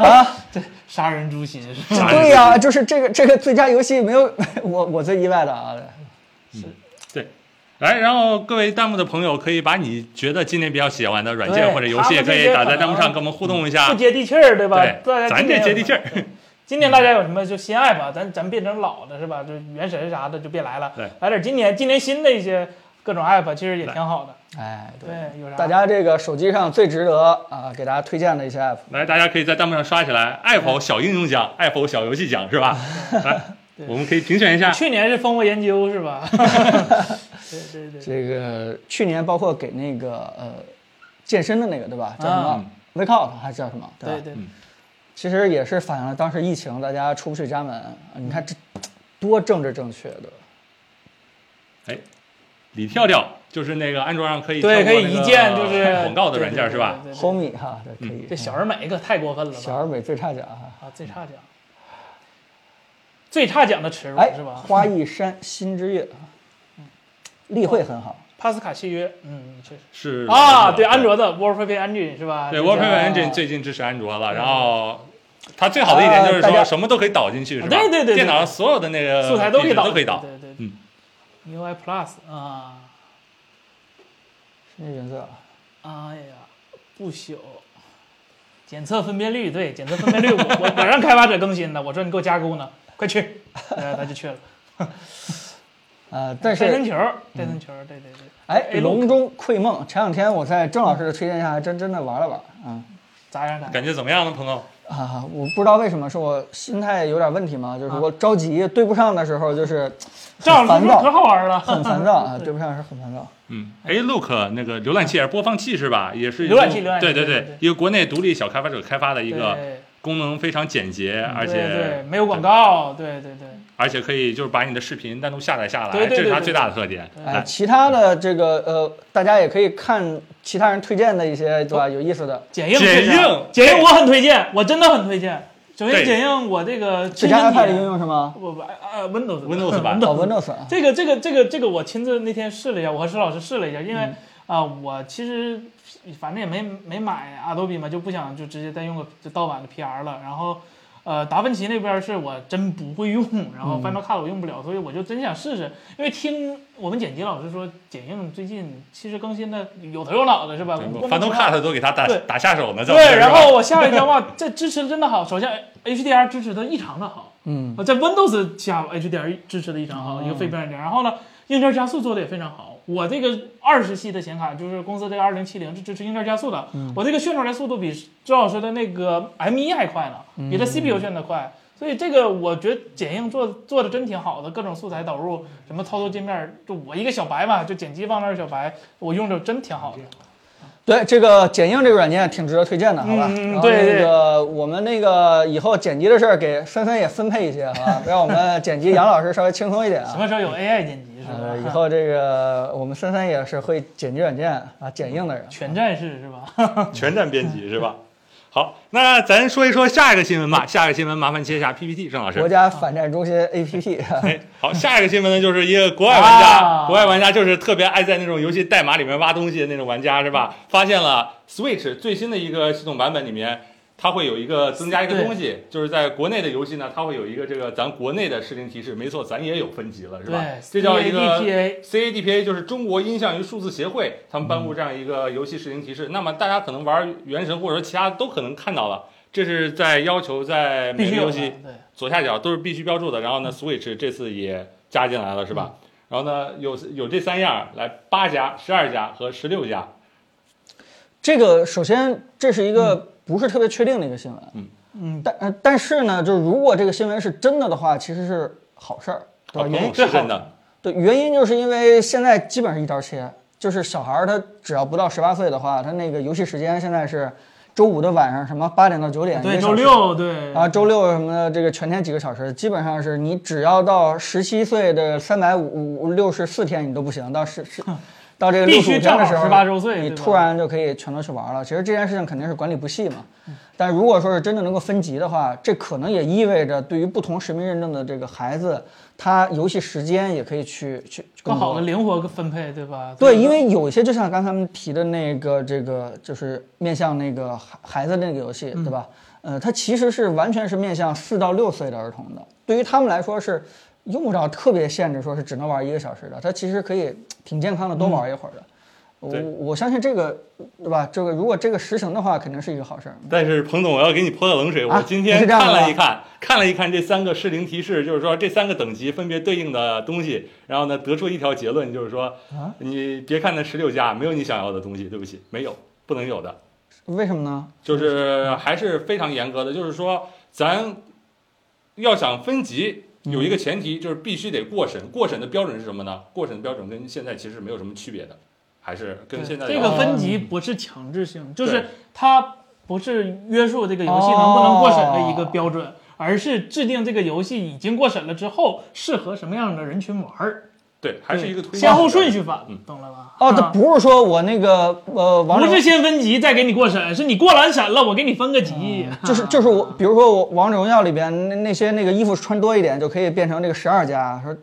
S1: 啊，
S2: 杀人诛心是吧？
S4: 啥
S1: 对呀、就是这个这个最佳游戏没有 我我最意外的啊，
S4: 对。来，然后各位弹幕的朋友可以把你觉得今年比较喜欢的软件
S2: 对
S4: 或者游
S2: 他
S4: 戏，也
S2: 们这
S4: 可以
S2: 些
S4: 打
S2: 可
S4: 在弹幕
S2: 能
S4: 上跟我们互动一下
S2: 不。接地气儿，对吧？
S4: 啊对
S2: 大家，
S4: 咱
S2: 今
S4: 这
S2: 年
S4: 接地气儿。 嗯
S2: 今年大家有什么就新爱吧，咱咱变成老的是吧？就原神啥的就别来了，
S4: 对
S2: 来点今年今年新的一些各种 app，其实也挺好的。
S1: 哎，对。
S2: 对，有啥？
S1: 大家这个手机上最值得啊、给大家推荐的一些 app，
S4: 来，大家可以在弹幕上刷起来，Apple 小应用奖、Apple 小游戏奖 是吧？来，我们可以评选一下。
S2: 去年是蜂窝研究是 吧？对对对，
S1: 这个去年包括给那个呃健身的那个对吧，叫什么
S2: 啊
S1: Wake Up 还是叫什么？吧
S2: 对对，
S4: 嗯
S1: 其实也是反映了当时疫情，大家出不去家门，啊你看这多政治正确的。
S4: 哎，李跳跳就是那个安卓上可以
S2: 对可
S4: 跳过
S2: 以
S4: 那个呃
S2: 一键就是
S4: 广告的
S2: 对
S4: 软件
S2: 对
S4: 是吧？
S2: 对对对
S1: Homie 哈，这可以。嗯
S2: 这小而美可太过分了吧？
S1: 小而美最差奖哈。
S2: 啊，最差奖，最差奖的耻辱
S1: 哎，
S2: 是吧？
S1: 花一山新之月，例会很好。
S2: 帕斯卡契约，嗯，确实。
S4: 是
S2: 啊，对，安卓的啊 WordPress Engine 是吧？
S4: 对
S2: 这叫
S4: w o r d p r e s s Engine 最近支持安卓了，然后。它最好的一点就是
S1: 啊大
S4: 说
S1: 家
S4: 什么都可以导进去，是吧？
S2: 对对对对
S4: 电脑上所有的那个
S2: 素材
S4: 都
S2: 都可以导，
S4: 呃都可以导。
S2: 对对对
S4: 嗯
S2: ，UI Plus 啊
S1: 那原色啊，
S2: 啊哎呀，不朽。检测分辨率，对，检测分辨率，我我我让开发者更新的，我说你给我加勾呢，快 去，呃，他就去了。
S1: 呃，但
S2: 戴森
S1: 是
S2: 球，
S4: 嗯
S2: 戴森球，对对对，
S1: 哎，
S2: 哎
S1: 笼中窥梦，前两天我在郑老师的推荐下，还真真的玩了玩啊
S2: 咋样咋样？
S4: 感觉怎么样呢，朋友？
S1: 啊！我不知道为什么，是我心态有点问题嘛，就是我着急对不上的时候，就是
S2: 赵老师
S1: 烦
S2: 说
S1: 躁
S2: 可好玩了，
S1: 很烦躁 啊，对不上是很烦躁。
S4: 嗯，哎，Look 那个浏览器也是播放器是吧？也是一
S2: 浏览
S4: 个
S2: 器浏览器
S4: 对
S2: 对
S4: 对
S2: 对，
S4: 一个国内独立小开发者开发的一个
S2: 对嗯
S4: 功能非常简洁，而
S2: 对对，
S4: 且
S2: 没有广告，对对对，
S4: 而且可以就是把你的视频单独下载下来，
S2: 对对对
S4: 这是它
S2: 对
S4: 最大的特点。
S1: 哎，其他的这个呃，大家也可以看其他人推荐的一些对
S2: 哦
S1: 吧，有意思的。
S2: 剪映，
S4: 剪映
S2: 剪映，我很推荐，我真的很推荐。首先，
S4: 对
S2: 剪映我这个
S1: 最
S2: 亲
S1: 佳
S2: 身体
S1: iPad 的
S2: 验
S1: 应，用是吗？
S2: 不不呃，Windows
S4: Windows 版
S1: 找 Windows 啊，
S2: 这个这个这个这个我亲自那天试了一下，我和石老师试了一下，因为啊、
S4: 嗯
S2: 我其实反正也没没买 Adobe 嘛，就不想就直接再用个就盗版的 PR 了。然后呃，达芬奇那边是我真不会用，然
S4: 嗯
S2: 后 Final Cut 我用不了，所以我就真想试试。因为听我们剪辑老师说，剪映最近其实更新的有头有脑的是吧？不能
S4: 反 a
S2: 说
S4: Cut 都给它打
S2: 对
S4: 打下手呢，在我这儿
S2: 对，
S4: 是
S2: 然
S4: 吧
S2: 后我吓了一跳，哇，这支持的真的好。首先 HDR 支持的异常的好，
S1: 嗯，
S4: 哦
S2: 在 Windows 下 HDR 支持的异常好，一个非标软件。然后呢，硬件加速做的也非常好。我这个二十系的显卡，就是公司这个二零七零是支持英特尔加速的，
S4: 嗯
S2: 我这个炫出来速度比周老师的那个 M 一还快呢，
S4: 嗯
S2: 比他 CPU 炫的快。所以这个我觉得剪映做做的真挺好的，各种素材导入，什么操作界面，就我一个小白嘛，就剪辑放那儿小白，我用着真挺好的。
S1: 对这个剪映这个软件挺值得推荐的，好吧？
S2: 嗯
S1: 然后
S2: 对
S1: 那个我们那个以后剪辑的事儿给森森也分配一些，好 吧？让我们剪辑杨老师稍微轻松一点
S2: 什
S1: 啊。
S2: 么时候有 AI 剪辑是吧
S1: 呃，？以后这个我们森森也是会剪辑软件啊、剪映的人。
S2: 全战式是吧？
S4: 全站编辑是吧？ 好，那咱说一说下一个新闻吧。下一个新闻麻烦切一下 PPT，郑 老
S1: 国
S4: 师。
S1: 家反战中心
S4: 啊
S1: APP，
S4: 哎，好，下一个新闻呢，就是一个国外玩家，
S2: 啊
S4: 国外玩家就是特别爱在那种游戏代码里面挖东西的那种玩家是吧？发现了 Switch 最新的一个系统版本里面，它会有一个增加一个
S2: 对
S4: 东西，就是在国内的游戏呢，它会有一个这个咱国内的视听提示。没错，咱也有分级了是吧？这
S2: 对
S4: 叫一个
S2: CADPA
S4: CADPA 就是中国音像与数字协会，他们颁布这样一个游戏视听提示。那么大家可能玩《原神》或者说其他都可能看到了，这是在要求在
S2: 必
S4: 每
S2: 须有
S4: 个游
S2: 的嗯
S4: 戏
S2: 对。
S4: 左下角都是必须标注的。然后呢，Switch 这次也加进来了，是吧？
S2: 嗯
S4: 然后呢，有有这三样，来八家、十二家和十六家。
S1: 这个首先这是一个不是特别确定的一个新闻，
S4: 嗯
S1: 嗯，但呃但是呢，就是如果这个新闻是真的的话，其实是好事儿，对
S2: 哦
S1: 吧？
S4: 啊
S1: 原因
S4: 不是真的，
S1: 对，原因就是因为现在基本上一刀切，就是小孩儿他只要不到十八岁的话，他那个游戏时间现在是周五的晚上什么八点到九点，一
S2: 对，
S1: 个
S2: 周
S1: 小时。
S2: 六对
S4: 啊
S1: 然后啊周六什么的，这个全天几个小时，基本上是你只要到十七岁的三百五五六十四天你都不行，到十十到这个
S2: 必
S1: 六
S2: 须
S1: 十五天的
S2: 正好
S1: 时候，
S2: 18周岁
S1: 你
S2: 对吧
S1: 突然就可以全都去玩了。其实这件事情肯定是管理不细嘛，
S2: 嗯
S1: 但如果说是真的能够分级的话，这可能也意味着对于不同实名认证的这个孩子，他游戏时间也可以去去去
S2: 更
S1: 更
S2: 好
S1: 多
S2: 的灵活分配，对吧？
S1: 对，因为有一些就像刚才我们提的那个，这个就是面向那个孩孩子那个游戏，对吧？呃，它其实是完全是面向四到六岁的儿童的，对于他们来说是用不着特别限制，说是只能玩一个小时的，它其实可以挺健康的多玩一会儿的。
S4: 对
S1: 我我相信这个，对吧？这个如果这个实行的话，肯定是一个好事儿。
S4: 但是彭总，我要给你泼个冷水。
S1: 啊
S4: 我今
S1: 不是
S4: 天
S1: 这样的
S4: 看了
S1: 吗
S4: 一看，看了一看这三个适龄提示，就是说这三个等级分别对应的东西，然后呢得出一条结论，就是说，
S2: 啊
S4: 你别看那十六家没有你想要的东西，对不起，没有，不能有的。
S1: 为什么呢？
S4: 就是还是非常严格的，就是说咱要想分级，
S2: 嗯
S4: 有一个前提就是必须得过审。过审的标准是什么呢？过审的标准跟现在其实没有什么区别的，还是跟现在的
S2: 这
S4: 要
S2: 个
S4: 求
S2: 分级
S1: 嗯
S2: 不是强制性，就
S4: 对
S2: 是它不是约束这个游戏能不能过审的一个
S1: 哦
S2: 标准，而是制定这个游戏已经过审了之后，适合什么样的人群玩儿，
S4: 对，还是一个推
S2: 对
S4: 荐
S2: 先后顺序法
S4: 嗯，
S2: 懂了吧？
S1: 哦，它
S2: 啊
S1: 不是说我那个呃，王者
S2: 不是先分级再给你过审，是你过完审了，我给你分个级，
S1: 嗯就是就是我，比如说我王者荣耀里边那那些那个衣服穿多一点就可以变成这个十二加，说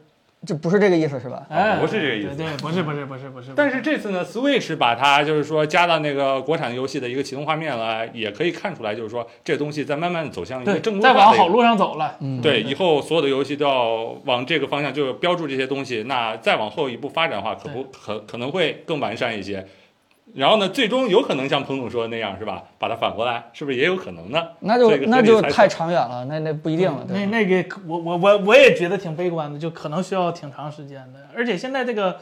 S1: 这不是这个意思是吧？
S2: 哎，
S4: 不是这个意思
S2: 对对，不是不是不是不是，
S4: 但是这次呢，Switch 把它就是说加到那个国产游戏的一个启动画面了，也可以看出来，就是说这东西在慢慢地走向一个
S2: 对，
S4: 正规
S2: 再
S4: 化
S2: 往
S4: 的一个
S2: 好
S4: 嗯
S2: 路嗯上走了，
S1: 嗯
S4: 对，以后所有的游戏都要往这个方向，就是标注这些东西。那再往后一步发展的话，可不可可能会更完善一些。然后呢，最终有可能像彭总说的那样，是吧？把它反过来，是不是也有可能呢？
S1: 那就
S4: 这个合理
S1: 那就
S4: 猜测
S1: 太长远了，那那不一定了。
S2: 嗯那
S1: 对吧，
S2: 那个我我我我也觉得挺悲观的，就可能需要挺长时间的。而且现在这个，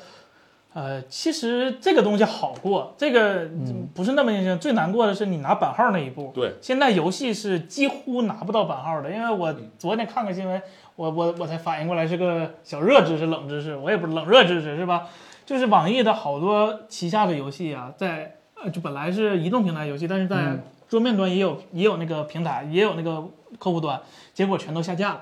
S2: 呃，其实这个东西好过，这个
S1: 嗯
S2: 不是那么严重。最难过的是你拿版号那一步。
S4: 对，
S2: 现在游戏是几乎拿不到版号的，因为我昨天看个新闻，我我我才反应过来是个小热知识、冷知识，我也不冷热知识是吧？就是网易的好多旗下的游戏啊，在呃就本来是移动平台游戏，但是在
S1: 嗯
S2: 桌面端也有、也有那个平台，也有那个客户端，结果全都下架了。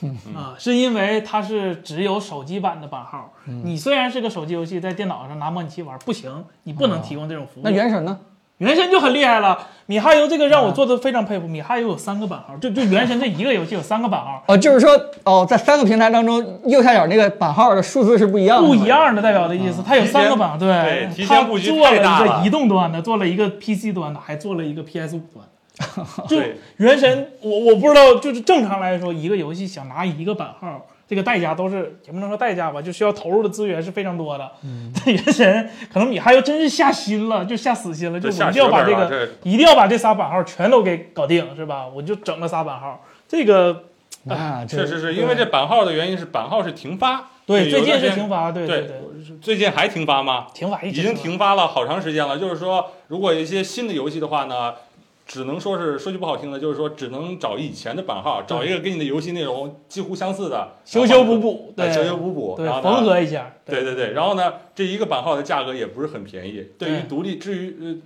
S1: 嗯
S2: 啊、是因为它是只有手机版的版号，
S1: 嗯
S2: 你虽然是个手机游戏，在电脑上拿模拟器玩不行，你不能提供这种服务。
S1: 哦那原啊神呢？
S2: 原神就很厉害了，米哈游这个让我做的非常佩服，米哈游有三个版号，就就原神这一个游戏有三个版号，
S1: 哦，就是说哦，在三个平台当中，右下角那个版号的数字是不一样的。
S2: 不一。样的代表的意思，它有三个版，
S4: 对提嗯前
S2: 它
S4: 布局
S2: 做了
S4: 太大
S2: 一
S4: 了
S2: 个移动端的，做了一个 PC 端的，还做了一个 PS 五端 的。就
S4: 对
S2: 原神，我我不知道，就是正常来说，一个游戏想拿一个版号，这个代价都是也不能说代价吧，就需要投入的资源是非常多的。
S4: 嗯
S2: 但原神可能米哈游真是下心了，就下死心了，就
S4: 这
S2: 我
S4: 下
S2: 一定要把
S4: 血
S2: 这
S4: 本了
S2: 个一定要把这仨版号全都给搞定，是吧？我就整了仨版号，这个
S1: 啊，
S4: 这
S1: 这
S4: 确实是因为这版号的原因是版号是停发，
S2: 对
S4: 有
S2: 最
S4: 一
S2: 近
S4: 段时
S2: 是
S4: 间
S2: 停发，对
S4: 对
S2: 对。
S4: 最近还停发吗？
S2: 停法一
S4: 已
S2: 直
S4: 经
S2: 停
S4: 停发了好长时间了。就是说，如果有一些新的游戏的话呢，只能说是说句不好听的，就是说只能找以前的版号，找一个跟你的游戏内容几乎相似的，
S2: 修修补补，对，
S4: 然后呢，哎修修补补，
S2: 对
S4: 然后，呢
S2: 缝合一下，
S4: 对对对，然后呢，这一个版号的价格也不是很便宜。对于
S2: 对
S4: 独立，至于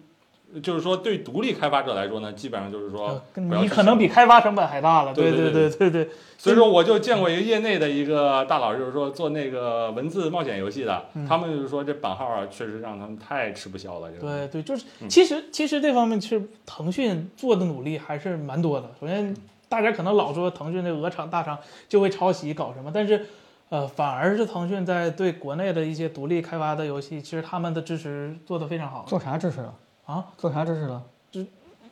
S4: 呃，就是说对独立开发者来说呢，基本上就是说不要
S2: 呃你
S4: 去
S2: 可能比开发成本还大了，
S4: 对
S2: 对对
S4: 对
S2: 对对，
S4: 所以说，我就见过一个业内的一个大佬，就是说做那个文字冒险游戏的，
S2: 嗯
S4: 他们就是说这版号啊，确实让他们太吃不消了。这个，
S2: 对对，就是
S4: 嗯
S2: 其实其实这方面是腾讯做的努力还是蛮多的。首
S4: 嗯
S2: 先，大家可能老说腾讯的鹅厂大厂就会抄袭搞什么，但是呃，反而是腾讯在对国内的一些独立开发的游戏，其实他们的支持做得非常好
S1: 做啥支持了？
S2: 啊。
S1: 做啥支持了？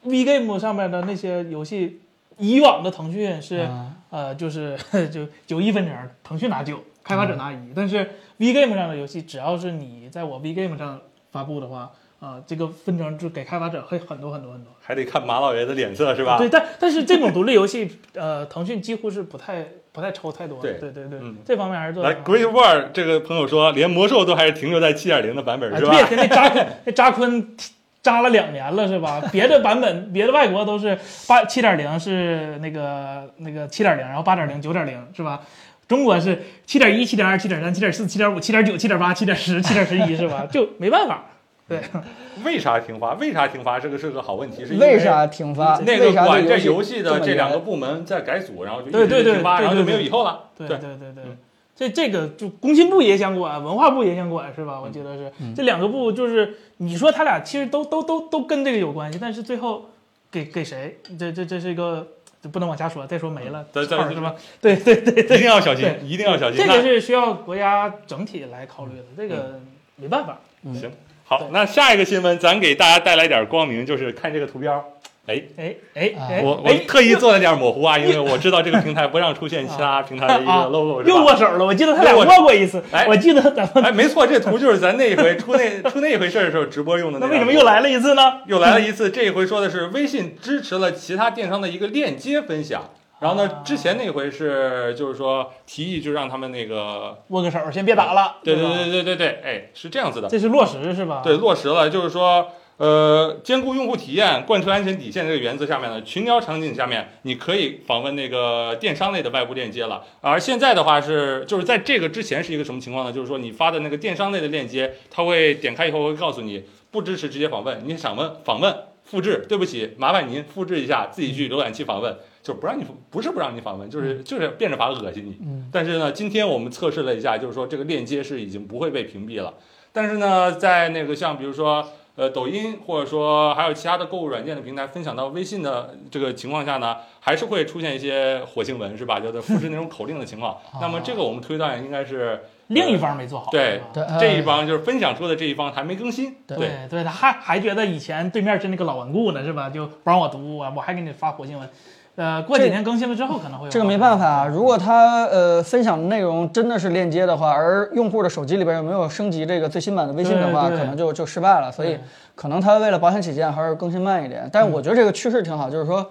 S2: VGame 上面的那些游戏，以往的腾讯是、
S4: 嗯
S1: 啊
S2: 呃就是 就九一分成，腾讯拿九，开发者拿一、但是 VGame 上的游戏，只要是你在我 VGame 上发布的话，啊、这个分成就给开发者会很多很多很多。
S4: 还得看马老爷的脸色是吧？
S2: 对，但但是这种独立游戏，呃，腾讯几乎是不太不太抽太多的。
S4: 对
S2: 对对对、
S4: 嗯
S2: 这方面还是做得
S4: 来
S2: 很好。
S4: ，Great War 这个朋友说，连魔兽都还是停留在七点零的版本
S2: 哎，
S4: 是
S2: 对，
S4: 吧？
S2: 跟那扎坤那扎坤扎了两年了是吧？别的版本，别的外国都是八七点零是那个那个七点零，然后八点零、九点零是吧？中国是七点一、七点二、七点三、七点四、七点五、七点九、七点八、七点十、七点十一是吧？就没办法。对，
S4: 为啥停发？为啥停发？这个是个好问题，是因
S1: 为啥停发？
S4: 那
S1: 为
S4: 个
S1: 啥
S4: 管这
S1: 游
S4: 游
S1: 戏
S4: 戏的
S1: 么
S4: 这两个
S1: 严
S4: 部门在改组，然后就一
S2: 对
S4: 直
S2: 对对
S4: 停发，
S2: 对
S4: 然后就
S2: 对
S4: 没有
S2: 对
S4: 以后了。
S2: 对
S4: 对
S2: 对对对
S4: 嗯，
S2: 这这个就工信部也想管，文化部也想管，是吧？我觉得是、这两个部，就是你说他俩其实都都都都跟这个有关系，但是最后给给谁？这这这是一个这不能往下说，再说没了，
S4: 再再
S2: 岔了是 吧？嗯对对对
S4: 一定
S2: 对，
S4: 要小心
S2: 对，
S4: 一定要小心。
S2: 这
S4: 那嗯
S2: 个是需要国家整体来考虑的，这个没办法。
S4: 行，好
S2: 对，
S4: 那下一个新闻，咱给大家带来点光明，就是看这个图标。哎，
S2: 哎哎
S1: 啊
S2: 哎，
S4: 我我
S2: 哎
S4: 特意做了点模糊啊，因为我知道这个平台不让出现其他平台的一
S2: 啊
S4: 个 logo，是
S2: 又
S4: 吧？
S2: 握手了，我记得他俩
S4: 又握手
S2: 握过一次，
S4: 哎
S2: 我记得咱 们
S4: 哎，没错，这图就是咱那一回出那出那一回事儿的时候直播用的
S2: 那
S4: 张
S2: 为什么又来了一次呢？
S4: 又来了一次？这一回说的是微信支持了其他电商的一个链接分享。然后呢
S2: 啊，
S4: 之前那回是就是说提议就让他们那个，
S2: 握个手，先别打了。
S4: 对对
S2: 吧
S4: 对，对对对，哎，是这样子的，
S2: 这是落实是吧？
S4: 对，落实了，就是说，呃，兼顾用户体验、贯彻安全底线这个原则下面呢，群聊场景下面，你可以访问那个电商类的外部链接了。而现在的话是，就是在这个之前是一个什么情况呢？就是说你发的那个电商类的链接，它会点开以后会告诉你不支持直接访问，你想问访问复制，对不起，麻烦您复制一下，自己去浏览器访问。就不让你不是不让你访问，
S1: 嗯
S4: 就是就是变着法恶心你。但是呢，今天我们测试了一下，就是说这个链接是已经不会被屏蔽了。但是呢，在那个像比如说呃抖音或者说还有其他的购物软件的平台分享到微信的这个情况下呢，还是会出现一些火星文是吧？就是复制那种口令的情况。
S1: 啊
S4: 那么这个我们推断应该是
S2: 另一方没做好。
S4: 对
S2: 是吧
S1: 对呃
S4: 这一帮就是分享出的这一方还没更新。
S1: 对
S2: 对对，他还还觉得以前对面是那个老顽固呢，是吧？就不让我读啊，我还给你发火星文。呃，过几
S1: 这
S2: 天更新了之后可能会有
S1: 这个没办法啊，
S2: 嗯
S1: 如果他呃分享的内容真的是链接的话，而用户的手机里边又没有升级这个最新版的微信的话，
S2: 对对
S1: 可能就就失败了。所以可能他为了保险起见，还是更新慢一点。但
S2: 嗯
S1: 是我觉得这个趋势挺好，就是说。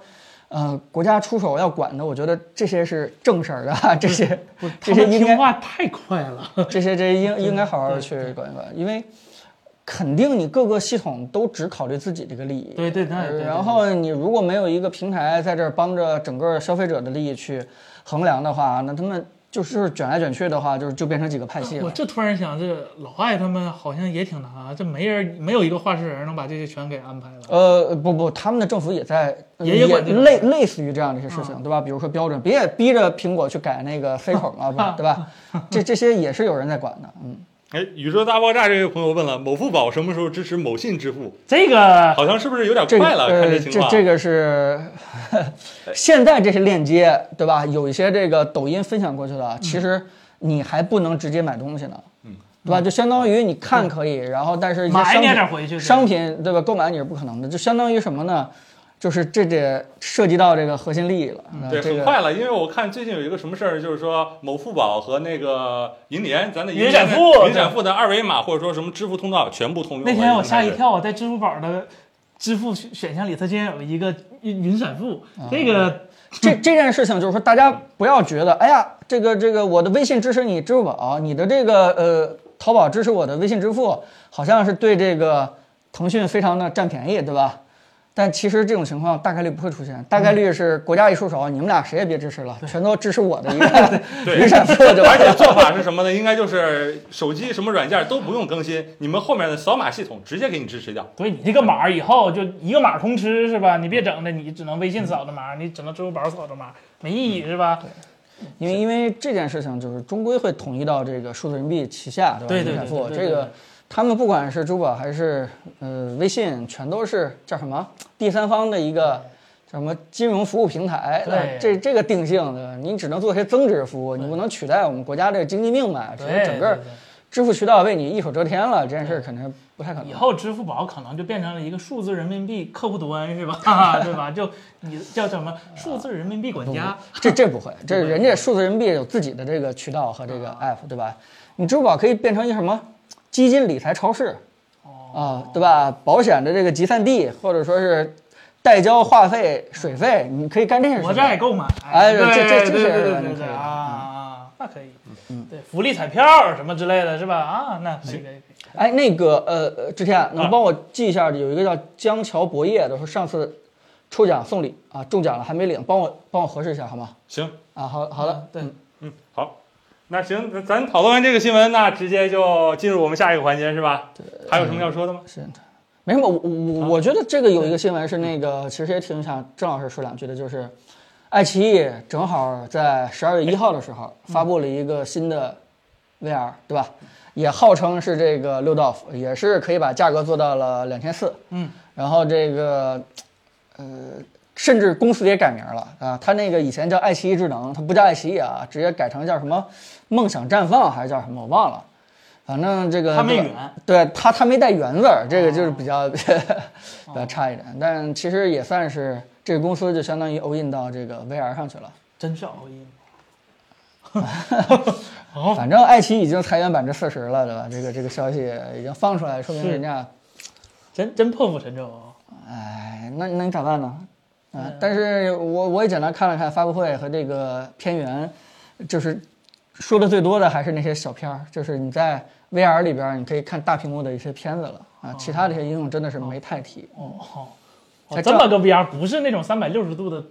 S1: 呃，国家出手要管的，我觉得这些是正事儿的，啊这些
S2: 不是，
S1: 这
S2: 他
S1: 些
S2: 们
S1: 应该
S2: 听话太快了。
S1: 这些这些应应该好好去管一管，因为肯定你各个系统都只考虑自己这个利益。呃
S2: 对对对对对
S1: 然后你如果没有一个平台在这儿帮着整个消费者的利益去衡量的话，那他们就是卷来卷去的话，就是就变成几个派系
S2: 我
S1: 了。
S2: 这突然想，这老艾他们好像也挺难啊，这没人没有一个画事人能把这些全给安排了。
S1: 呃，不不，他们的政府也在呃
S2: 也
S1: 也
S2: 也管这个嗯
S1: 类类似于这样的一些事情，对吧？比如说标准，别也逼着苹果去改那个 C 口 嘛，不对吧？这这些也是有人在管的，嗯。
S4: 哎，宇宙大爆炸这位朋友问了，某付宝什么时候支持某信支付？
S2: 这个
S4: 好像是不是有点
S1: 这个
S4: 快了？看
S1: 呃，
S4: 这情况，哎
S1: 这个是 现在这些链接，对吧？有一些这个抖音分享过去
S4: 嗯
S1: 的，其实你还不能直接买东西呢，嗯，对吧？就相当于你看可以，
S4: 嗯
S1: 然后但是一些
S2: 买
S1: 商
S2: 你也
S1: 品
S2: 得回去对
S1: 商品对吧？购买你是不可能的，就相当于什么呢？就是这得涉及到这个核心利益了，
S2: 啊
S1: 那
S4: 嗯对，
S1: 这
S4: 很
S1: 个
S4: 快了，因为我看最近有一个什么事儿，就是说某付宝和那个银联，咱的
S2: 银
S4: 闪
S2: 闪付
S4: 银闪付的二维码或者说什么支付通道全部通用了。
S2: 那天我吓一
S4: 现在是。
S2: 跳，我在支付宝的支付选选项里，它竟然有一个云云闪付，
S1: 啊
S2: 这个
S1: 这这件事情就是说，大家不要觉得，哎呀，这个这个，我的微信支持你支付宝，你的这个呃淘宝支持我的微信支付，好像是对这个腾讯非常的占便宜，对吧？但其实这种情况大概率不会出现，大概率是国家一出手，你们俩谁也别支持了，全都支持我的一个
S4: 对
S1: 一个闪付就
S4: 而
S1: 完
S4: 且
S1: 了。
S4: 做法是什么呢？应该就是手机什么软件都不用更新，你们后面的扫码系统直接给你支持掉。
S2: 对你这个码儿以后就一个码儿通吃是吧？你别整的，你只能微信扫的码儿，你只能支付宝扫的码儿，没意
S1: 嗯
S2: 义是吧？
S1: 因为因为这件事情就是终归会统一到这个数字人民币旗下，对吧？
S2: 对对对
S1: 一闪
S2: 对
S1: 付
S2: 对对
S1: 这个，他们不管是支付宝还是呃微信，全都是叫什么第三方的一个。什么金融服务平台？
S2: 对
S1: 吧这这个定性的，你只能做些增值服务，你不能取代我们国家这个经济命脉，只能
S2: 对
S1: 整个
S2: 对对
S1: 支付渠道为你一手遮天了，这件事儿肯定不太可能。
S2: 以后支付宝可能就变成了一个数字人民币客户端是吧？ 对吧？就你叫什么数字人民币管家？
S1: 这这不会，这人家数字人民币有自己的这个渠道和这个 app，对吧？你支付宝可以变成一个什么基金理财超市，啊，对吧？保险的这个集散地，或者说是代交话费、水费，你可以干这些事
S2: 国
S1: 情。
S2: 债购买，
S1: 哎
S2: 对
S1: 这这这
S2: 对
S1: 些
S2: 对
S1: 是
S2: 对
S1: 完全可
S2: 对对
S1: 以的嗯
S2: 啊啊，那可以，对福利彩票什么之类的是吧？啊，那可以可以，可以
S1: 哎，那个呃，呃之前能帮我记一下，有一个叫江桥博业的，说上次抽奖送礼啊，中奖了还没领，帮我帮我核实一下好吗？
S4: 行，
S1: 啊，好好的，
S2: 对
S1: 嗯
S4: 嗯，好，那行，那咱讨论完这个新闻，那直接就进入我们下一个环节是吧？还有什么要说的吗？
S1: 是的，没什么。我我我觉得这个有一个新闻是那个，其实也挺想郑老师说两句的，就是爱奇艺正好在十二月一号的时候发布了一个新的 VR，对吧？也号称是这个六 d o 也是可以把价格做到了两千四。
S2: 嗯，
S1: 然后这个呃，甚至公司也改名了啊，它那个以前叫爱奇艺智能，它不叫爱奇艺啊，直接改成叫什么梦想绽放还是叫什么我忘了，反正这个
S2: 它没哦
S1: 对吧
S2: 远
S1: 对它它没带圆字儿，这个就是比 较比较差一点，但其实也算是这个公司就相当于 all in 到这个 VR 上去了。
S2: 真啊是熬夜。哦
S1: 反正爱奇艺已经裁员百分之四十了，对吧？这个这个消息已经放出来，说明
S2: 是
S1: 人家
S2: 真真破釜沉舟啊！
S1: 哎，那那你咋办呢？
S2: 嗯
S1: 啊，但是我我也简单看了看发布会和这个片源，就是说的最多的还是那些小片儿，就是你在 VR 里边儿你可以看大屏幕的一些片子了啊，其他这些应用真的是没太提。
S2: 哦，
S1: 嗯才
S2: 哦这么个 VR 不是那种三百六十度的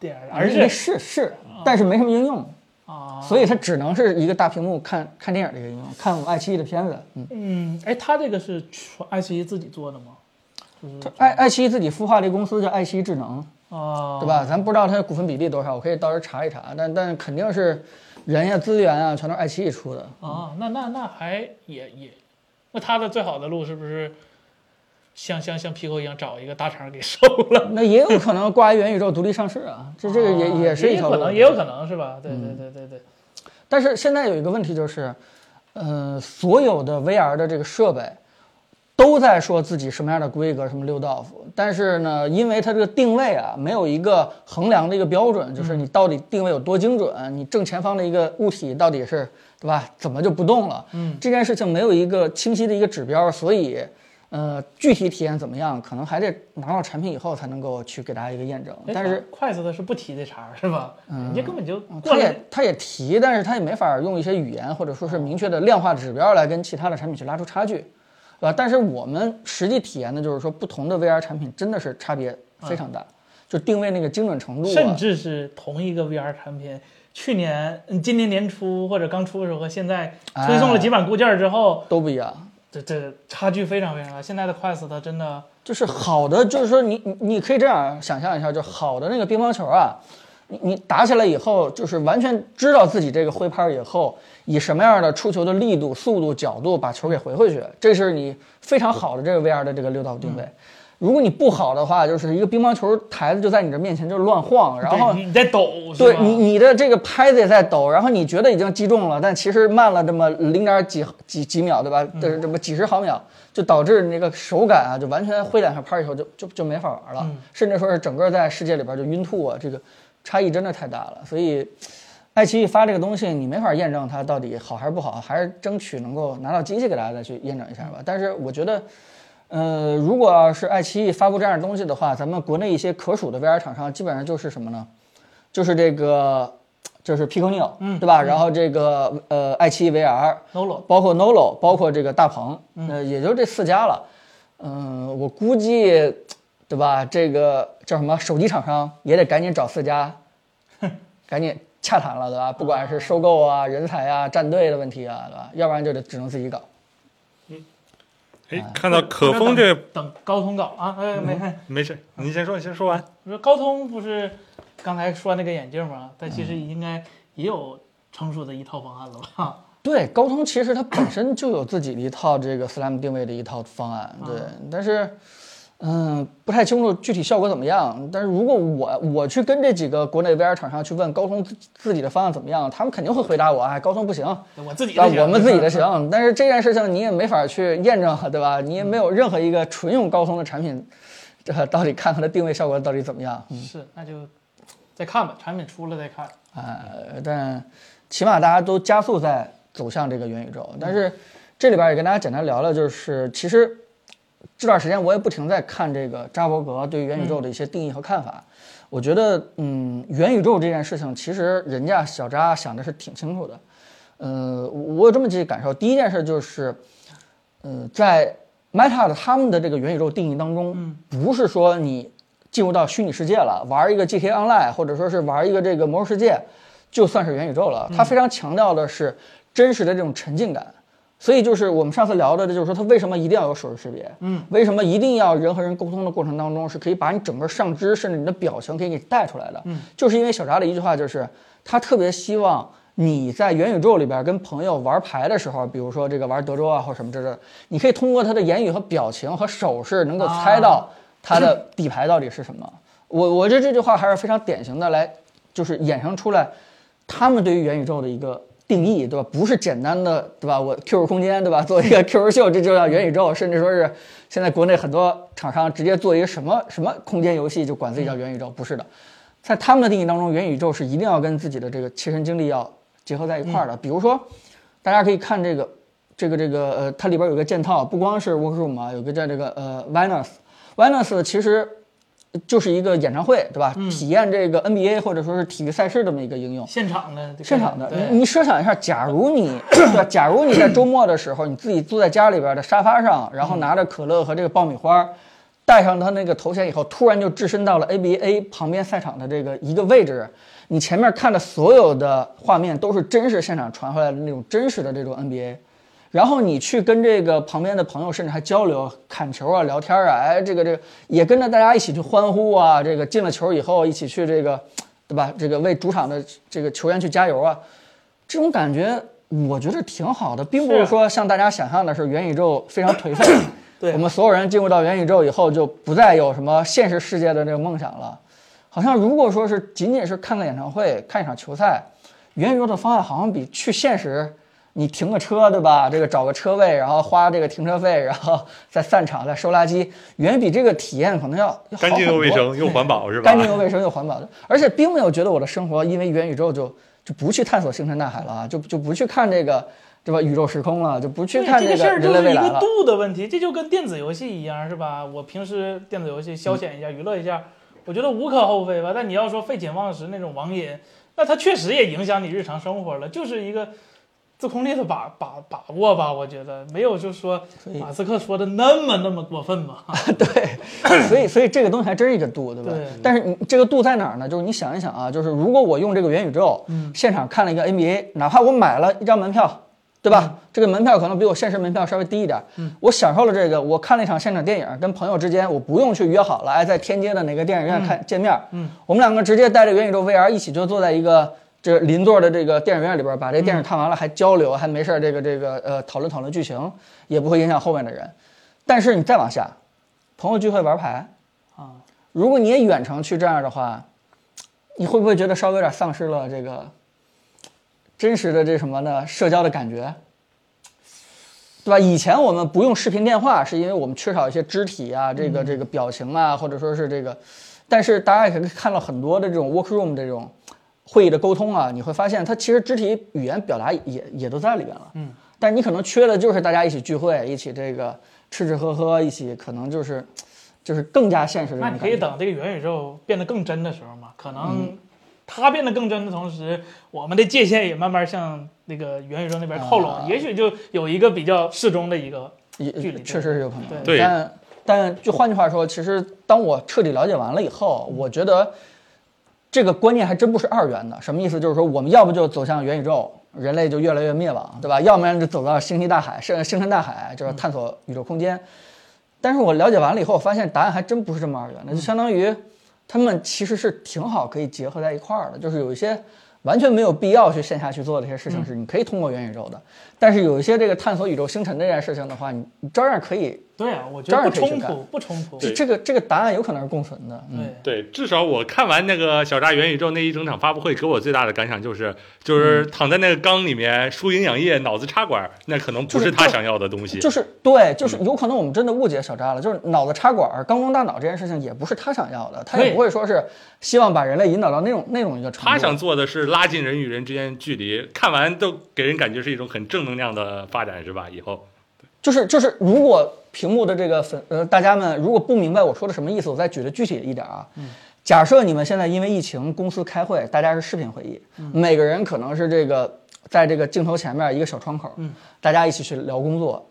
S2: 电影，而哦
S1: 那
S2: 是
S1: 是是，但是没什么应用，
S2: 啊，
S1: 所以它只能是一个大屏幕看看电影的一个应用，看我们爱奇艺的片子。嗯，
S2: 嗯，哎，它这个是全爱奇艺自己做的吗？
S1: 它爱爱奇艺自己孵化了一个公司叫爱奇艺智能，
S2: 啊，
S1: 对吧？咱不知道它的股份比例多少，我可以到时候查一查，但但肯定是人呀、资源啊，全都是爱奇艺出的。
S2: 啊，那那那还也也，那他的最好的路是不是像像像 Pico 一样找一个大厂给收了？
S1: 那也有可能挂一元宇宙独立上市啊，这这个也、
S2: 啊
S1: 也是一条
S2: 可
S1: 路嗯
S2: 能，。也有可能是吧？对对对对对，
S1: 但是现在有一个问题就是，呃，所有的 VR 的这个设备都在说自己什么样的规格，什么六道夫，但是呢，因为它这个定位啊，没有一个衡量的一个标准，就是你到底定位有多精准，你正前方的一个物体到底是对吧，怎么就不动了？嗯，这件事情没有一个清晰的一个指标，所以。呃，具体体验怎么样，可能还得拿到产品以后才能够去给大家一个验证。
S2: 哎
S1: 但是嗯
S2: 筷子他是不提这茬儿是吧？人家根本就过
S1: 啊他
S2: 来
S1: 也他也提，但是他也没法用一些语言或者说是明确的量化指标来跟其他的产品去拉出差距，对吧？但是我们实际体验的就是说，不同的 VR 产品真的是差别非常大，就定位那个精准程度、啊，
S2: 嗯甚至是同一个 VR 产品，去年、嗯今年年初或者刚出的时候和现在
S1: 哎
S2: 推送了几版固件之后，
S1: 都不一样。
S2: 这这差距非常非常大。现在的 Quest 它真的
S1: 就是好的，就是说你你你可以这样想象一下，就好的那个乒乓球啊，你你打起来以后，就是完全知道自己这个挥拍以后，以什么样的出球的力度、速度、角度把球给回回去，这是你非常好的这个 VR 的这个六道定位。如果你不好的话，就是一个乒乓球台子就在你这面前就乱晃，然后
S2: 对你在抖是
S1: 对
S2: 吧？
S1: 你你的这个拍子也在抖，然后你觉得已经击中了，但其实慢了这么零点几几几秒，对吧？
S2: 嗯
S1: 这这么几十毫秒，就导致你那个手感啊，就完全挥两下拍以后就就就没法玩了，
S2: 嗯
S1: 甚至说是整个在世界里边就晕吐啊，这个差异真的太大了。所以，爱奇艺发这个东西，你没法验证它到底好还是不好，还是争取能够拿到机器给大家再去验证一下吧。但是我觉得。呃，如果要是爱奇艺发布这样的东西的话，咱们国内一些可数的 VR 厂商基本上就是什么呢？就是这个就是 Pico Neo，嗯，对吧？然后这个呃，爱奇艺 VR、
S2: Nolo
S1: 包括 Nolo，包括这个大鹏，呃，也就这四家了。嗯、我估计，对吧？这个叫什么？手机厂商也得赶紧找四家，赶紧洽谈了，对吧？不管是收购啊、人才啊、战队的问题啊，对吧？要不然就得只能自己搞。
S4: 哎，看到可风这
S2: 等等高通搞啊，哎
S1: 嗯
S2: 没看，
S4: 没事，您先说，你先说完。
S2: 我说高通不是刚才说那个眼镜吗？但其实
S1: 嗯
S2: 应该也有成熟的一套方案了吧？
S1: 对，高通其实它本身就有自己的一套这个 SLAM 定位的一套方案，对，但是，嗯，不太清楚具体效果怎么样。但是如果我我去跟这几个国内 VR 厂商去问高通自自己的方案怎么样，他们肯定会回答我，哎，高通不行，
S2: 我自己的
S1: 那
S2: 行
S1: 啊我们自己的行。但是这件事情你也没法去验证， 对吧？你也没有任何一个纯用高通的产品，这到底看看它定位效果到底怎么样。嗯
S2: 是，那就再看吧，产品出了再看。
S1: 呃，但起码大家都加速在走向这个元宇宙。但是这里边也跟大家简单聊聊，就是其实这段时间我也不停在看这个扎伯格对于元宇宙的一些定义和看法。我觉得，嗯，元宇宙这件事情，其实人家小扎想的是挺清楚的。呃，我我有这么几个感受，第一件事就是，呃，在 Meta 的他们的这个元宇宙定义当中，不是说你进入到虚拟世界了，玩一个 GTA Online，或者说是玩一个这个魔兽世界，就算是元宇宙了。它非常强调的是真实的这种沉浸感。所以就是我们上次聊的，就是说它为什么一定要有手势识别，嗯，为什么一定要人和人沟通的过程当中是可以把你整个上肢甚至你的表情可以给你带出来的，嗯，就是因为小扎的一句话就是他特别希望你在元宇宙里边跟朋友玩牌的时候，比如说这个玩德州啊或什么之类的，你可以通过他的言语和表情和手势能够猜到他 的底牌到底是什么。我我觉得这句话还是非常典型的来，就是衍生出来他们对于元宇宙的一个定义，对吧？不是简单的，对吧？我 QQ 空间，对吧？ 做一个 QQ 秀，这就叫元宇宙，甚至说是现在国内很多厂商直接做一个什么什么空间游戏，就管自己叫元宇宙，不是的。在他们的定义当中，元宇宙是一定要跟自己的这个切身经历要结合在一块儿的。比如说，大家可以看这个，这个这个呃，它里边有个剑套，不光是 Workroom 啊，有个叫这个呃 Venus，Venus 其实就是一个演唱会，对吧？体验这个 NBA 或者说是体育赛事这么一个应用。
S2: 现场的，
S1: 现场的，
S2: 对
S1: 你你设想一下，假如你 对吧？假如你在周末的时候，你自己坐在家里边的沙发上，然
S2: 嗯
S1: 后拿着可乐和这个爆米花，戴上他那个头衔以后，突然就置身到了 ABA 旁边赛场的这个一个位置，你前面看的所有的画面都是真实现场传回来的那种真实的这种 NBA。然后你去跟这个旁边的朋友，甚至还交流、砍球啊、聊天啊，哎，这个这个也跟着大家一起去欢呼啊，这个进了球以后一起去这个，对吧？这个为主场的这个球员去加油啊，这种感觉我觉得挺好的，并不
S2: 是
S1: 是
S2: 啊
S1: 说像大家想象的是元宇宙非常颓废。
S2: 对
S1: 我们所有人进入到元宇宙以后，就不再有什么现实世界的这个梦想了。好像如果说是仅仅是看个演唱会、看一场球赛，元宇宙的方案好像比去现实，你停个车对吧？这个找个车位，然后花这个停车费，然后 再散场、再收垃圾，远比这个体验可能要要好
S4: 干净
S1: 很
S4: 又卫
S1: 多
S4: 生又环保是吧？
S1: 干净又卫生又环保的，而且并没有觉得我的生活因为元宇宙就就不去探索星辰大海了啊，就就不去看这个对吧宇宙时空啊了，就不去
S2: 对
S1: 看
S2: 这
S1: 个
S2: 事儿
S1: 人
S2: 就
S1: 类
S2: 是
S1: 未
S2: 一
S1: 来
S2: 个
S1: 了。
S2: 度的问题，这就跟电子游戏一样，是吧？我平时电子游戏
S1: 嗯
S2: 消遣一下、娱乐一下，我觉得无可厚非吧。但你要说废寝忘食那种网瘾，那它确实也影响你日常生活了，就是一个自控力的把把把握吧。我觉得没有就说
S1: 以
S2: 马斯克说的那么那么过分嘛。
S1: 所以，所以这个东西还真是一个度，对吧？
S2: 对
S1: 但是你这个度在哪儿呢？就是你想一想啊，就是如果我用这个元宇宙，现场看了一个 NBA，哪怕我买了一张门票，对吧？这个门票可能比我现实门票稍微低一点，我享受了这个，我看了一场现场电影，跟朋友之间我不用去约好了，哎，在天街的哪个电影院看、见面，嗯，我们两个直接带着元宇宙 VR 一起就坐在一个。这邻座的这个电影院里边，把这电影看完了，还交流，还没事儿这个这个呃讨论讨论剧情，也不会影响后面的人。但是你再往下，朋友聚会玩牌，
S2: 啊，
S1: 如果你也远程去这样的话，你会不会觉得稍微有点丧失了这个真实的这什么呢？社交的感觉，对吧？以前我们不用视频电话，是因为我们缺少一些肢体啊，这个这个表情啊，或者说是这个，但是大家也可以看到很多的这种 workroom 这种会议的沟通啊，你会发现它其实肢体语言表达也也都在里边了。嗯，但你可能缺的就是大家一起聚会，一起这个吃吃喝喝，一起可能就是就是更加现实的。
S2: 那你可以。等这个元宇宙变得更真的时候嘛，可能它变得更真的同时，我们的界限也慢慢向那个元宇宙那边靠拢，
S1: 啊
S2: 也许就有一个比较适中的一个。
S1: 也
S2: 距离
S1: 确实是有可能。
S4: 对
S1: 但但就换句话说，其实当我彻底了解完了以后，
S4: 嗯
S1: 我觉得这个观念还真不是二元的。什么意思？就是说，我们要不就走向元宇宙，人类就越来越灭亡，对吧？要不然就走到星际大海，甚星辰大海，就是
S4: 嗯
S1: 探索宇宙空间。但是我了解完了以后，我发现答案还真不是这么二元的，
S4: 嗯
S1: 就相当于他们其实是挺好可以结合在一块儿的，就是有一些完全没有必要去线下去做的一些事情
S4: 嗯
S1: 是你可以通过元宇宙的，但是有一些这个探索宇宙星辰这件事情的话，你你照样可以，
S2: 对啊，我觉
S1: 这
S2: 得
S1: 样
S2: 不
S1: 可以去
S2: 冲
S1: 干
S2: 突，不冲突。
S4: 对
S1: 这个这个答案有可能是共存的，嗯，
S2: 对，
S4: 对，至少我看完那个小扎元宇宙那一整场发布会，给我最大的感想就是，就是
S1: 嗯
S4: 躺在那个缸里面输营养液，脑子插管，那可能不
S1: 就是
S4: 是他
S1: 就是
S4: 想要的东西。
S1: 就是对，就是有可能我们真的误解小扎了，就是脑子插管儿、刚中大脑这件事情也不是他想要的，他也
S2: 对
S1: 不会说是希望把人类引导到那种那种一个程度。
S4: 他想做的是拉近人与人之间的距离，看完都给人感觉是一种很正能量的发展，是吧？以后
S1: 就是就是，如果屏幕的这个粉呃大家们如果不明白我说的什么意思，我再举的具体一点啊。假设你们现在因为疫情，公司开会，大家是视频会议，每个人可能是这个在这个镜头前面一个小窗口，大家一起去聊工作，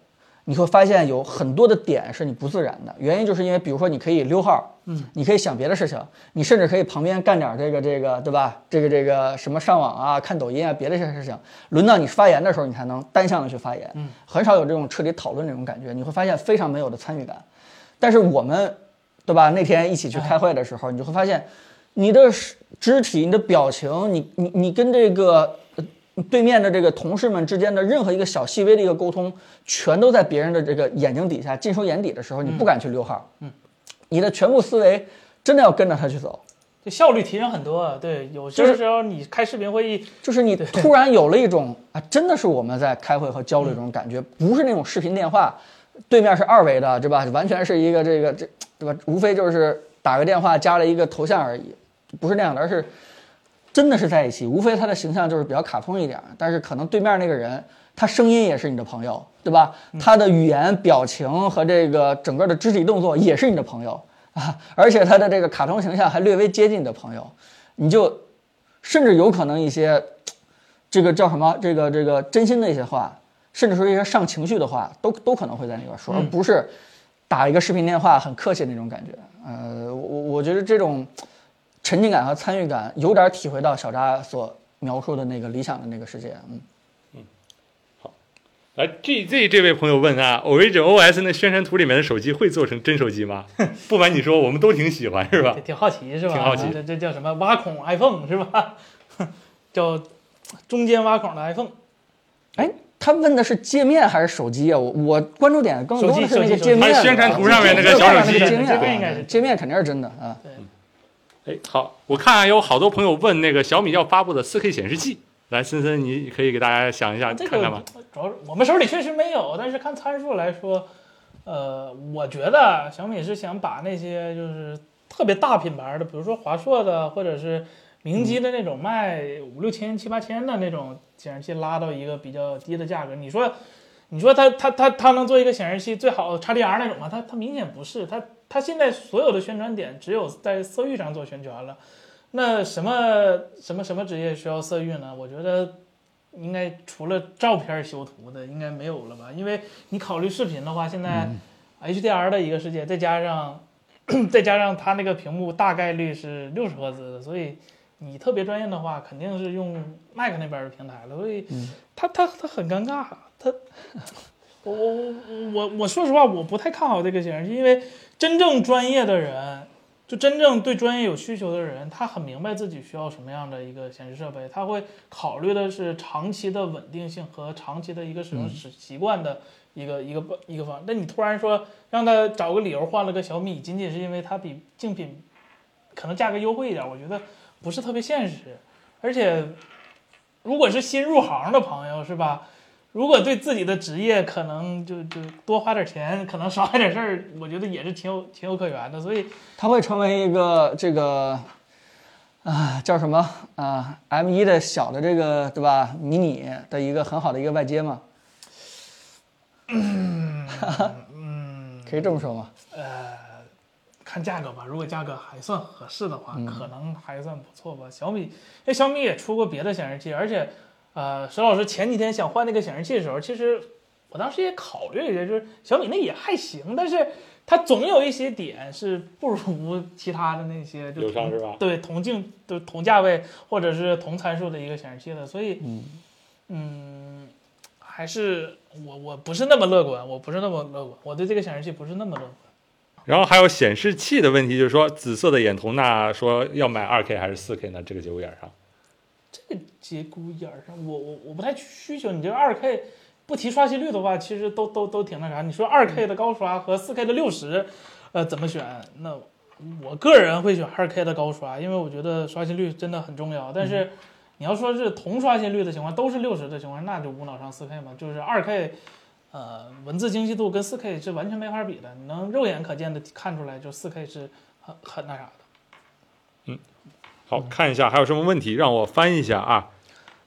S1: 你会发现有很多的点是你不自然的，原因就是因为比如说你可以溜号，嗯，你可以想别的事情，你甚至可以旁边干点这个这个对吧？这个这个什么上网啊、看抖音啊，别的这些事情，轮到你发言的时候，你才能单向的去发言，嗯，很少有这种彻底讨论这种感觉，你会发现非常没有的参与感。但是我们，对吧？那天一起去开会的时候，你就会发现，你的肢肢体、你的表情，你你你跟这个呃对面的这个同事们之间的任何一个小细微的一个沟通，全都在别人的这个眼睛底下、尽收眼底的时候，你不敢去溜号，嗯，你的全部思维真的要跟着他去走，
S2: 就效率提升很多啊。对，有
S1: 就
S2: 些
S1: 是
S2: 时候你开视频会议，
S1: 就是你突然有了一种啊，真的是我们在开会和交流这种感觉，不是那种视频电话，对面是二维的，对吧？完全是一个这个这对吧？无非就是打个电话加了一个头像而已，不是那样的，而是真的是在一起。无非他的形象就是比较卡通一点，但是可能对面那个人他声音也是你的朋友，对吧？他的语言、表情和这个整个的肢体动作也是你的朋友啊，而且他的这个卡通形象还略微接近你的朋友，你就甚至有可能一些这个叫什么？这个这个真心的一些话，甚至说一些上情绪的话，都都可能会在那边说，而不是打一个视频电话很客气的那种感觉。呃，我我我觉得这种沉浸感和参与感，有点体会到小扎所描述的那个理想的那个世界。嗯，
S4: 来 G Z 这位朋友问啊，Origin OS 那宣传图里面的手机会做成真手机吗？ 不瞒你说，我们都挺喜欢，是吧
S2: 挺？挺好奇是吧？
S4: 挺好奇
S2: 这这叫什么挖孔 iPhone 是吧？ 叫中间挖孔的 iPhone。
S1: 哎，他问的是界面还是手机啊？我我关注点更多的是那个
S2: 手机手机
S1: 界面啊
S4: 他
S1: 的。
S4: 宣传图上面那个小手机
S1: 界面
S2: 这个应该是
S1: 界面肯定是真的啊。
S4: 哎，好，我看有好多朋友问那个小米要发布的 4K 显示器，来，森森，你可以给大家想一
S1: 哦
S4: 下，
S2: 这
S4: 看
S2: 个
S4: 看吧。
S2: 主要是我们手里确实没有，但是看参数来说，呃，我觉得小米是想把那些就是特别大品牌的，比如说华硕的，或者是明基的那种卖五六千、七八千的那种显示器拉到一个比较低的价格。你说，你说它它它它能做一个显示器最好 XDR 那种吗？它它明显不是，它它现在所有的宣传点只有在色域上做宣传了。那什么什么什么职业需要色域呢？我觉得应该除了照片修图的，应该没有了吧？因为你考虑视频的话，现在 HDR 的一个世界，再加上 再加上它那个屏幕大概率是六十赫兹的，所以你特别专业的话，肯定是用 Mac 那边的平台了，所以它它它很尴尬，啊它。我我我我我说实话，我不太看好这个显示器，因为真正专业的人，就真正对专业有需求的人，他很明白自己需要什么样的一个显示设备，他会考虑的是长期的稳定性和长期的一个使用习习惯的一个、一个一个方。那你突然说让他找个理由换了个小米，仅仅是因为它比竞品可能价格优惠一点，我觉得不是特别现实。而且，如果是新入行的朋友，是吧？如果对自己的职业可能就就多花点钱，可能少干点事儿，我觉得也是情有情有可原的。所以，
S1: 它会成为一个这个啊叫什么啊 M 1的小的这个对吧迷你的一个很好的一个外接嘛？
S2: 嗯
S1: 嗯，可以这么说吗？
S2: 呃，看价格吧，如果价格还算合适的话，可能还算不错吧。小米，因为小米也出过别的显示器，而且，呃，石老师前几天想换那个显示器的时候，其实我当时也考虑一下，就是小米那也还行，但是它总有一些点是不如 其他的那些就
S4: 友商啊
S2: 同
S4: 是吧
S2: 对，同竞就同价位或者是同参数的一个显示器的，所以，嗯，还是我我不是那么乐观，我不是那么乐观，我对这个显示器不是那么乐观。
S4: 然后还有显示器的问题，就是说紫色的眼瞳，那说要买二 K 还是四 K 呢？这个节骨眼儿上，
S2: 这个节骨眼儿上，我我我不太需求你这二 K，不提刷新率的话，其实都都都挺那啥。你说二 K 的高刷和四 K 的六十，呃，怎么选？那我个人会选二 K 的高刷，因为我觉得刷新率真的很重要。但
S1: 嗯
S2: 是你要说是同刷新率的情况，都是六十的情况，那就无脑上四 K 嘛，就是二 K。呃，文字精细度跟四 K 是完全没法比的，你能肉眼可见的看出来，就四 K 是很很那啥的。
S4: 好看一下还有什么问题，让我翻一下啊。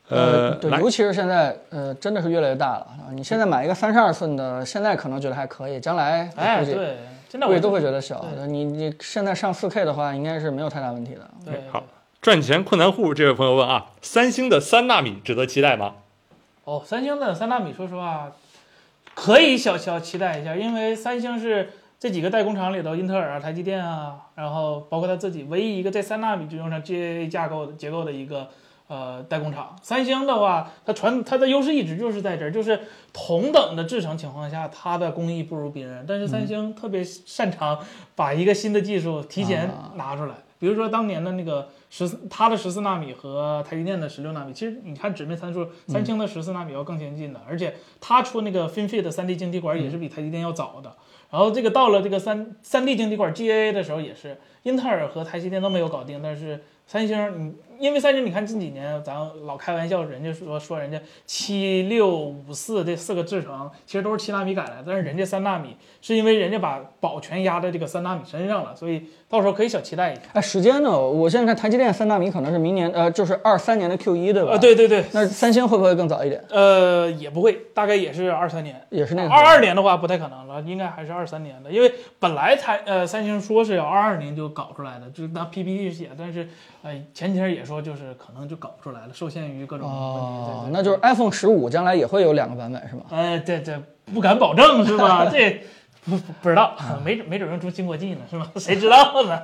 S4: 呃，
S1: 对，
S4: 来
S1: 尤其是现在，呃，真的是越来越大了。啊你现在买一个三十二寸的，现在可能觉得还可以，将来
S2: 哎，
S1: 估计
S2: 对，真的
S1: 估
S2: 我
S1: 计都会觉得小
S2: 对。
S1: 你你现在上四 K 的话，应该是没有太大问题的。
S2: 对
S4: 好赚钱困难户这位朋友问啊，三星的三纳米值得期待吗？
S2: 哦，三星的三纳米，说实话，可以小小期待一下，因为三星是这几个代工厂里头，英特尔啊、台积电啊，然后包括它自己唯一一个在三纳米就用上 GAA 架构的结构的一个呃代工厂。三星的话，它传它的优势一直就是在这儿，就是同等的制程情况下，它的工艺不如别人，但是三星特别擅长把一个新的技术提前
S1: 啊
S2: 拿出来。比如说当年的那个十四，它的十四纳米和台积电的十六纳米，其实你看纸面参数，三星的十四纳米要更先进的，而且它出那个 FinFET 的三 D 晶体管也是比台积电要早的。然后这个到了这个三三 D 晶体管 GAA 的时候，也是英特尔和台积电都没有搞定，但是三星，你因为三星，你看近几年咱老开玩笑，人家说说人家七六五四这四个制程其实都是七纳米改来的，但是人家三纳米是因为人家把宝全压在这个三纳米身上了，所以到时候可以小期待一下。
S1: 哎，时间呢？我现在看台积电三纳米可能是明年，呃，就是二三年的 Q 一，对吧？
S2: 呃，。对对对，
S1: 那三星会不会更早一点？
S2: 呃，也不会，大概也是二三年。
S1: 也是那个
S2: 二二年的话不太可能了，应该还是二三年的，因为本来才呃三星说是要二二年就搞出来的，就是当 PPT 写，但是呃前几天也说就是可能就搞不出来了，受限于各种问
S1: 哦
S2: 题。，
S1: 那就是 iPhone 十五将来也会有两个版本是吗？
S2: 哎，这这不敢保证 是吧？这不不不知道，没准没准能出新国际呢是吧？谁知道呢？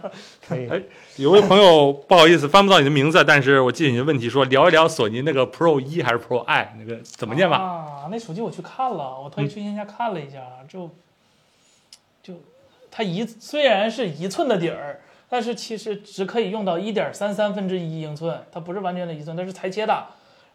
S1: 可以
S4: 哎有位朋友不好意思翻不到你的名字，但是我记得你的问题说聊一聊索尼那个 Pro 一还是 Pro I 那个怎么念吧？
S2: 啊，那手机我去看了，我特意去线下看了一下，就就它一虽然是一寸的底儿，但是其实只可以用到一点三三分之一英寸，它不是完全的一寸，它是裁切的。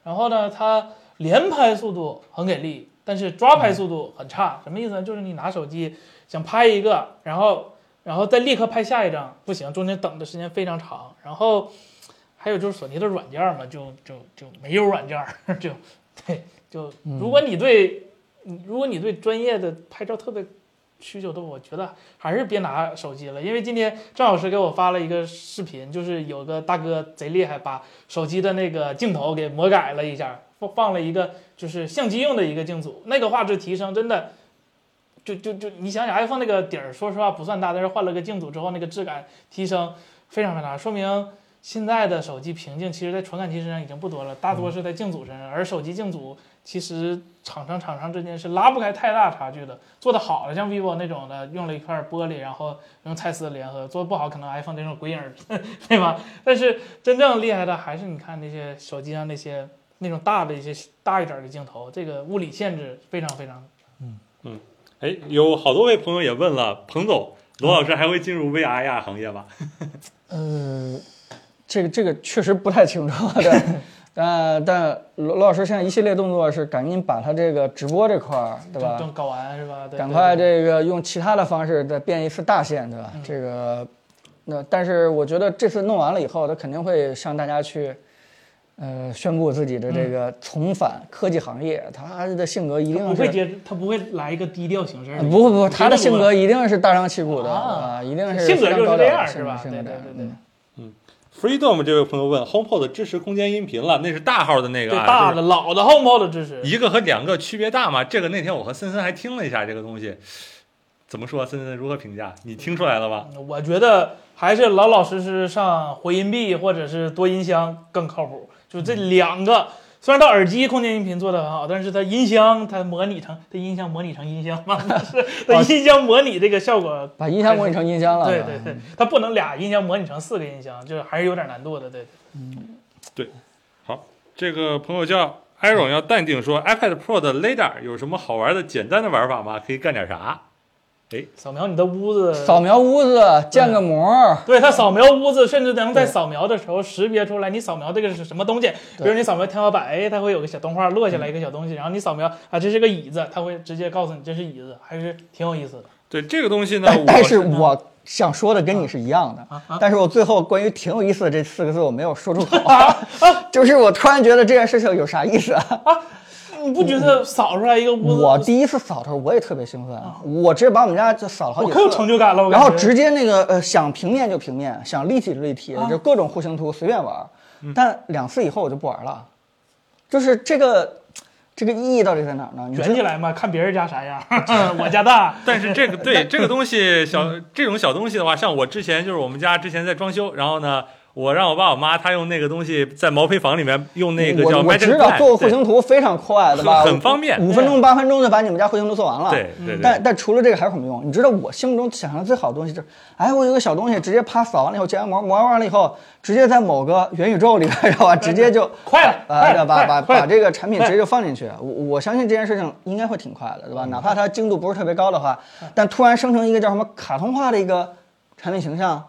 S2: 然后呢，它连拍速度很给力，但是抓拍速度很差。什么意思呢？就是你拿手机想拍一个，然后然后再立刻拍下一张，不行，中间等的时间非常长。然后还有就是索尼的软件嘛，就就就没有软件儿， 就对，就如果你对、如果你对专业的拍照特别需求的话，我觉得还是别拿手机了，因为今天郑老师给我发了一个视频，就是有个大哥贼厉害，把手机的那个镜头给魔改了一下，放放了一个就是相机用的一个镜组，那个画质提升真的。就就就你想想，iPhone 那个底儿，说实话不算大，但是换了个镜组之后，那个质感提升非常非常大，说明现在的手机瓶颈，其实在传感器身上已经不多了，大多是在镜组身上。而手机镜组其实厂商厂商之间是拉不开太大差距的。做的好的，像 vivo 那种的，用了一块玻璃，然后用蔡司联合；做得不好，可能 iPhone 这种鬼影儿， 对吧？但是真正厉害的还是你看那些手机上那些那种大的一些大一点儿的镜头，这个物理限制非常非常。
S4: 哎，有好多位朋友也问了，彭总，罗老师还会进入 VR 呀行业吗？
S1: 呃，这个这个确实不太清楚， 对。但但罗罗老师现在一系列动作是赶紧把他这个直播这块儿，对吧？
S2: 正搞完是吧？对
S1: 赶
S2: 对
S1: 快
S2: 对
S1: 这个用其他的方式再变一次大线，对吧？
S2: 嗯
S1: 这个，那但是我觉得这次弄完了以后，他肯定会向大家去，呃，宣布自己的
S2: 嗯
S1: 这个重返科技行业。他的性格一定
S2: 不
S1: 是
S2: 会接，他不会来一个低调形式的。
S1: 呃不会不会，他的
S2: 绝对
S1: 性
S2: 不会
S1: 格一定是大张旗鼓的
S2: 啊
S1: 啊，一定是
S2: 性格
S1: 非常
S2: 就是
S1: 高
S2: 这
S1: 调的
S2: 样
S1: 性
S2: 是
S1: 格
S2: 吧
S1: 性格这
S2: 对对
S1: 样
S2: 对对
S1: 嗯
S4: Freedom 这位朋友问，HomePod 支持空间音频了，那是大号的那
S2: 对
S4: 个啊，
S2: 大
S4: 就
S2: 的老的 HomePod 支持
S4: 是。一个和两个区别大吗？这个那天我和森森还听了一下这个东西，怎么说？啊森森如何评价？你听出来了吧？
S2: 我觉得还是老老实实上回音壁或者是多音箱更靠谱。就这
S1: 嗯
S2: 两个，虽然它耳机空间音频做得很好，但是它音箱它模拟成它音箱模拟成音箱嘛，是
S1: 哦
S2: 它音箱模拟这个效果。
S1: 把音箱模拟成音箱了。
S2: 对对对，它不能俩音箱模拟成四个音箱，就是还是有点难度的。对，
S4: 好，这个朋友叫 Aaron 要淡定说，iPad Pro 的 Lidar 有什么好玩的、简单的玩法吗？可以干点啥？
S2: 扫描你的屋子，
S1: 扫描屋子，建个模儿，
S2: 对它扫描屋子，甚至能在扫描的时候识别出来你扫描这个是什么东西。比如你扫描天花板，哎，它会有个小动画落下
S1: 嗯
S2: 来一个小东西，然后你扫描啊，这是个椅子，它会直接告诉你这是椅子，还是挺有意思的。
S4: 对这个东西呢，
S1: 但但
S4: 我
S1: 是我想说的跟你是一样的，
S2: 啊
S1: 但是我最后关于“挺有意思”的这四个字我没有说出口，就是我突然觉得这件事情有啥意思啊？
S2: 你不觉得扫出来一个屋子，
S1: 我第一次扫的时候我也特别兴奋，我直接把我们家就扫了好
S2: 我
S1: 几
S2: 可有
S1: 次
S2: 成。就感了？我
S1: 然后
S2: 感觉
S1: 直接那个呃，想平面就平面，想立体就立体，
S2: 啊
S1: 就各种户型图随便玩儿。
S2: 嗯
S1: 但两次以后我就不玩了，就是这个这个意义到底在哪儿呢？你
S2: 卷起
S1: 来，
S2: 来嘛，看别人家啥样， 我家大。
S4: 但是这个对这个东西小这种小东西的话，像我之前就是我们家之前在装修，然后呢，我让我爸我妈他用那个东西在毛坯房里面用那个叫
S1: 嗯我我
S4: Magic
S1: 知道
S4: Pad，
S1: 做户型图非常快的吧？
S4: 很很方便
S1: 五分钟八分钟就把你们家户型图做完了。
S4: 对对对对
S1: 但但除了这个还有什么用？你知道我心目中想象最好的东西就是，哎，我有个小东西，直接啪扫完了以后，建完模，模完了以后，直接在某个元宇宙 里边，知道吧？直接就
S2: 快了快
S1: 呃，
S2: 了
S1: 把
S2: 快
S1: 把
S2: 了快了
S1: 把这个产品直接就放进去。我我相信这件事情应该会挺快的，对吧？哪怕它精度不是特别高的话，但突然生成一个叫什么卡通化的一个产品形象，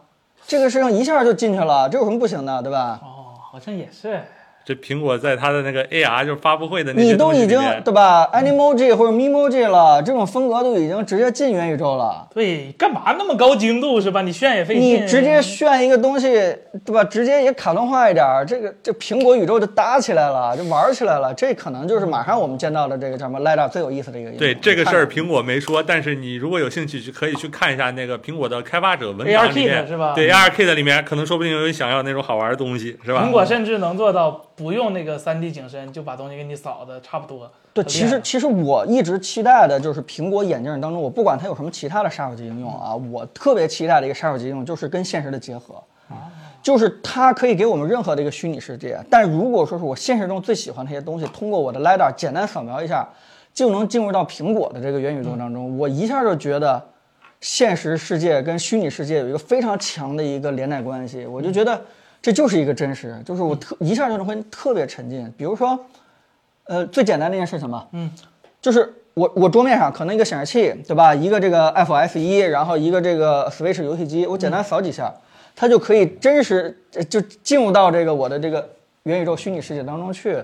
S1: 这个事情一下就进去了，这有什么不行的，对吧？
S2: 哦，好像也是。
S4: 这苹果在它的那个 AR 就是发布会的那
S1: 你
S4: 些
S1: 都
S4: 东西
S1: 已
S4: 里
S1: 经
S4: 面
S1: 对吧，Animoji 或者 Memoji 了，这种风格都已经直接进元宇宙了。
S2: 对，干嘛那么高精度是吧？你炫也费劲。
S1: 你直接炫一个东西，对吧？直接也卡通化一点儿，这个这苹果宇宙就搭起来了，就玩起来了。这可能就是马上我们见到的这个叫什么 LiDAR 最有意思的一个应用。
S4: 对这个事儿，
S1: 看
S4: 苹果没说，但是你如果有兴趣，就可以去看一下那个苹果的开发者文
S2: AR
S4: 档里面
S2: kit 是吧
S4: 对 ARKit 里面，可能说不定有想要那种好玩的东西，是吧？
S2: 苹果甚至能做到不用那个三 D 景深就把东西给你扫的差不多。
S1: 对，
S2: 很
S1: 其
S2: 厉
S1: 实
S2: 害
S1: 其实我一直期待的就是苹果眼镜当中，我不管它有什么其他的杀手级应用啊，我特别期待的一个杀手级应用就是跟现实的结合，
S2: 啊
S1: 就是它可以给我们任何的一个虚拟世界。但如果说是我现实中最喜欢的一些东西，通过我的 LiDAR 简单扫描一下，就能进入到苹果的这个元宇宙当
S2: 嗯
S1: 中，我一下就觉得现实世界跟虚拟世界有一个非常强的一个连带关系，我就
S2: 嗯
S1: 觉得这就是一个真实，就是我特一下就会特别沉浸。比如说，呃，最简单的一件事情吧，嗯，就是我我桌面上可能一个显示器，对吧？一个这个 F S 一，然后一个这个 Switch 游戏机，我简单扫几下，它就可以真实呃就进入到这个我的这个元宇宙虚拟世界当中去。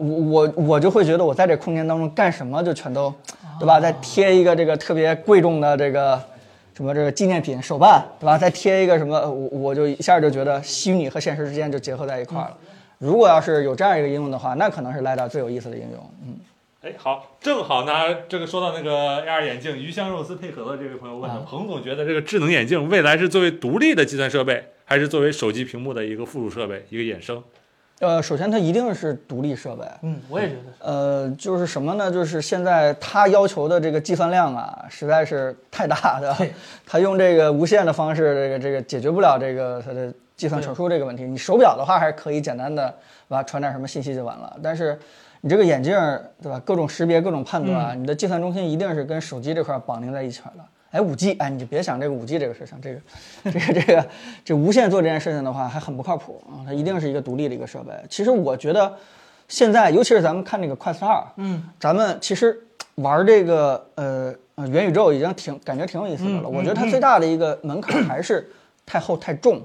S1: 我我我就会觉得我在这空间当中干什么就全都，对吧？再贴一个这个特别贵重的这个什么这个纪念品手办，对吧？再贴一个什么，呃我我就一下就觉得虚拟和现实之间就结合在一块儿了。如果要是有这样一个应用的话，那可能是 LiDAR 最有意思的应用。嗯，
S4: 哎，好，正好呢，这个说到那个 AR 眼镜，鱼香肉丝配可乐这位朋友问的，
S1: 啊
S4: 彭总觉得这个智能眼镜未来是作为独立的计算设备，还是作为手机屏幕的一个附属设备，一个衍生？
S1: 呃，首先它一定是独立设备，
S2: 嗯，我也觉得。
S1: 呃，就是什么呢？就是现在它要求的这个计算量啊，实在是太大的
S2: 对。
S1: 它用这个无线的方式，这个这个解决不了这个它的计算成熟这个问题。你手表的话还是可以简单的，对吧？传点什么信息就完了。但是你这个眼镜儿，对吧？各种识别、各种判断，你的计算中心一定是跟手机这块儿绑定在一起的。哎，五 G，哎，你就别想这个五 G 这个事情，这个，这个，这个，这无线做这件事情的话，还很不靠谱啊！它一定是一个独立的一个设备。其实我觉得，现在尤其是咱们看这个 Quest 二，嗯，咱们其实玩这个呃呃元宇宙已经挺感觉挺有意思的了。我觉得它最大的一个门槛还是太厚太重，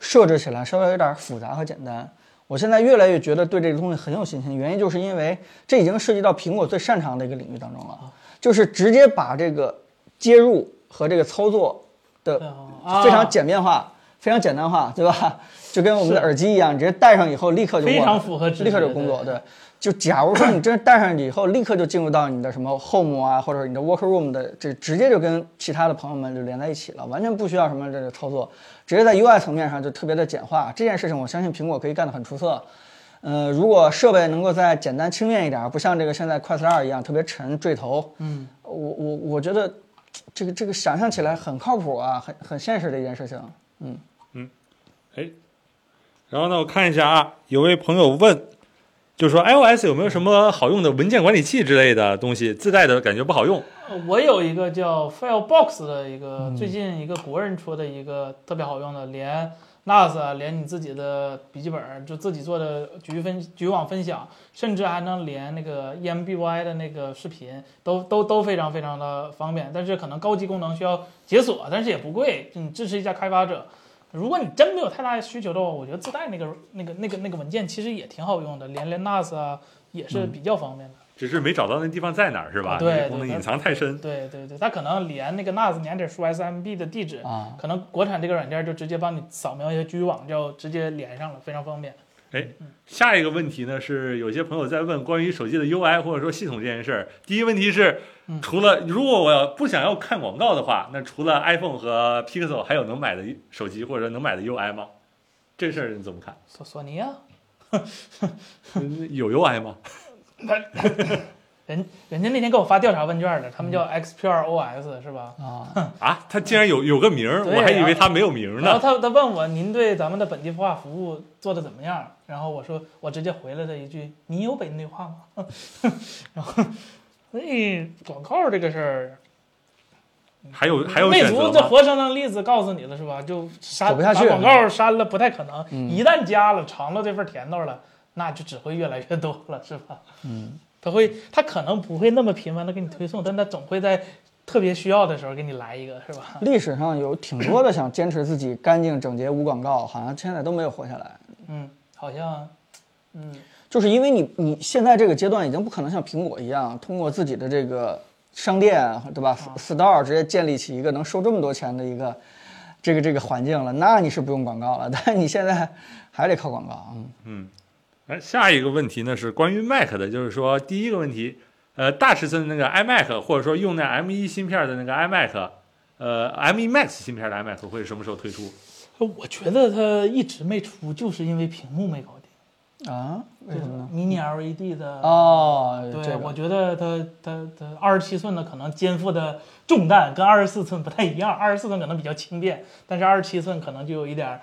S1: 设置起来稍微有点复杂和简单。我现在越来越觉得对这个东西很有信心，原因就是因为这已经涉及到苹果最擅长的一个领域当中了，就是直接把这个接入和这个操作的
S2: 啊
S1: 嗯非常简便化、非常简单化，对吧？就跟我们的耳机一样，你直接戴上以后立刻就
S2: 非
S1: 工
S2: 常
S1: 作
S2: 符合直
S1: 立刻
S2: 觉
S1: 就工
S2: 对
S1: 作，对。就假如说你真戴上以后，立刻就进入到你的什么 home 啊，或者你的 work room 的，这直接就跟其他的朋友们就连在一起了，完全不需要什么这个操作，直接在 UI 层面上就特别的简化。这件事情我相信苹果可以干得很出色。呃，如果设备能够再简单轻便一点，不像这个现在 Quest 二一样特别沉坠头，嗯，我我我觉得这个这个想象起来很靠谱啊，很很现实的一件事情。嗯，
S4: 哎，然后呢，我看一下啊，有位朋友问，就说 iOS 有没有什么好用的文件管理器之类的东西？自带的感觉不好用。
S2: 呃我有一个叫 Filebox 的一个，
S1: 嗯
S2: 最近一个国人出的一个特别好用的，连 NAS 啊，连你自己的笔记本儿，就自己做的局域分局域网分享，甚至还能连那个 E EMBY 的那个视频，都都都非常非常的方便。但是可能高级功能需要解锁，但是也不贵，你支持一下开发者。如果你真没有太大的需求的话，我觉得自带那个那个那个那个文件其实也挺好用的，连连 NAS 啊也
S1: 嗯
S2: 是比较方便的。
S4: 只是没找到那地方在哪儿是吧？
S2: 啊对
S4: 你这功能
S2: 对
S4: 隐藏太深。
S2: 对对对，它可能连那个 NAS，你还得输 SMB 的地址，
S1: 啊
S2: 可能国产这个软件就直接帮你扫描一下局域网，就直接连上了，非常方便。
S4: 哎
S2: 嗯
S4: 下一个问题呢是，有些朋友在问关于手机的 UI 或者说系统这件事儿。第一问题是，
S2: 嗯
S4: 除了如果我不想要看广告的话，那除了 iPhone 和 Pixel，还有能买的手机或者能买的 UI 吗？这事儿你怎么看？
S2: 索索尼啊，
S4: 嗯有 UI 吗？
S2: 人人家那天给我发调查问卷了，他们叫 XPR OS 是吧？
S1: 啊，
S4: 啊，它竟然有有个名儿，
S2: 对啊
S4: 我还以为它没有名儿
S2: 然后
S4: 呢。
S2: 他他问我您对咱们的本地化服务做的怎么样？然后我说我直接回了他一句：“你有本地化吗？” 然后，所以广告这个事儿，
S4: 还有还有
S2: 魅
S4: 选
S2: 族
S4: 择
S2: 这
S4: 吗？
S2: 活生生例子告诉你了是吧？就删
S1: 走不下去
S2: 把广告删了不太可能，
S1: 嗯
S2: 一旦加了尝到这份甜头了，那就只会越来越多了是吧？
S1: 嗯，
S2: 他会他可能不会那么频繁的给你推送，但他总会在特别需要的时候给你来一个是吧？
S1: 历史上有挺多的想坚持自己干净整洁无广告，好像现在都没有活下来。
S2: 嗯，好像，嗯。
S1: 就是因为你你现在这个阶段已经不可能像苹果一样通过自己的这个商店，对吧？store
S2: 啊
S1: 直接建立起一个能收这么多钱的一个这个这个环境了，那你是不用广告了， 但你现在还得靠广告，嗯，
S4: 哎，下一个问题呢是关于 Mac 的，就是说第一个问题，呃，大尺寸的那个 iMac，或者说用那 M1 芯片的那个 iMac，呃，M1 Max 芯片的 iMac 会什么时候推出？
S2: 我觉得它一直没出，就是因为屏幕没搞定，
S1: 啊，为
S2: 就
S1: 什
S2: 是
S1: 么呢？
S2: mini LED E 的。
S1: 哦，
S2: 对，
S1: 这个
S2: 我觉得它它它二十七寸的可能肩负的重担跟二十四寸不太一样，二十四寸可能比较轻便，但是二十七寸可能就有一点儿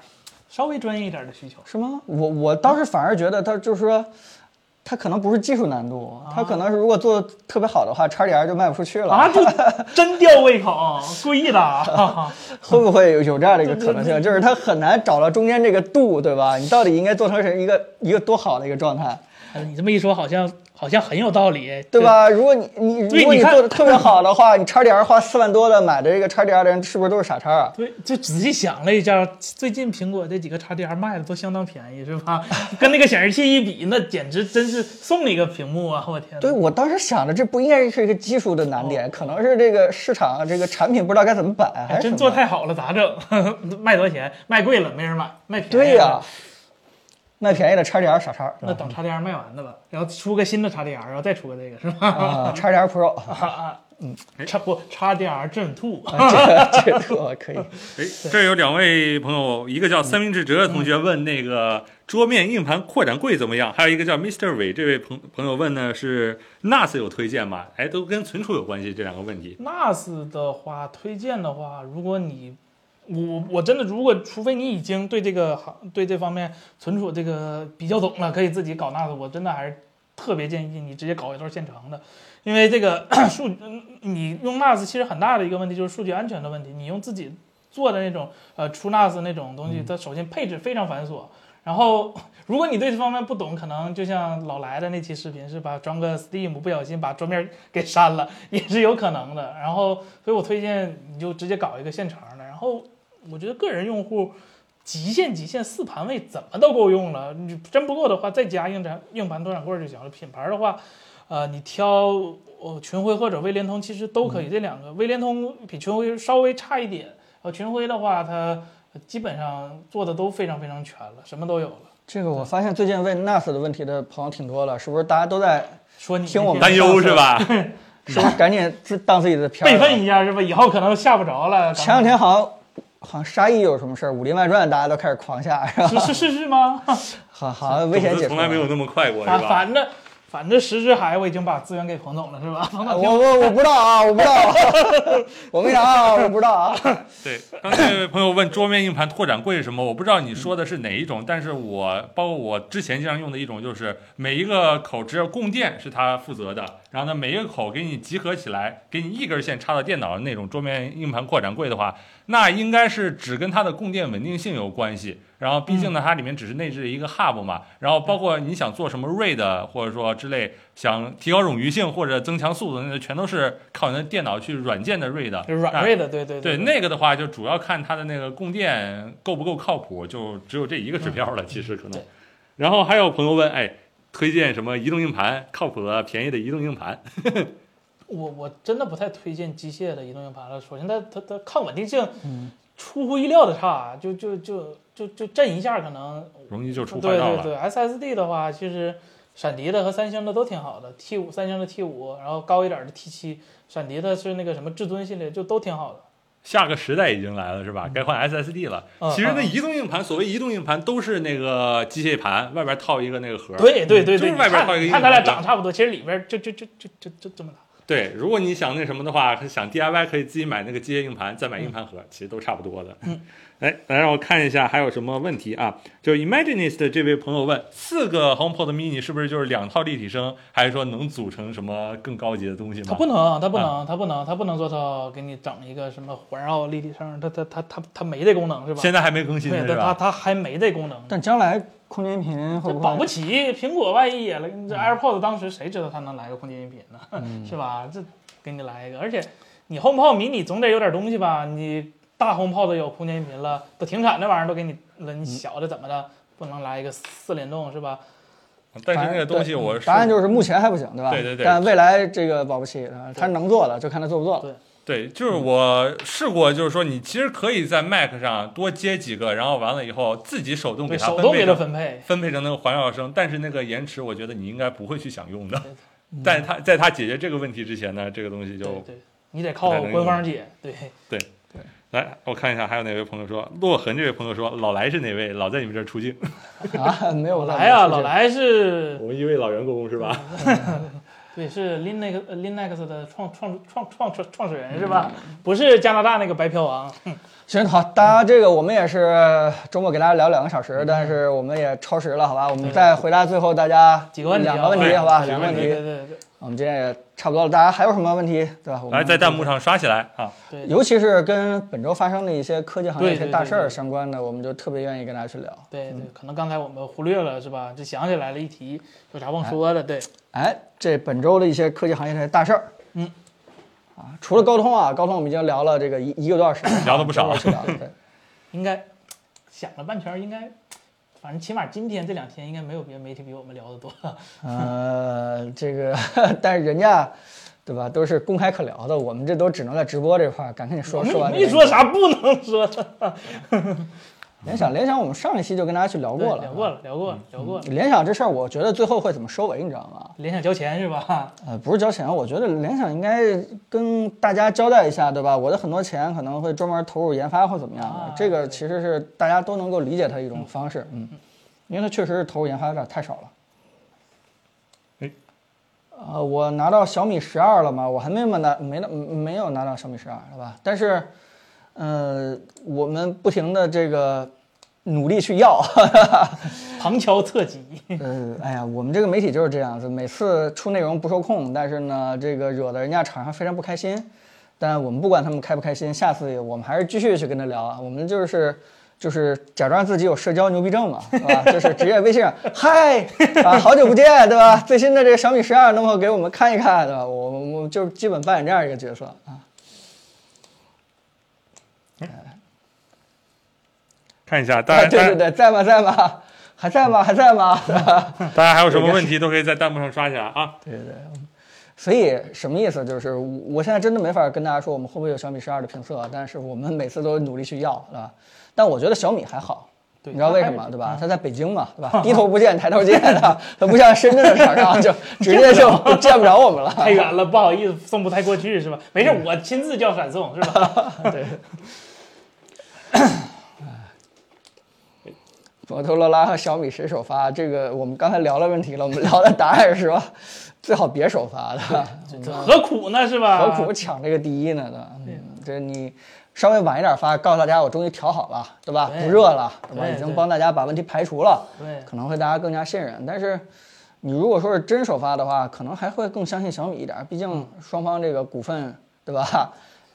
S2: 稍微专业一点的需求。
S1: 是吗？我我倒是反而觉得它就是说，它可能不是技术难度，它可能是如果做的特别好的话，叉 D R 就卖不出去了。
S2: 啊， 就真吊胃口，故意的啊！哈哈
S1: 会不会有有这样的一个可能性？就是它很难找到中间这个度，对吧？你到底应该做成是一个一个多好的一个状态，
S2: 哎 你这么一说，好像好像很有道理，
S1: 对？吧？如果你你
S2: 对
S1: 如果
S2: 你
S1: 你
S2: 看
S1: 做的 特别好的话，你叉 D R 花四万多的买的这个叉 D R 的人，是不是都是傻叉啊？
S2: 对，就仔细想了一下，最近苹果这几个 XDR 卖的都相当便宜，是 吧？跟那个显示器一比，那简直真是送了一个屏幕啊！我天哪，
S1: 对，我当时想着这不应该是一个技术的难点，可能是这个市场这个产品不知道该怎么摆，还
S2: 哎
S1: 是
S2: 真
S1: 什
S2: 做
S1: 么
S2: 太好了，咋整？ 卖多少钱？卖贵了没人买，卖便宜
S1: 对呀、
S2: 呀、
S1: 卖便宜的叉 D R 傻叉，
S2: 那等 XDR 卖完的吧，然后出个新的 XDR，然后再出个这个，是 吧？
S1: 啊，叉 D R Pro。嗯
S2: 差不，XDR 阵吐，
S1: 这个这个可以，
S4: 哎，这儿有两位朋友，一个叫三明治哲的同学问那个桌面硬盘扩展柜怎么样，还有一个叫 Mr. 伟这位朋朋友问呢是 NAS 有推荐吗？哎，都跟存储有关系这两个问题。
S2: NAS 的话，推荐的话，如果你我我真的如果除非你已经对这个行对这方面存储这个比较懂了，可以自己搞 NAS，我真的还是特别建议你直接搞一段现成的，因为这个 数嗯你用 NAS 其实很大的一个问题就是数据安全的问题，你用自己做的那种呃出 NAS 那种东西，它首先配置非常繁琐。然后，如果你对这方面不懂，可能就像老来的那期视频是吧，装个 Steam 不小心把桌面给删了，也是有可能的。然后，所以我推荐你就直接搞一个现成的。然后，我觉得个人用户极限极限四盘位怎么都够用了，你真不够的话再加硬盘硬盘多展柜就行了。品牌的话，呃，你挑呃群晖或者微联通其实都可以，这两个微联通比群晖稍微差一点，呃，群晖的话它基本上做的都非常非常全了，什么都有了。
S1: 这个我发现最近问 NAS 的问题的朋友挺多了，是不是大家都在
S2: 说你
S1: 听我们
S4: 担忧是吧？
S1: 是不是赶紧自当自己的片儿
S2: 嗯备
S1: 了
S2: 份一下是吧？以后可能下不着了。
S1: 前两天好像好像沙溢有什么事儿，《武林外传》大家都开始 狂下，是吧？
S2: 是是是是吗？啊
S1: 啊好好像危险
S4: 总之
S1: 解除
S4: 从来没有
S1: 了。
S4: 那么快过是
S2: 反
S4: 吧？
S2: 反正反正石之海我已经把资源给彭总了，是吧？彭
S1: 我
S2: 总听
S1: 我我不知道啊，我不知道、啊， 我没啥啊，我不知道 啊。
S4: 对，刚才有朋友问桌面硬盘拓展柜是什么，我不知道你说的是哪一种，但是我包括我之前经常用的一种，就是每一个口只要供电是它负责的，然后呢每一个口给你集合起来，给你一根线插到电脑的那种桌面硬盘扩展柜的话，那应该是只跟它的供电稳定性有关系。然后毕竟呢，它里面只是内置一个 hub 嘛，然后包括你想做什么 RAID 或者说之类，想提高冗余性或者增强速度，那全都是靠你的电脑去软件的 RAID。
S2: 就是软位的，对对
S4: 啊对
S2: 对，
S4: 那个的话，就主要看它的那个供电够不够靠谱，就只有这一个指标了。其实可
S2: 嗯
S4: 能
S2: 对，
S4: 然后还有朋友问，哎，推荐什么移动硬盘靠谱的、便宜的移动硬盘？
S2: 我我真的不太推荐机械的移动硬盘了。首先它，它它抗稳定性
S1: 嗯
S2: 出乎意料的差，就就就就就震一下可能
S4: 容易就出坏
S2: 对
S4: 道
S2: 对
S4: 了。
S2: 对，SSD 的话，其实闪迪的和三星的都挺好的，T 五三星的 T 五，然后高一点的 T 七，闪迪的是那个什么至尊系列，就都挺好的。
S4: 下个时代已经来了，是吧？该换 SSD 了。
S2: 嗯
S4: 其实那
S2: 嗯
S4: 移动硬盘，所谓移动硬盘都是那个机械盘外边套一个那个盒儿。嗯
S2: 对对对
S4: 就
S2: 对，
S4: 是
S2: 你
S4: 外边
S2: 看
S4: 套一个
S2: 你
S4: 硬
S2: 看咱俩
S4: 盘盒
S2: 长差不多，其实里边就就就就就就这么大。
S4: 对，如果你想那什么的话，想 DIY 可以自己买那个机械硬盘，再买硬盘盒，其实都差不多的。 嗯，来，来让我看一下还有什么问题啊？就 Imaginist 这位朋友问，四个 HomePod Mini 是不是就是两套立体声，还是说能组成什么更高级的东西
S2: 它
S4: 吗
S2: 不？能，啊它不
S4: 嗯
S2: 能，它不能，它不能做到给你整一个什么环绕立体声，它它它它它没这功能是吧？
S4: 现在还没更新呢，
S2: 对，
S4: 是
S2: 它它
S4: 吧？
S2: 它还没这功能。
S1: 但将来空间频会
S2: 这
S1: 不
S2: 保不
S1: 会？
S2: 齐，苹果万一也来，
S4: 嗯
S2: 你这 AirPods 当时谁知道它能来个空间音频呢？ 是吧？这给你来一个，而且你 HomePod mini 总得有点东西吧？你大 HomePod 有空间音频了，都停产这玩意儿都给你了，
S4: 嗯
S2: 你小的怎么的不能来一个四联动是吧？
S4: 但是那个东西我是
S1: 答案就是目前还不行，对吧？
S4: 对对对
S1: 但未来这个保不齐，啊它
S2: 对
S1: 能做的就看它做不做了。
S2: 对
S4: 对，就是我试过，就是说你其实可以在 Mac 上多接几个，然后完了以后自己手动给
S2: 对
S4: 它
S2: 手
S4: 分
S2: 动
S4: 配
S2: 给它
S4: 成
S2: 分配，
S4: 分配成那个环绕声，但是那个延迟，我觉得你应该不会去想用的
S2: 对。
S4: 但是它 在它解决这个问题之前呢，这个东西
S2: 对
S4: 就
S2: 对，你得靠官方解， 对。
S4: 来，我看一下还有哪位朋友说洛痕这位朋友说老来是哪位？老在你们这儿出镜，
S1: 啊， 没有
S2: 老来啊，
S1: 没有
S2: 老来是
S4: 我们一位老员工是吧？
S2: 对，是 Linux 呃 Linux 的创创创创创创始人是吧？不是加拿大那个白嫖王。
S1: 行好，大家这个我们也是周末给大家聊两个小时，但是我们也超时了，好吧？我们再回答最后大家
S2: 几个问题啊
S1: 两个问题，好吧？
S4: 对
S1: 两个问
S2: 对
S1: 题
S2: 对，对对
S1: 我们今天也差不多了。大家还有什么问题，对吧？嗯我们
S4: 来，在弹幕上刷起来啊！
S2: 对，
S1: 尤其是跟本周发生的一些科技行业一
S2: 对
S1: 些
S2: 对
S1: 大
S2: 对
S1: 事儿
S2: 对
S1: 相关的，我们就特别愿意跟大家去聊。
S2: 对对，可能刚才我们忽略了是吧？就想起来了一提，有啥忘说的？对，
S1: 哎，这本周的一些科技行业的大事儿，
S2: 嗯，
S1: 啊，除了高通啊，高通我们已经聊了这个一一个多小时，
S4: 聊了不少
S1: 一个多 小时聊了对，
S2: 应该想了半圈儿，应该反正起码今天这两天应该没有别的媒体比我们聊的多。
S1: 呃，这个，但是人家，对吧，都是公开可聊的，我们这都只能在直播这块儿赶紧
S2: 我
S1: 说
S2: 们
S1: 说完。
S2: 没说？啥不能说的，
S1: 联想，联想，我们上一期就跟大家去聊
S2: 对
S1: 过了，啊嗯
S2: 聊过。了，聊过了，聊过了。
S1: 联想这事儿，我觉得最后会怎么收尾，你知道吗？
S2: 联想交钱是吧？
S1: 呃，不是交钱，我觉得联想应该跟大家交代一下，对吧？我的很多钱可能会专门投入研发或怎么样的，
S2: 啊
S1: 这个
S2: 对
S1: 其实是大家都能够理解它的一种方式，嗯，因为它确实是投入研发有点太少了。
S4: 哎
S1: 呃，我拿到小米十二了吗？我还没有拿，没拿，没有拿到小米十二，对吧？但是，呃，我们不停的这个努力去要，
S2: 旁敲侧击，
S1: 呃，哎呀，我们这个媒体就是这样子，每次出内容不受控，但是呢，这个惹得人家厂商非常不开心。但我们不管他们开不开心，下次我们还是继续去跟他聊啊。我们就是就是假装自己有社交牛逼症嘛，是吧？就是职业微信上，嗨啊，好久不见，对吧？最新的这个小米十二，能否给我们看一看，对吧？我我我就基本扮演这样一个角色啊。
S4: 看一下，大
S1: 哎
S4: 家
S1: 对对对，在吗？在吗？还在吗？还在吗？
S4: 大家还有什么问题都可以在弹幕上刷起来啊！
S1: 对对对，嗯所以什么意思？就是我我现在真的没法跟大家说我们会不会有小米十二的评测，但是我们每次都努力去要，对吧？但我觉得小米还好，
S2: 对
S1: 你知道为什
S2: 它
S1: 么
S2: 还
S1: 对吧？它在北京嘛，对吧？低头不见抬头见的，它不像深圳的厂商就直接就见不着我们了。
S2: 太远了，不好意思，送不太过去是吧？没事，我亲自叫闪送是 吧？
S1: 对。摩托罗拉和小米谁首发？这个我们刚才聊了问题了，我们聊的答案是吧？最好别首发的，
S2: 何苦呢？是吧？
S1: 何苦抢这个第一呢？对吧？嗯这你稍微晚一点发，告诉大家我终于调好了，对吧？
S2: 对
S1: 不热了，对吧？
S2: 对
S1: 已经
S2: 对
S1: 帮大家把问题排除了，
S2: 对
S1: 可能会大家更加信任。但是你如果说是真首发的话，可能还会更相信小米一点，毕
S2: 嗯
S1: 竟双方这个股份，对吧？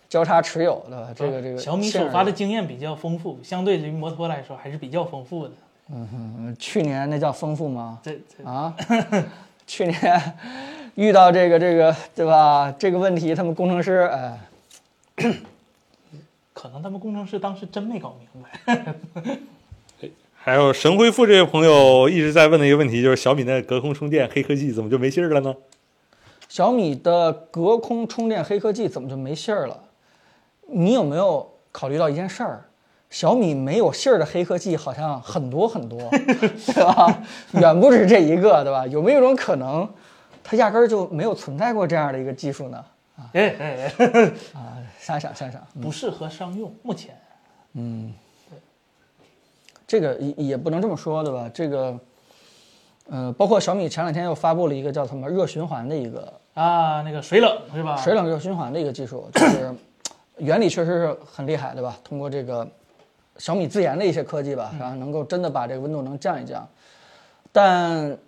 S1: 交叉持有，对吧？这个这个
S2: 小米
S1: 信
S2: 首
S1: 任
S2: 发的经验比较丰富，相对于摩托来说还是比较丰富的。
S1: 嗯去年那叫丰富吗？
S2: 这这
S1: 啊，去年 遇到这个这个对吧？这个问题，他们工程师哎，
S2: 可能他们工程师当时真没搞明白。
S4: 还有神回复这位朋友一直在问的一个问题，就是小米的隔空充电黑科技怎么就没信儿了呢？
S1: 小米的隔空充电黑科技怎么就没信儿了？你有没有考虑到一件事儿？小米没有信儿的黑科技好像很多很多， 对吧？远不止这一个，对吧？有没有一种可能，它压根儿就没有存在过这样的一个技术呢？
S2: 哎哎哎，
S1: 啊，想想想想，
S2: 不适合商用，目前
S1: 这个也也不能这么说，对吧？这个，呃，包括小米前两天又发布了一个叫什么热循环的一个
S2: 啊，那个水冷是吧？
S1: 水冷热循环的一个技术， 就是原理确实是很厉害，对吧？通过这个小米自研的一些科技吧，
S2: 嗯
S1: 然后能够真的把这个温度能降一降，但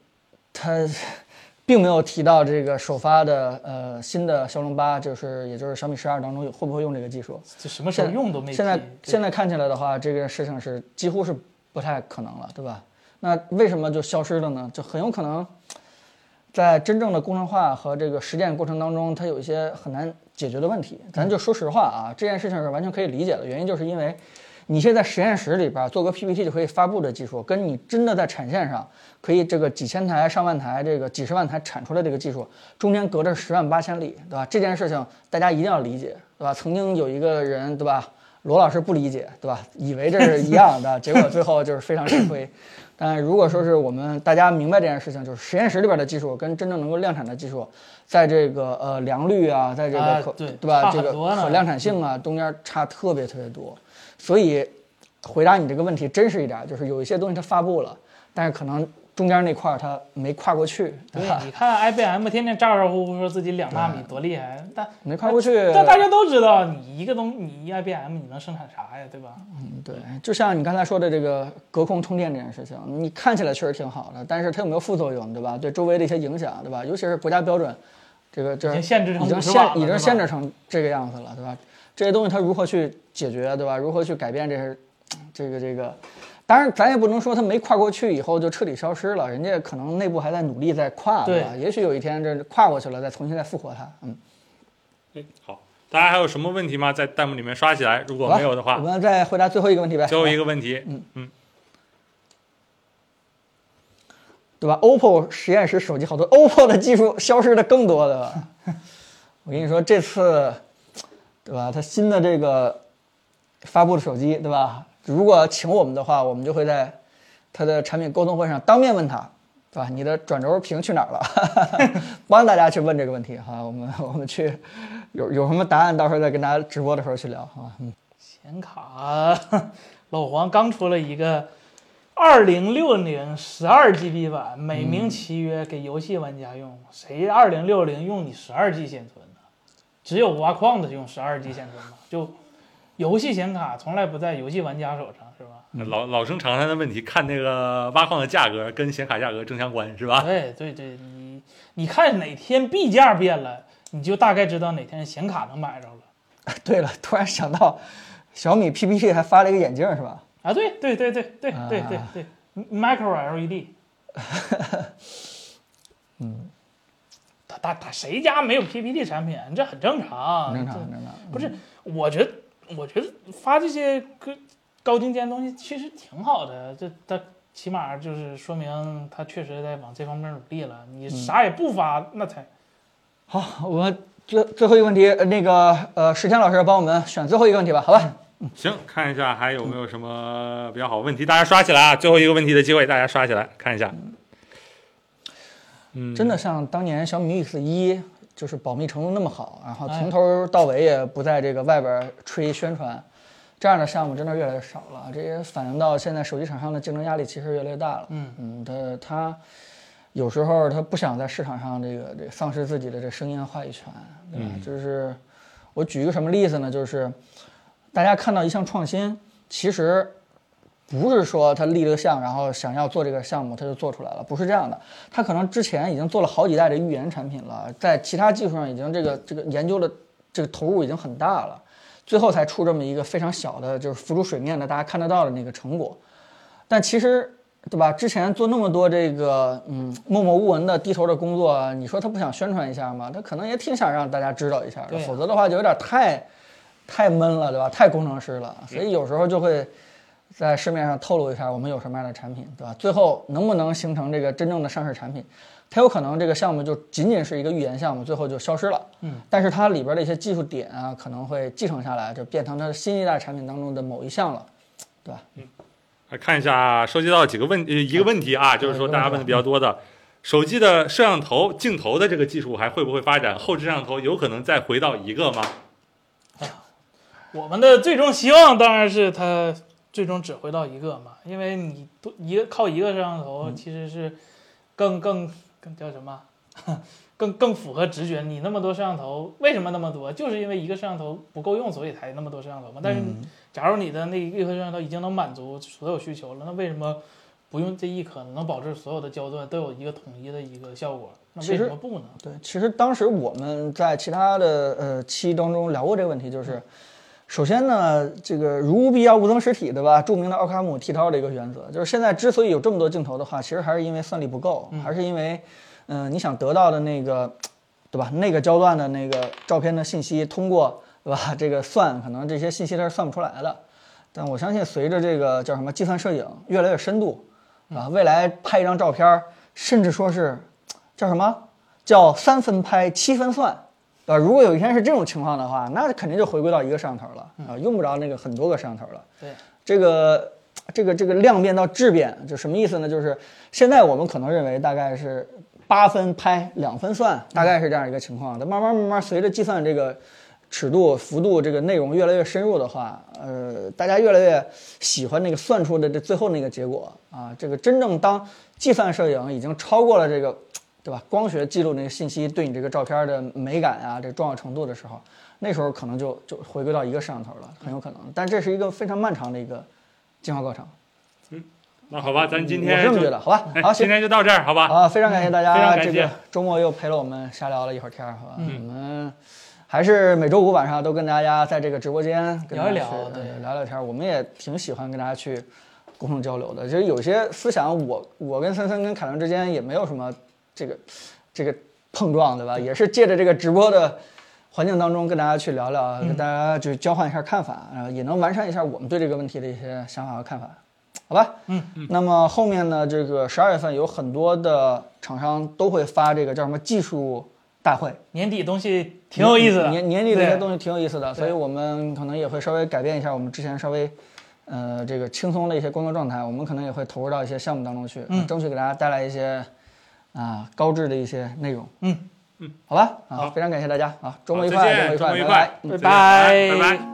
S1: 它并没有提到这个首发的呃新的骁龙八，就是也就是小米十二当中有会不会用这个技术？
S2: 就什么时候用都没提。
S1: 现在
S2: 对
S1: 现在看起来的话，这个事情是几乎是不太可能了，对吧？那为什么就消失了呢？就很有可能在真正的工程化和这个实践过程当中，它有一些很难解决的问题。咱就说实话啊，这件事情是完全可以理解的，原因就是因为。你现在实验室里边做个 PPT 就可以发布的技术，跟你真的在产线上可以这个几千台、上万台、这个几十万台产出来这个技术，中间隔着十万八千里，对吧？这件事情大家一定要理解，对吧？曾经有一个人，对吧？罗老师不理解，对吧？以为这是一样 的，结果最后就是非常吃亏。但如果说是我们大家明白这件事情，就是实验室里边的技术跟真正能够量产的技术，在这个呃良率啊，在这个
S2: 啊
S1: 可、
S2: 对
S1: 吧
S2: 差
S1: 这
S2: 很
S1: 个
S2: 多呢
S1: 可量产性啊，中间差特别特别多。所以回答你这个问题真实一点，就是有一些东西它发布了，但是可能中间那块儿它没跨过去，对吧
S2: 对，？你看 IBM 天天咋咋呼呼说自己两纳米多厉害，但
S1: 没跨过去。
S2: 但大家都知道，你一个东你一 IBM 你能生产啥呀，对吧？
S1: 对，
S2: 嗯
S1: 就像你刚才说的这个隔空充电这件事情，你看起来确实挺好的，但是它有没有副作用，对吧？对周围的一些影响，对吧？尤其是国家标准，这个这
S2: 已经限制成
S1: 已经
S2: 50瓦了
S1: 限已
S2: 对
S1: 经
S2: 吧
S1: 限制成这个样子了，对吧？这些东西它如何去解决，对吧？如何去改变这些，这个这个，当然咱也不能说它没跨过去以后就彻底消失了，人家可能内部还在努力在跨，对吧？
S2: 对
S1: 也许有一天这跨过去了，再重新再复活它，嗯。
S4: 哎，好，大家还有什么问题吗？在弹幕里面刷起来，如果
S1: 好吧
S4: 没有的话
S1: 我，们再回答最后一个问题呗。
S4: 最后
S1: 好吧
S4: 一个问题，嗯嗯，
S1: 对吧？OPPO 实验室手机好多，OPPO 的技术消失的更多的了。我跟你说，这次，对吧？它新的这个发布的手机，对吧？如果请我们的话，我们就会在它的产品沟通会上当面问他，对吧？你的转轴屏去哪儿了？帮大家去问这个问题哈。我们 我们去有有什么答案，到时候再跟大家直播的时候去聊，好吧？嗯，
S2: 显卡， 老黄刚出了一个二零六零十二 GB 版，美名其曰给游戏玩家用，谁二零六零用你十二 G 显存呢？只有挖矿的用十二 G 显存吧，就游戏显卡从来不在游戏玩家手上，是吧？
S4: 老老生常谈的问题，看那个挖矿的价格跟显卡价格正相关，是吧？
S2: 对对对，你你看哪天币价变了，你就大概知道哪天显卡能买着了。
S1: 对了，突然想到，小米 PPT 还发了一个眼镜是吧？
S2: 啊，对对对对对对对
S1: 啊
S2: 对，micro LED。嗯，
S1: 嗯
S2: 他他他谁家没有 PPT 产品？这很正常，
S1: 很正常，
S2: 这
S1: 很正常。
S2: 不是，我觉得我觉得发这些高高精尖的东西其实挺好的，这它起码就是说明他确实在往这方面努力了。
S1: 嗯
S2: 你啥也不发，那才
S1: 好，我们最最后一个问题，呃那个呃，石天老师帮我们选最后一个问题吧，好吧？
S4: 行，看一下还有没有什么比较好的问题，大家刷起来啊！最后一个问题的机会，大家刷起来看一下。嗯，
S1: 真的像当年小米 Mix 一，就是保密程度那么好，然后从头到尾也不在这个外边吹宣传，这样的项目真的越来越少了，这也反映到现在手机厂商的竞争压力其实越来越大了。嗯嗯，它它有时候它不想在市场上这个这个丧失自己的这声音和话语权，对吧？就是我举一个什么例子呢？就是大家看到一项创新，其实不是说他立了个项，然后想要做这个项目他就做出来了，不是这样的。他可能之前已经做了好几代的预言产品了，在其他技术上已经这个这个研究的这个投入已经很大了，最后才出这么一个非常小的，就是浮出水面的，大家看得到的那个成果。但其实，对吧？之前做那么多这个嗯默默无闻的低头的工作，你说他不想宣传一下吗？他可能也挺想让大家知道一下的，
S2: 对啊
S1: 否则的话就有点太太闷了，对吧？太工程师了，所以有时候就会在市面上透露一下我们有什么样的产品，对吧？最后能不能形成这个真正的上市产品？它有可能这个项目就仅仅是一个预言项目，最后就消失了。嗯，但是它里边的一些技术点啊，可能会继承下来，就变成它新一代产品当中的某一项了，对吧？
S4: 来看一下，收集到几个问呃一个问题啊，就是说大家问的比较多的，手机的摄像头镜头的这个技术还会不会发展？后置摄像头有可能再回到一个吗？
S2: 我们的最终希望当然是它最终只回到一个嘛，因为你多一个靠一个摄像
S1: 嗯
S2: 头其实是更更更叫什么， 更更符合直觉。你那么多摄像头，为什么那么多？就是因为一个摄像头不够用，所以才那么多摄像头嘛。但是
S1: 嗯
S2: 假如你的那一颗摄像头已经能满足所有需求了，那为什么不用这一颗呢？能保证所有的焦段都有一个统一的一个效果？那为
S1: 其
S2: 什
S1: 实
S2: 么不呢？
S1: 对，其实当时我们在其他的呃期当中聊过这个问题，就是首先呢，这个如无必要，勿增实体，对吧？著名的奥卡姆剃刀的一个原则，就是现在之所以有这么多镜头的话，其实还是因为算力不够，还是因为嗯、呃你想得到的那个对吧？那个焦段的那个照片的信息，通过对吧这个算，可能这些信息它是算不出来的。但我相信，随着这个叫什么计算摄影越来越深度，啊，未来拍一张照片儿，甚至说是叫什么叫三分拍七分算，对吧？如果有一天是这种情况的话，那肯定就回归到一个摄像头了啊，用不着那个很多个摄像头了。
S2: 对，
S1: 这个这个这个量变到质变，就什么意思呢？就是现在我们可能认为大概是八分拍两分算，大概是这样一个情况。但慢慢慢慢随着计算这个尺度、幅度、这个内容越来越深入的话，呃，大家越来越喜欢那个算出的这最后那个结果啊。这个真正当计算摄影已经超过了这个。对吧？光学记录那个信息对你这个照片的美感啊，这重要程度的时候，那时候可能就就回归到一个摄像头了，很有可能。但这是一个非常漫长的一个进化过程。
S4: 那好吧，咱今
S1: 我
S4: 天
S1: 是这么
S4: 就
S1: 觉得，好吧？
S4: 哎
S1: 好，
S4: 今
S1: 行，
S4: 天就到这儿，好吧？嗯
S1: 好，非常感谢大
S4: 非常
S1: 家，
S4: 感谢
S1: 这个周末又陪了我们瞎聊了一会儿天儿，好吧？我们还是每周五晚上都跟大家在这个直播间跟大家
S2: 聊一聊
S1: 去呃
S2: 对
S1: 聊聊天儿。我们也挺喜欢跟大家去沟通交流的，其实有些思想我，我跟森森跟凯伦之间也没有什么这个这个碰撞，对吧？也是借着这个直播的。环境当中跟大家去聊聊，
S2: 嗯
S1: 跟大家去交换一下看法，然后也能完善一下我们对这个问题的一些想法和看法。好吧，嗯，那么后面呢，这个十二月份有很多的厂商都会发这个叫什么技术大会，
S2: 年底东西挺有意思的，
S1: 年年底的一些
S2: 对
S1: 东西挺有意思的，所以我们可能也会稍微改变一下我们之前稍微，呃，这个轻松的一些工作状态，我们可能也会投入到一些项目当中去，
S2: 嗯
S1: 争取给大家带来一些啊、高质的一些内容。
S2: 嗯
S1: 嗯，好吧，啊，非常感谢大家啊，周末
S4: 好
S1: 愉
S4: 再
S1: 快，
S4: 见，
S1: 周
S4: 周
S1: 末
S4: 末
S1: 愉
S4: 愉
S1: 快，拜拜
S4: 快，再见拜拜。